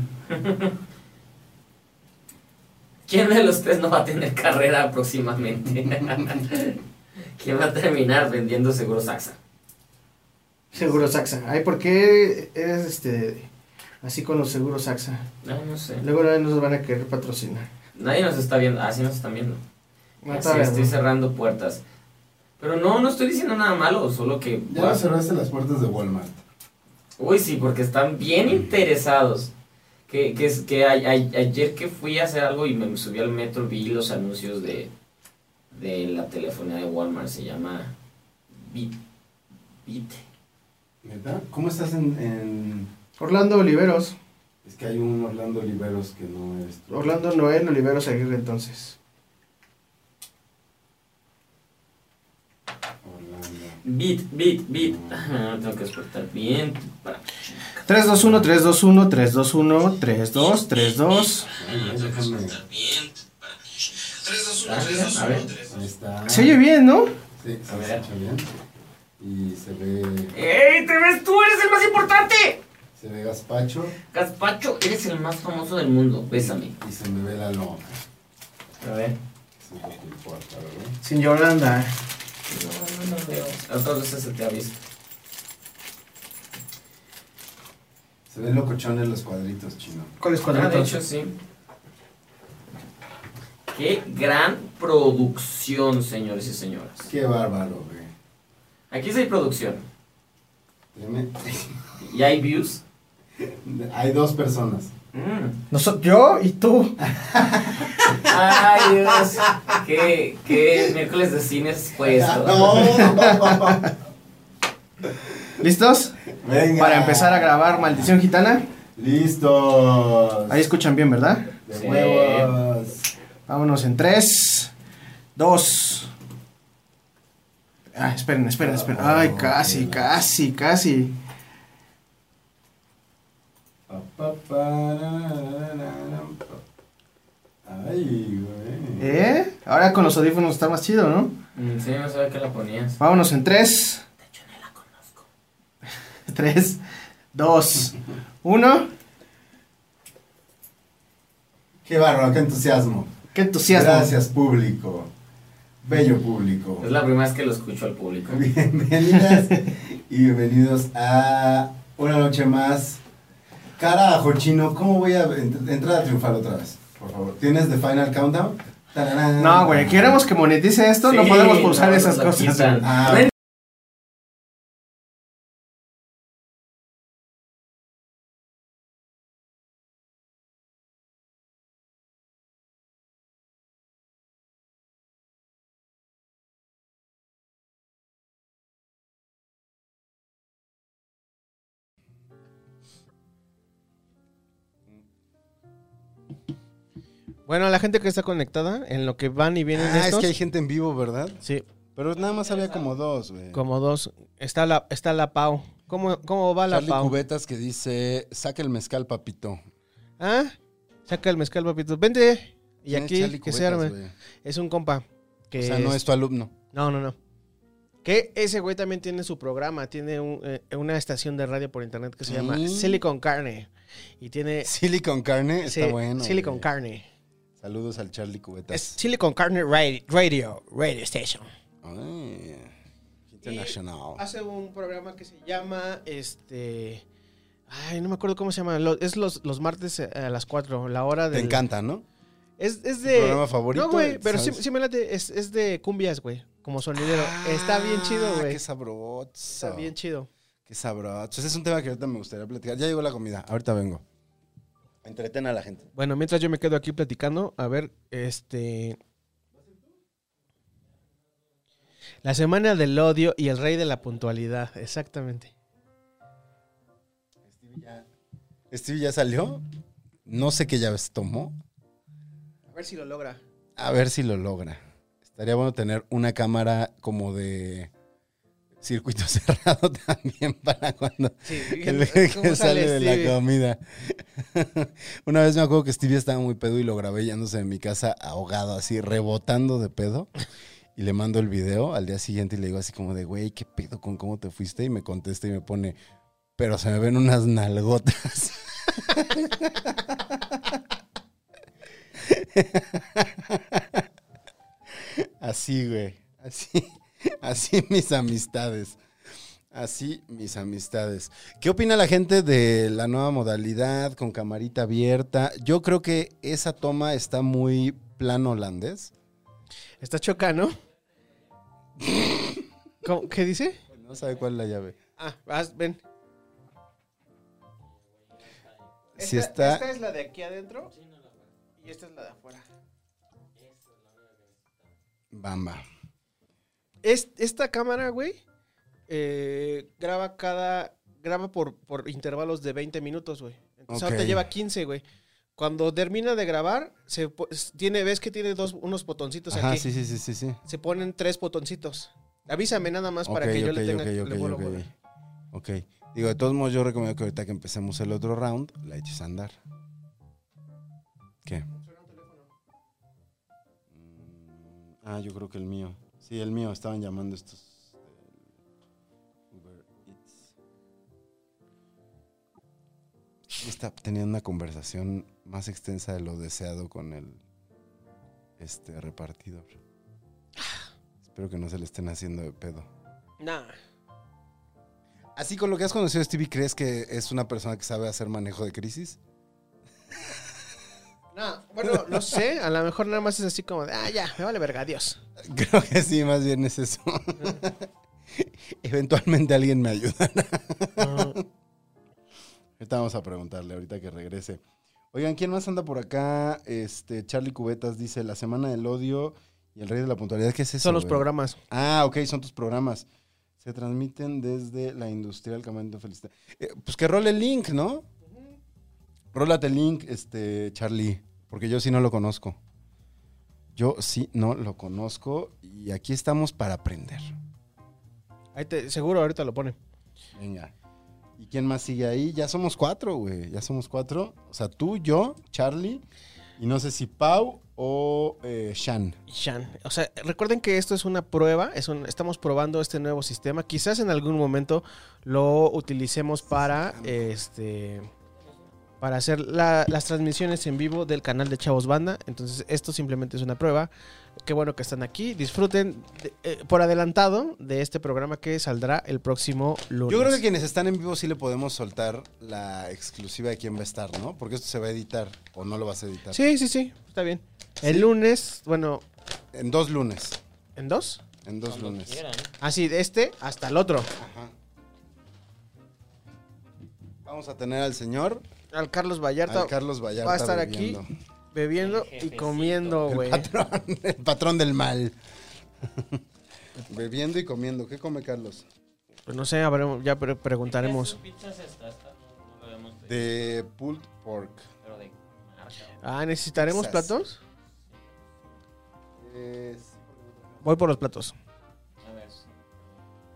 S2: ¿Quién de los tres no va a tener carrera próximamente? <laughs> ¿Quién va a terminar vendiendo seguro saxa?
S3: Seguro Saxa. Ay, ¿por qué eres este, así con los seguros Saxa?
S2: No, no sé.
S3: Luego no nos van a querer patrocinar.
S2: Nadie nos está viendo. Ah, sí nos están viendo.
S3: No,
S2: Así
S3: todavía
S2: estoy
S3: no.
S2: cerrando puertas. Pero no, no estoy diciendo nada malo, solo que...
S1: Ya cerraste las puertas de Walmart.
S2: Uy, sí, porque están bien interesados. Que, que, es- que a- a- ayer que fui a hacer algo y me subí al metro, vi los anuncios de, de la telefonía de Walmart, se llama Bit. Bit.
S1: ¿Neta? ¿Cómo estás en, en-
S3: Orlando Oliveros.
S1: Es que hay un Orlando Oliveros que no es... tú.
S3: Orlando Noel Oliveros Aguirre entonces.
S1: Orlando.
S2: Bit, bit, bit. <laughs> Ah, tengo que despertar bien. Para...
S3: 321 321 321 32 32.
S1: Ay, ya, déjame.
S2: A ver.
S1: Ahí está.
S3: Se oye bien, ¿no?
S1: Sí, se escucha bien. Y se ve...
S2: ¡Ey, te ves tú! ¡Eres el más importante!
S1: Se ve gazpacho
S2: Gazpacho, eres el más famoso del mundo. Bésame.
S1: y se me ve la loma.
S2: A ver.
S1: Eso es lo que importa, ¿verdad?
S3: Sin Yolanda. ¿eh?
S2: No, no, no veo. Otras veces se te avisa.
S1: Se ven locochones los cuadritos, chino.
S3: ¿Cuál es
S2: Ah, de
S3: cuadrado?
S2: hecho, sí. Qué gran producción, señores y señoras.
S1: Qué bárbaro, güey.
S2: Aquí sí hay producción.
S1: Dime.
S2: Y hay views.
S1: Hay dos personas.
S2: Mm.
S3: Noso- yo y tú.
S2: Ay, Dios. Qué, qué miércoles de cines
S1: <laughs>
S2: fue esto.
S3: ¿Listos?
S1: Venga.
S3: Para empezar a grabar Maldición Gitana.
S1: Listos.
S3: Ahí escuchan bien, ¿verdad?
S1: De
S2: Sí.
S1: huevos.
S3: Vámonos en 3, 2. Ah, esperen, esperen, esperen. Ay, casi, casi, casi.
S1: Pa, pa, pa, ra, ra, ra, ra, pa. Ay, güey.
S3: ¿Eh? Ahora con los audífonos está más chido, ¿no?
S2: Mm, Sí, no sabía que la ponías.
S3: Vámonos en 3. 3, 2, 1.
S1: Qué bárbaro, qué entusiasmo.
S3: ¡Qué entusiasmo!
S1: Gracias, público. Bello público.
S2: Es la primera vez que lo escucho al público.
S1: <laughs> Bienvenidas y bienvenidos a una noche más. Carajo, chino, ¿cómo voy a ent- entrar a triunfar otra vez? Por favor, ¿tienes The Final Countdown? Tararán.
S3: No, güey, queremos que monetice esto, no
S2: Sí,
S3: podemos pulsar
S2: no,
S3: esas
S2: nos la
S3: cosas.
S2: quitan.
S3: güey.
S1: Ah,
S5: Bueno, la gente que está conectada, en lo que van y vienen
S1: Ah, es
S5: estos.
S1: que hay gente en vivo, ¿verdad?
S5: Sí,
S1: Pero nada más había como dos, güey.
S5: como dos. Está la, está la Pau. ¿Cómo, cómo va la
S1: Charlie
S5: Pau?
S1: Cubetas que dice, saca el mezcal, papito.
S5: ¿Ah? Saca el mezcal, papito. Vente. Y
S1: ¿Quién es
S5: aquí,
S1: Charlie
S5: que se
S1: Cubetas,
S5: arme.
S1: güey?
S5: Es un compa. Que
S1: O sea, no
S5: es-
S1: es tu alumno.
S5: No, no, no. Que ese güey también tiene su programa, tiene un, eh, una estación de radio por internet que se llama
S1: Mm.
S5: Silicon Carne. Y tiene
S1: Silicon Carne, está
S5: Eh, sí,
S1: bueno.
S5: Silicon
S1: güey.
S5: Carne.
S1: Saludos al Charlie Cubetas.
S5: Es Silicon Carne Radi- Radio, Radio Station.
S1: Ay, international.
S5: Hace un programa que se llama este Ay, no me acuerdo cómo se llama. lo- es los, los martes eh, a las 4, la hora
S1: Te
S5: de.
S1: encanta, ¿no?
S5: Es, es
S1: ¿Tu
S5: de.
S1: programa favorito?
S5: No, güey, pero sí,
S1: ¿Sabes?
S5: sí me late. Es, es de cumbias, güey. Como sonidero. Está bien chido,
S1: Ah,
S5: güey.
S1: Qué sabroso.
S5: Está bien chido.
S1: Qué sabroso. Ese es un tema que ahorita me gustaría platicar. Ya llegó la comida. Ahorita vengo. Entreten a la gente.
S5: Bueno, mientras yo me quedo aquí platicando, a ver, este. La semana del odio y el rey de la puntualidad, exactamente.
S1: Steve ya salió. No sé qué llaves tomó.
S5: A ver si lo logra.
S1: A ver si lo logra. Estaría bueno tener una cámara como de circuito <laughs> cerrado también para cuando
S5: Sí,
S1: <laughs>
S5: <laughs>
S1: el que sale de la comida. <laughs> Una vez me acuerdo que Stevie estaba muy pedo y lo grabé yéndose de mi casa ahogado, así rebotando de pedo. Y le mando el video al día siguiente y le digo así como de, güey, ¿qué pedo con cómo te fuiste? Y me contesta y me pone, pero se me ven unas nalgotas. <laughs> Así, güey. Así, así mis amistades. Así mis amistades. ¿Qué opina la gente de la nueva modalidad con camarita abierta? Yo creo que esa toma está muy plano holandés.
S5: Está chocano. ¿Cómo? ¿Qué dice?
S1: No sabe cuál es la llave.
S5: Ah, vas, ven.
S1: Si está-
S5: Esta es la de aquí adentro. Y esta es la de afuera.
S1: Bamba.
S5: Es- esta cámara, güey, eh, graba cada. graba por, por intervalos de 20 minutos, güey. Entonces ahorita
S1: Ok.
S5: lleva 15, güey. Cuando termina de grabar, se po- tiene, ves que tiene dos, unos botoncitos
S1: Ajá,
S5: aquí.
S1: sí, sí, sí, sí, sí.
S5: Se ponen tres botoncitos. Avísame nada más para
S1: Ok,
S5: que yo
S1: ok,
S5: le tenga
S1: ok,
S5: le
S1: ok,
S5: puedo
S1: ok.
S5: mover.
S1: Ok. Digo, de todos modos, yo recomiendo que ahorita que empecemos el otro round, la eches a andar. ¿Qué? Mm, Ah, yo creo que el mío. Sí, el mío. Estaban llamando estos. eh, Uber Eats. Yo estaba teniendo una conversación más extensa de lo deseado con el este repartidor. Espero que no se le estén haciendo de pedo.
S5: Nah.
S1: Así con lo que has conocido a Stevie, ¿crees que es una persona que sabe hacer manejo de crisis? <laughs>
S5: Nah, bueno, no sé, a lo mejor nada más es así como de, ah, ya, me vale verga, adiós.
S1: Creo que sí, más bien es eso. <laughs> Eventualmente alguien me
S5: <laughs>
S1: ayudará. ahorita vamos a preguntarle, ahorita que regrese. Oigan, ¿quién más anda por acá? Este, Charlie Cubetas dice, la semana del odio y el rey de la puntualidad. ¿Qué es eso?
S5: Son los
S1: güey?
S5: programas.
S1: Ah, ok, son tus programas. Se transmiten desde la industrial Camarito Felicidad. Eh, pues que role el link, ¿no? Rólate el link, este, Charlie, porque yo sí no lo conozco. Yo sí no lo conozco y aquí estamos para aprender.
S5: Ahí te, seguro ahorita lo pone.
S1: Venga. ¿Y quién más sigue ahí? Ya somos cuatro, güey. Ya somos cuatro. O sea, tú, yo, Charlie y no sé si Pau o eh, Shan.
S5: Shan. O sea, recuerden que esto es una prueba, es un- estamos probando este nuevo sistema. Quizás en algún momento lo utilicemos para este para hacer la- las transmisiones en vivo del canal de Chavos Banda. Entonces, esto simplemente es una prueba. Qué bueno que están aquí. Disfruten de- eh, por adelantado de este programa que saldrá el próximo lunes.
S1: Yo creo que quienes están en vivo sí le podemos soltar la exclusiva de quién va a estar, ¿no? Porque esto se va a editar o no lo vas a editar.
S5: Sí, sí, sí, está bien. El lunes, bueno,
S1: En dos lunes.
S5: ¿en dos?
S1: En dos lunes.
S3: Ah,
S5: Así, de este hasta el otro.
S1: Ajá. Vamos a tener al señor,
S5: Al Carlos Vallarta.
S1: al Carlos Vallarta.
S5: va a estar
S1: bebiendo.
S5: aquí bebiendo y comiendo,
S1: El
S5: güey.
S1: patrón, el patrón del mal. <laughs> Bebiendo y comiendo. ¿Qué come Carlos?
S5: Pues no sé, habremos- ya pre- preguntaremos.
S1: De pulled pork.
S5: Ah, ¿necesitaremos
S1: Pizzas.
S5: platos?
S1: Es-
S5: Voy por los platos.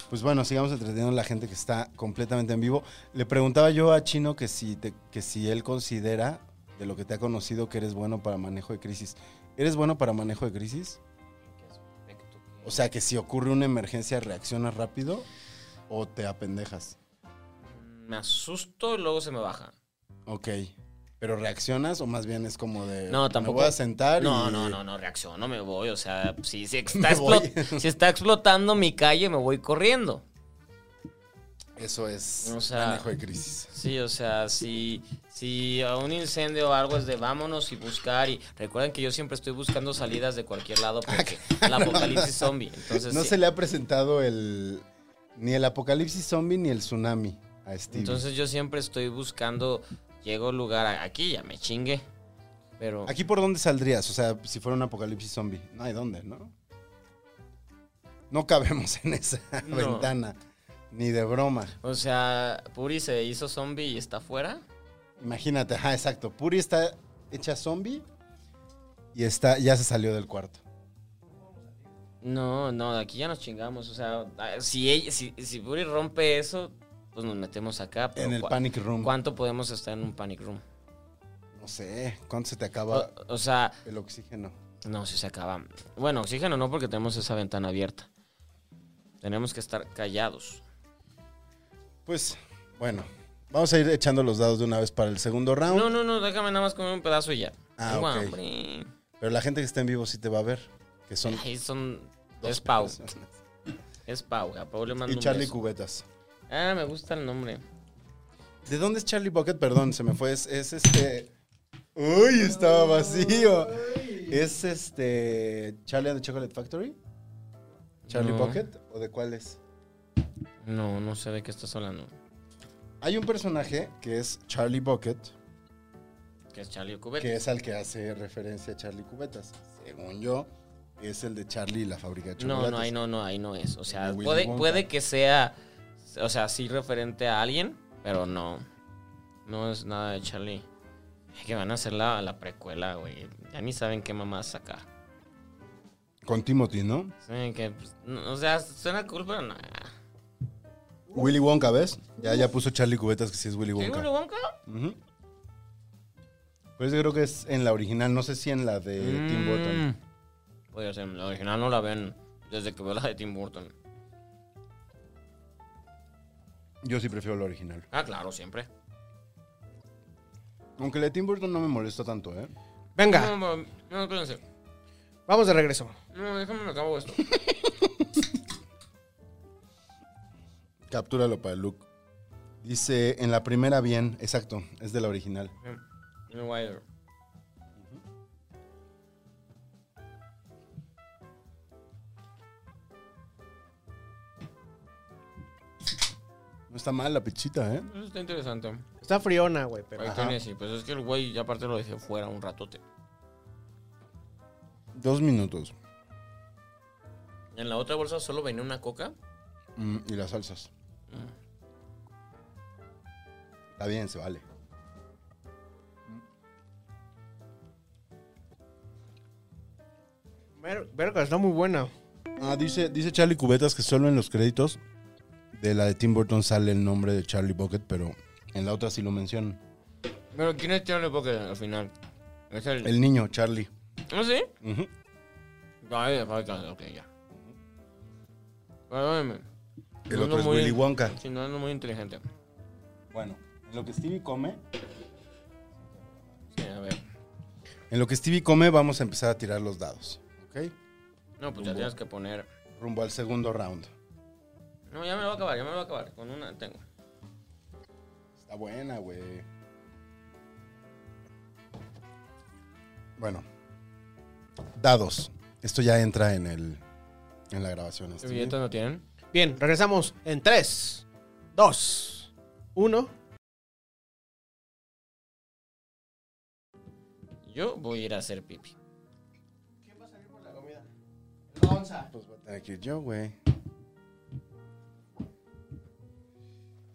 S1: Pues bueno, sigamos entreteniendo a la gente que está completamente en vivo. Le preguntaba yo a Chino que si, te- que si él considera, de lo que te ha conocido, que eres bueno para manejo de crisis. ¿Eres bueno para manejo de crisis? O sea, que si ocurre una emergencia, ¿reaccionas rápido o te apendejas?
S2: Me asusto y luego se me baja.
S1: Ok. ¿Pero reaccionas o más bien es como de...
S2: No, tampoco.
S1: Me voy a sentar
S2: No,
S1: y-
S2: no, no, no, reacciono, me voy. O sea,
S1: <laughs>
S2: si, si está
S1: Me voy.
S2: explot- si está explotando mi calle, me voy corriendo.
S1: Eso es
S2: O sea-
S1: manejo de crisis.
S2: Sí, o sea, si, si a un incendio o algo es de vámonos y buscar. Y recuerden que yo siempre estoy buscando salidas de
S1: <laughs>
S2: cualquier lado porque la apocalipsis zombie. Entonces,
S1: no
S2: sí.
S1: se le ha presentado el... Ni el apocalipsis zombie ni el tsunami a Steve.
S2: entonces yo siempre estoy buscando. Llego al lugar a- aquí, ya me chingue. Pero
S1: ¿Aquí por dónde saldrías? O sea, si fuera un apocalipsis zombie. No hay dónde, ¿no? No cabemos en esa
S2: <laughs> No.
S1: ventana. Ni de broma.
S2: O sea, Puri se hizo zombie y está afuera.
S1: Imagínate, ajá, exacto. Puri está hecha zombie y está, ya se salió del cuarto.
S2: No, no, aquí ya nos chingamos. O sea, ah, si, ella, si, si Puri rompe eso, pues nos metemos acá. pero
S1: En el
S2: cua-
S1: panic room.
S2: ¿Cuánto podemos estar en un panic room? Ah.
S1: No sé, ¿cuánto se te acaba
S2: O, o sea,
S1: el oxígeno?
S2: No, si se acaba. Bueno, oxígeno no porque tenemos esa ventana abierta. Tenemos que estar callados.
S1: Pues, bueno, vamos a ir echando los dados de una vez para el segundo round.
S2: No, no, no, déjame nada más comer un pedazo y ya.
S1: Ah,
S2: Tengo
S1: ok.
S2: hambre.
S1: Pero la gente que está en vivo sí te va a ver. Que son
S2: Ay, son...
S1: dos <laughs>
S2: Es Pau.
S1: personas.
S2: Es Pau. A Pau le mando
S1: Y
S2: un
S1: Charlie
S2: beso.
S1: Cubetas.
S2: Ah, me gusta el nombre.
S1: ¿De dónde es Charlie Bucket? Perdón, se me fue. Es, es este. Uy, estaba vacío. ¿Es este. Charlie and the Chocolate Factory? ¿Charlie
S2: No.
S1: Bucket? ¿O de cuál es?
S2: No, no sé de qué estás hablando.
S1: Hay un personaje que es Charlie Bucket,
S2: Que es Charlie Cubet.
S1: que es al que hace referencia Charlie Cubetas. Según yo, es el de Charlie y la fábrica de
S2: No,
S1: chocolates.
S2: no, ahí no, no, ahí no es. O sea,
S1: De Willy
S2: puede,
S1: Wonka.
S2: puede que sea, o sea, sí referente a alguien, pero no. No es nada de Charlie. Es que van a hacer la, la precuela, güey. Ya ni saben qué mamá sacar.
S1: Con Timothy, ¿no?
S2: Saben que, pues, no- o sea, suena cool, pero no.
S1: Willy Wonka, ¿ves? Ya, ya puso Charlie Cubetas que sí es Willy
S2: ¿Sí,
S1: Wonka.
S2: Willy Wonka?
S1: Ujú. Pero yo creo que es en la original, no sé si en la de Tim Burton.
S2: Mm. Puede ser, la original no la ven desde que veo la de Tim Burton.
S1: Yo sí prefiero la original.
S2: Ah, claro, siempre.
S1: Aunque la de Tim Burton no me molesta tanto, ¿eh?
S3: Venga,
S2: No, no, no, espérense.
S3: vamos de regreso.
S2: No, déjame me acabo esto.
S1: Captúralo para Luke. Dice, en la primera bien, exacto, es de la original.
S2: Jimmy Wilder.
S1: No está mal la pichita, ¿eh?
S2: Eso está interesante.
S3: Está friona, güey, pero.
S2: Ahí tiene, sí, pues es que el güey ya aparte lo dejé fuera un ratote.
S1: Dos minutos.
S2: En la otra bolsa solo venía una coca.
S1: Mm, y las salsas. Está bien, se vale.
S3: Ver- Verga, está muy buena.
S1: Ah, dice, dice Charlie Cubetas que solo en los créditos de la de Tim Burton sale el nombre de Charlie Bucket, pero en la otra sí lo mencionan.
S2: Pero ¿quién es Charlie Pocket al final? Es el...
S1: El niño, Charlie.
S2: ¿Ah, sí?
S1: Ujú.
S2: Ay, de falta, ok, ya. Perdóneme.
S1: El otro
S2: No ando
S1: es
S2: muy-
S1: Willy Wonka.
S2: Sí, no ando muy inteligente.
S1: Bueno, en lo que Stevie come...
S2: Sí, a ver.
S1: En lo que Stevie come vamos a empezar a tirar los dados, ¿ok?
S2: No, pues ya tienes que poner...
S1: Rumbo al segundo round.
S2: No, ya me lo voy a acabar, ya me lo voy a acabar. Con una tengo.
S1: Está buena, güey. Bueno. Dados. Esto ya entra en el en la grabación.
S2: ¿Qué
S1: Stevie.
S2: billetes no tienen?
S3: Bien, regresamos en 3, 2, 1.
S2: Yo voy a ir a hacer pipi.
S1: Pues voy a tener que ir yo, güey.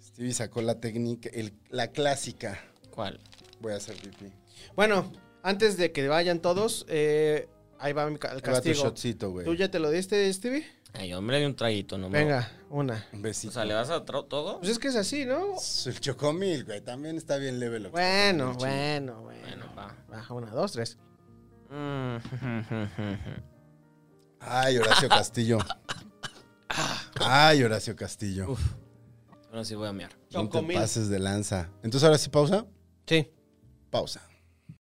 S1: Stevie sacó la técnica, el- la clásica.
S2: ¿Cuál?
S1: Voy a hacer pipí.
S3: Bueno, antes de que vayan todos, eh, ahí va mi ca- el
S1: Ahí va tu
S3: castigo.
S1: shotcito, güey.
S3: ¿Tú ya te lo diste, Stevie?
S2: Ay, hombre, de un traguito, no me-
S3: Venga, una.
S1: Un
S2: O
S1: besito.
S2: sea, ¿le vas a tra- todo?
S3: Pues es que es así, ¿no?
S1: El chocomil, güey. También está bien leve lo que
S3: Bueno,
S1: está con el chile.
S3: bueno, bueno.
S2: Bueno, va.
S3: Baja una, dos, tres.
S2: <laughs> Mm.
S1: Ay, Horacio Castillo. Ay, Horacio Castillo.
S2: Ahora sí voy a mear.
S1: No te
S3: Chocomil.
S1: pases de lanza. Entonces, ahora sí, pausa.
S3: Sí.
S1: Pausa.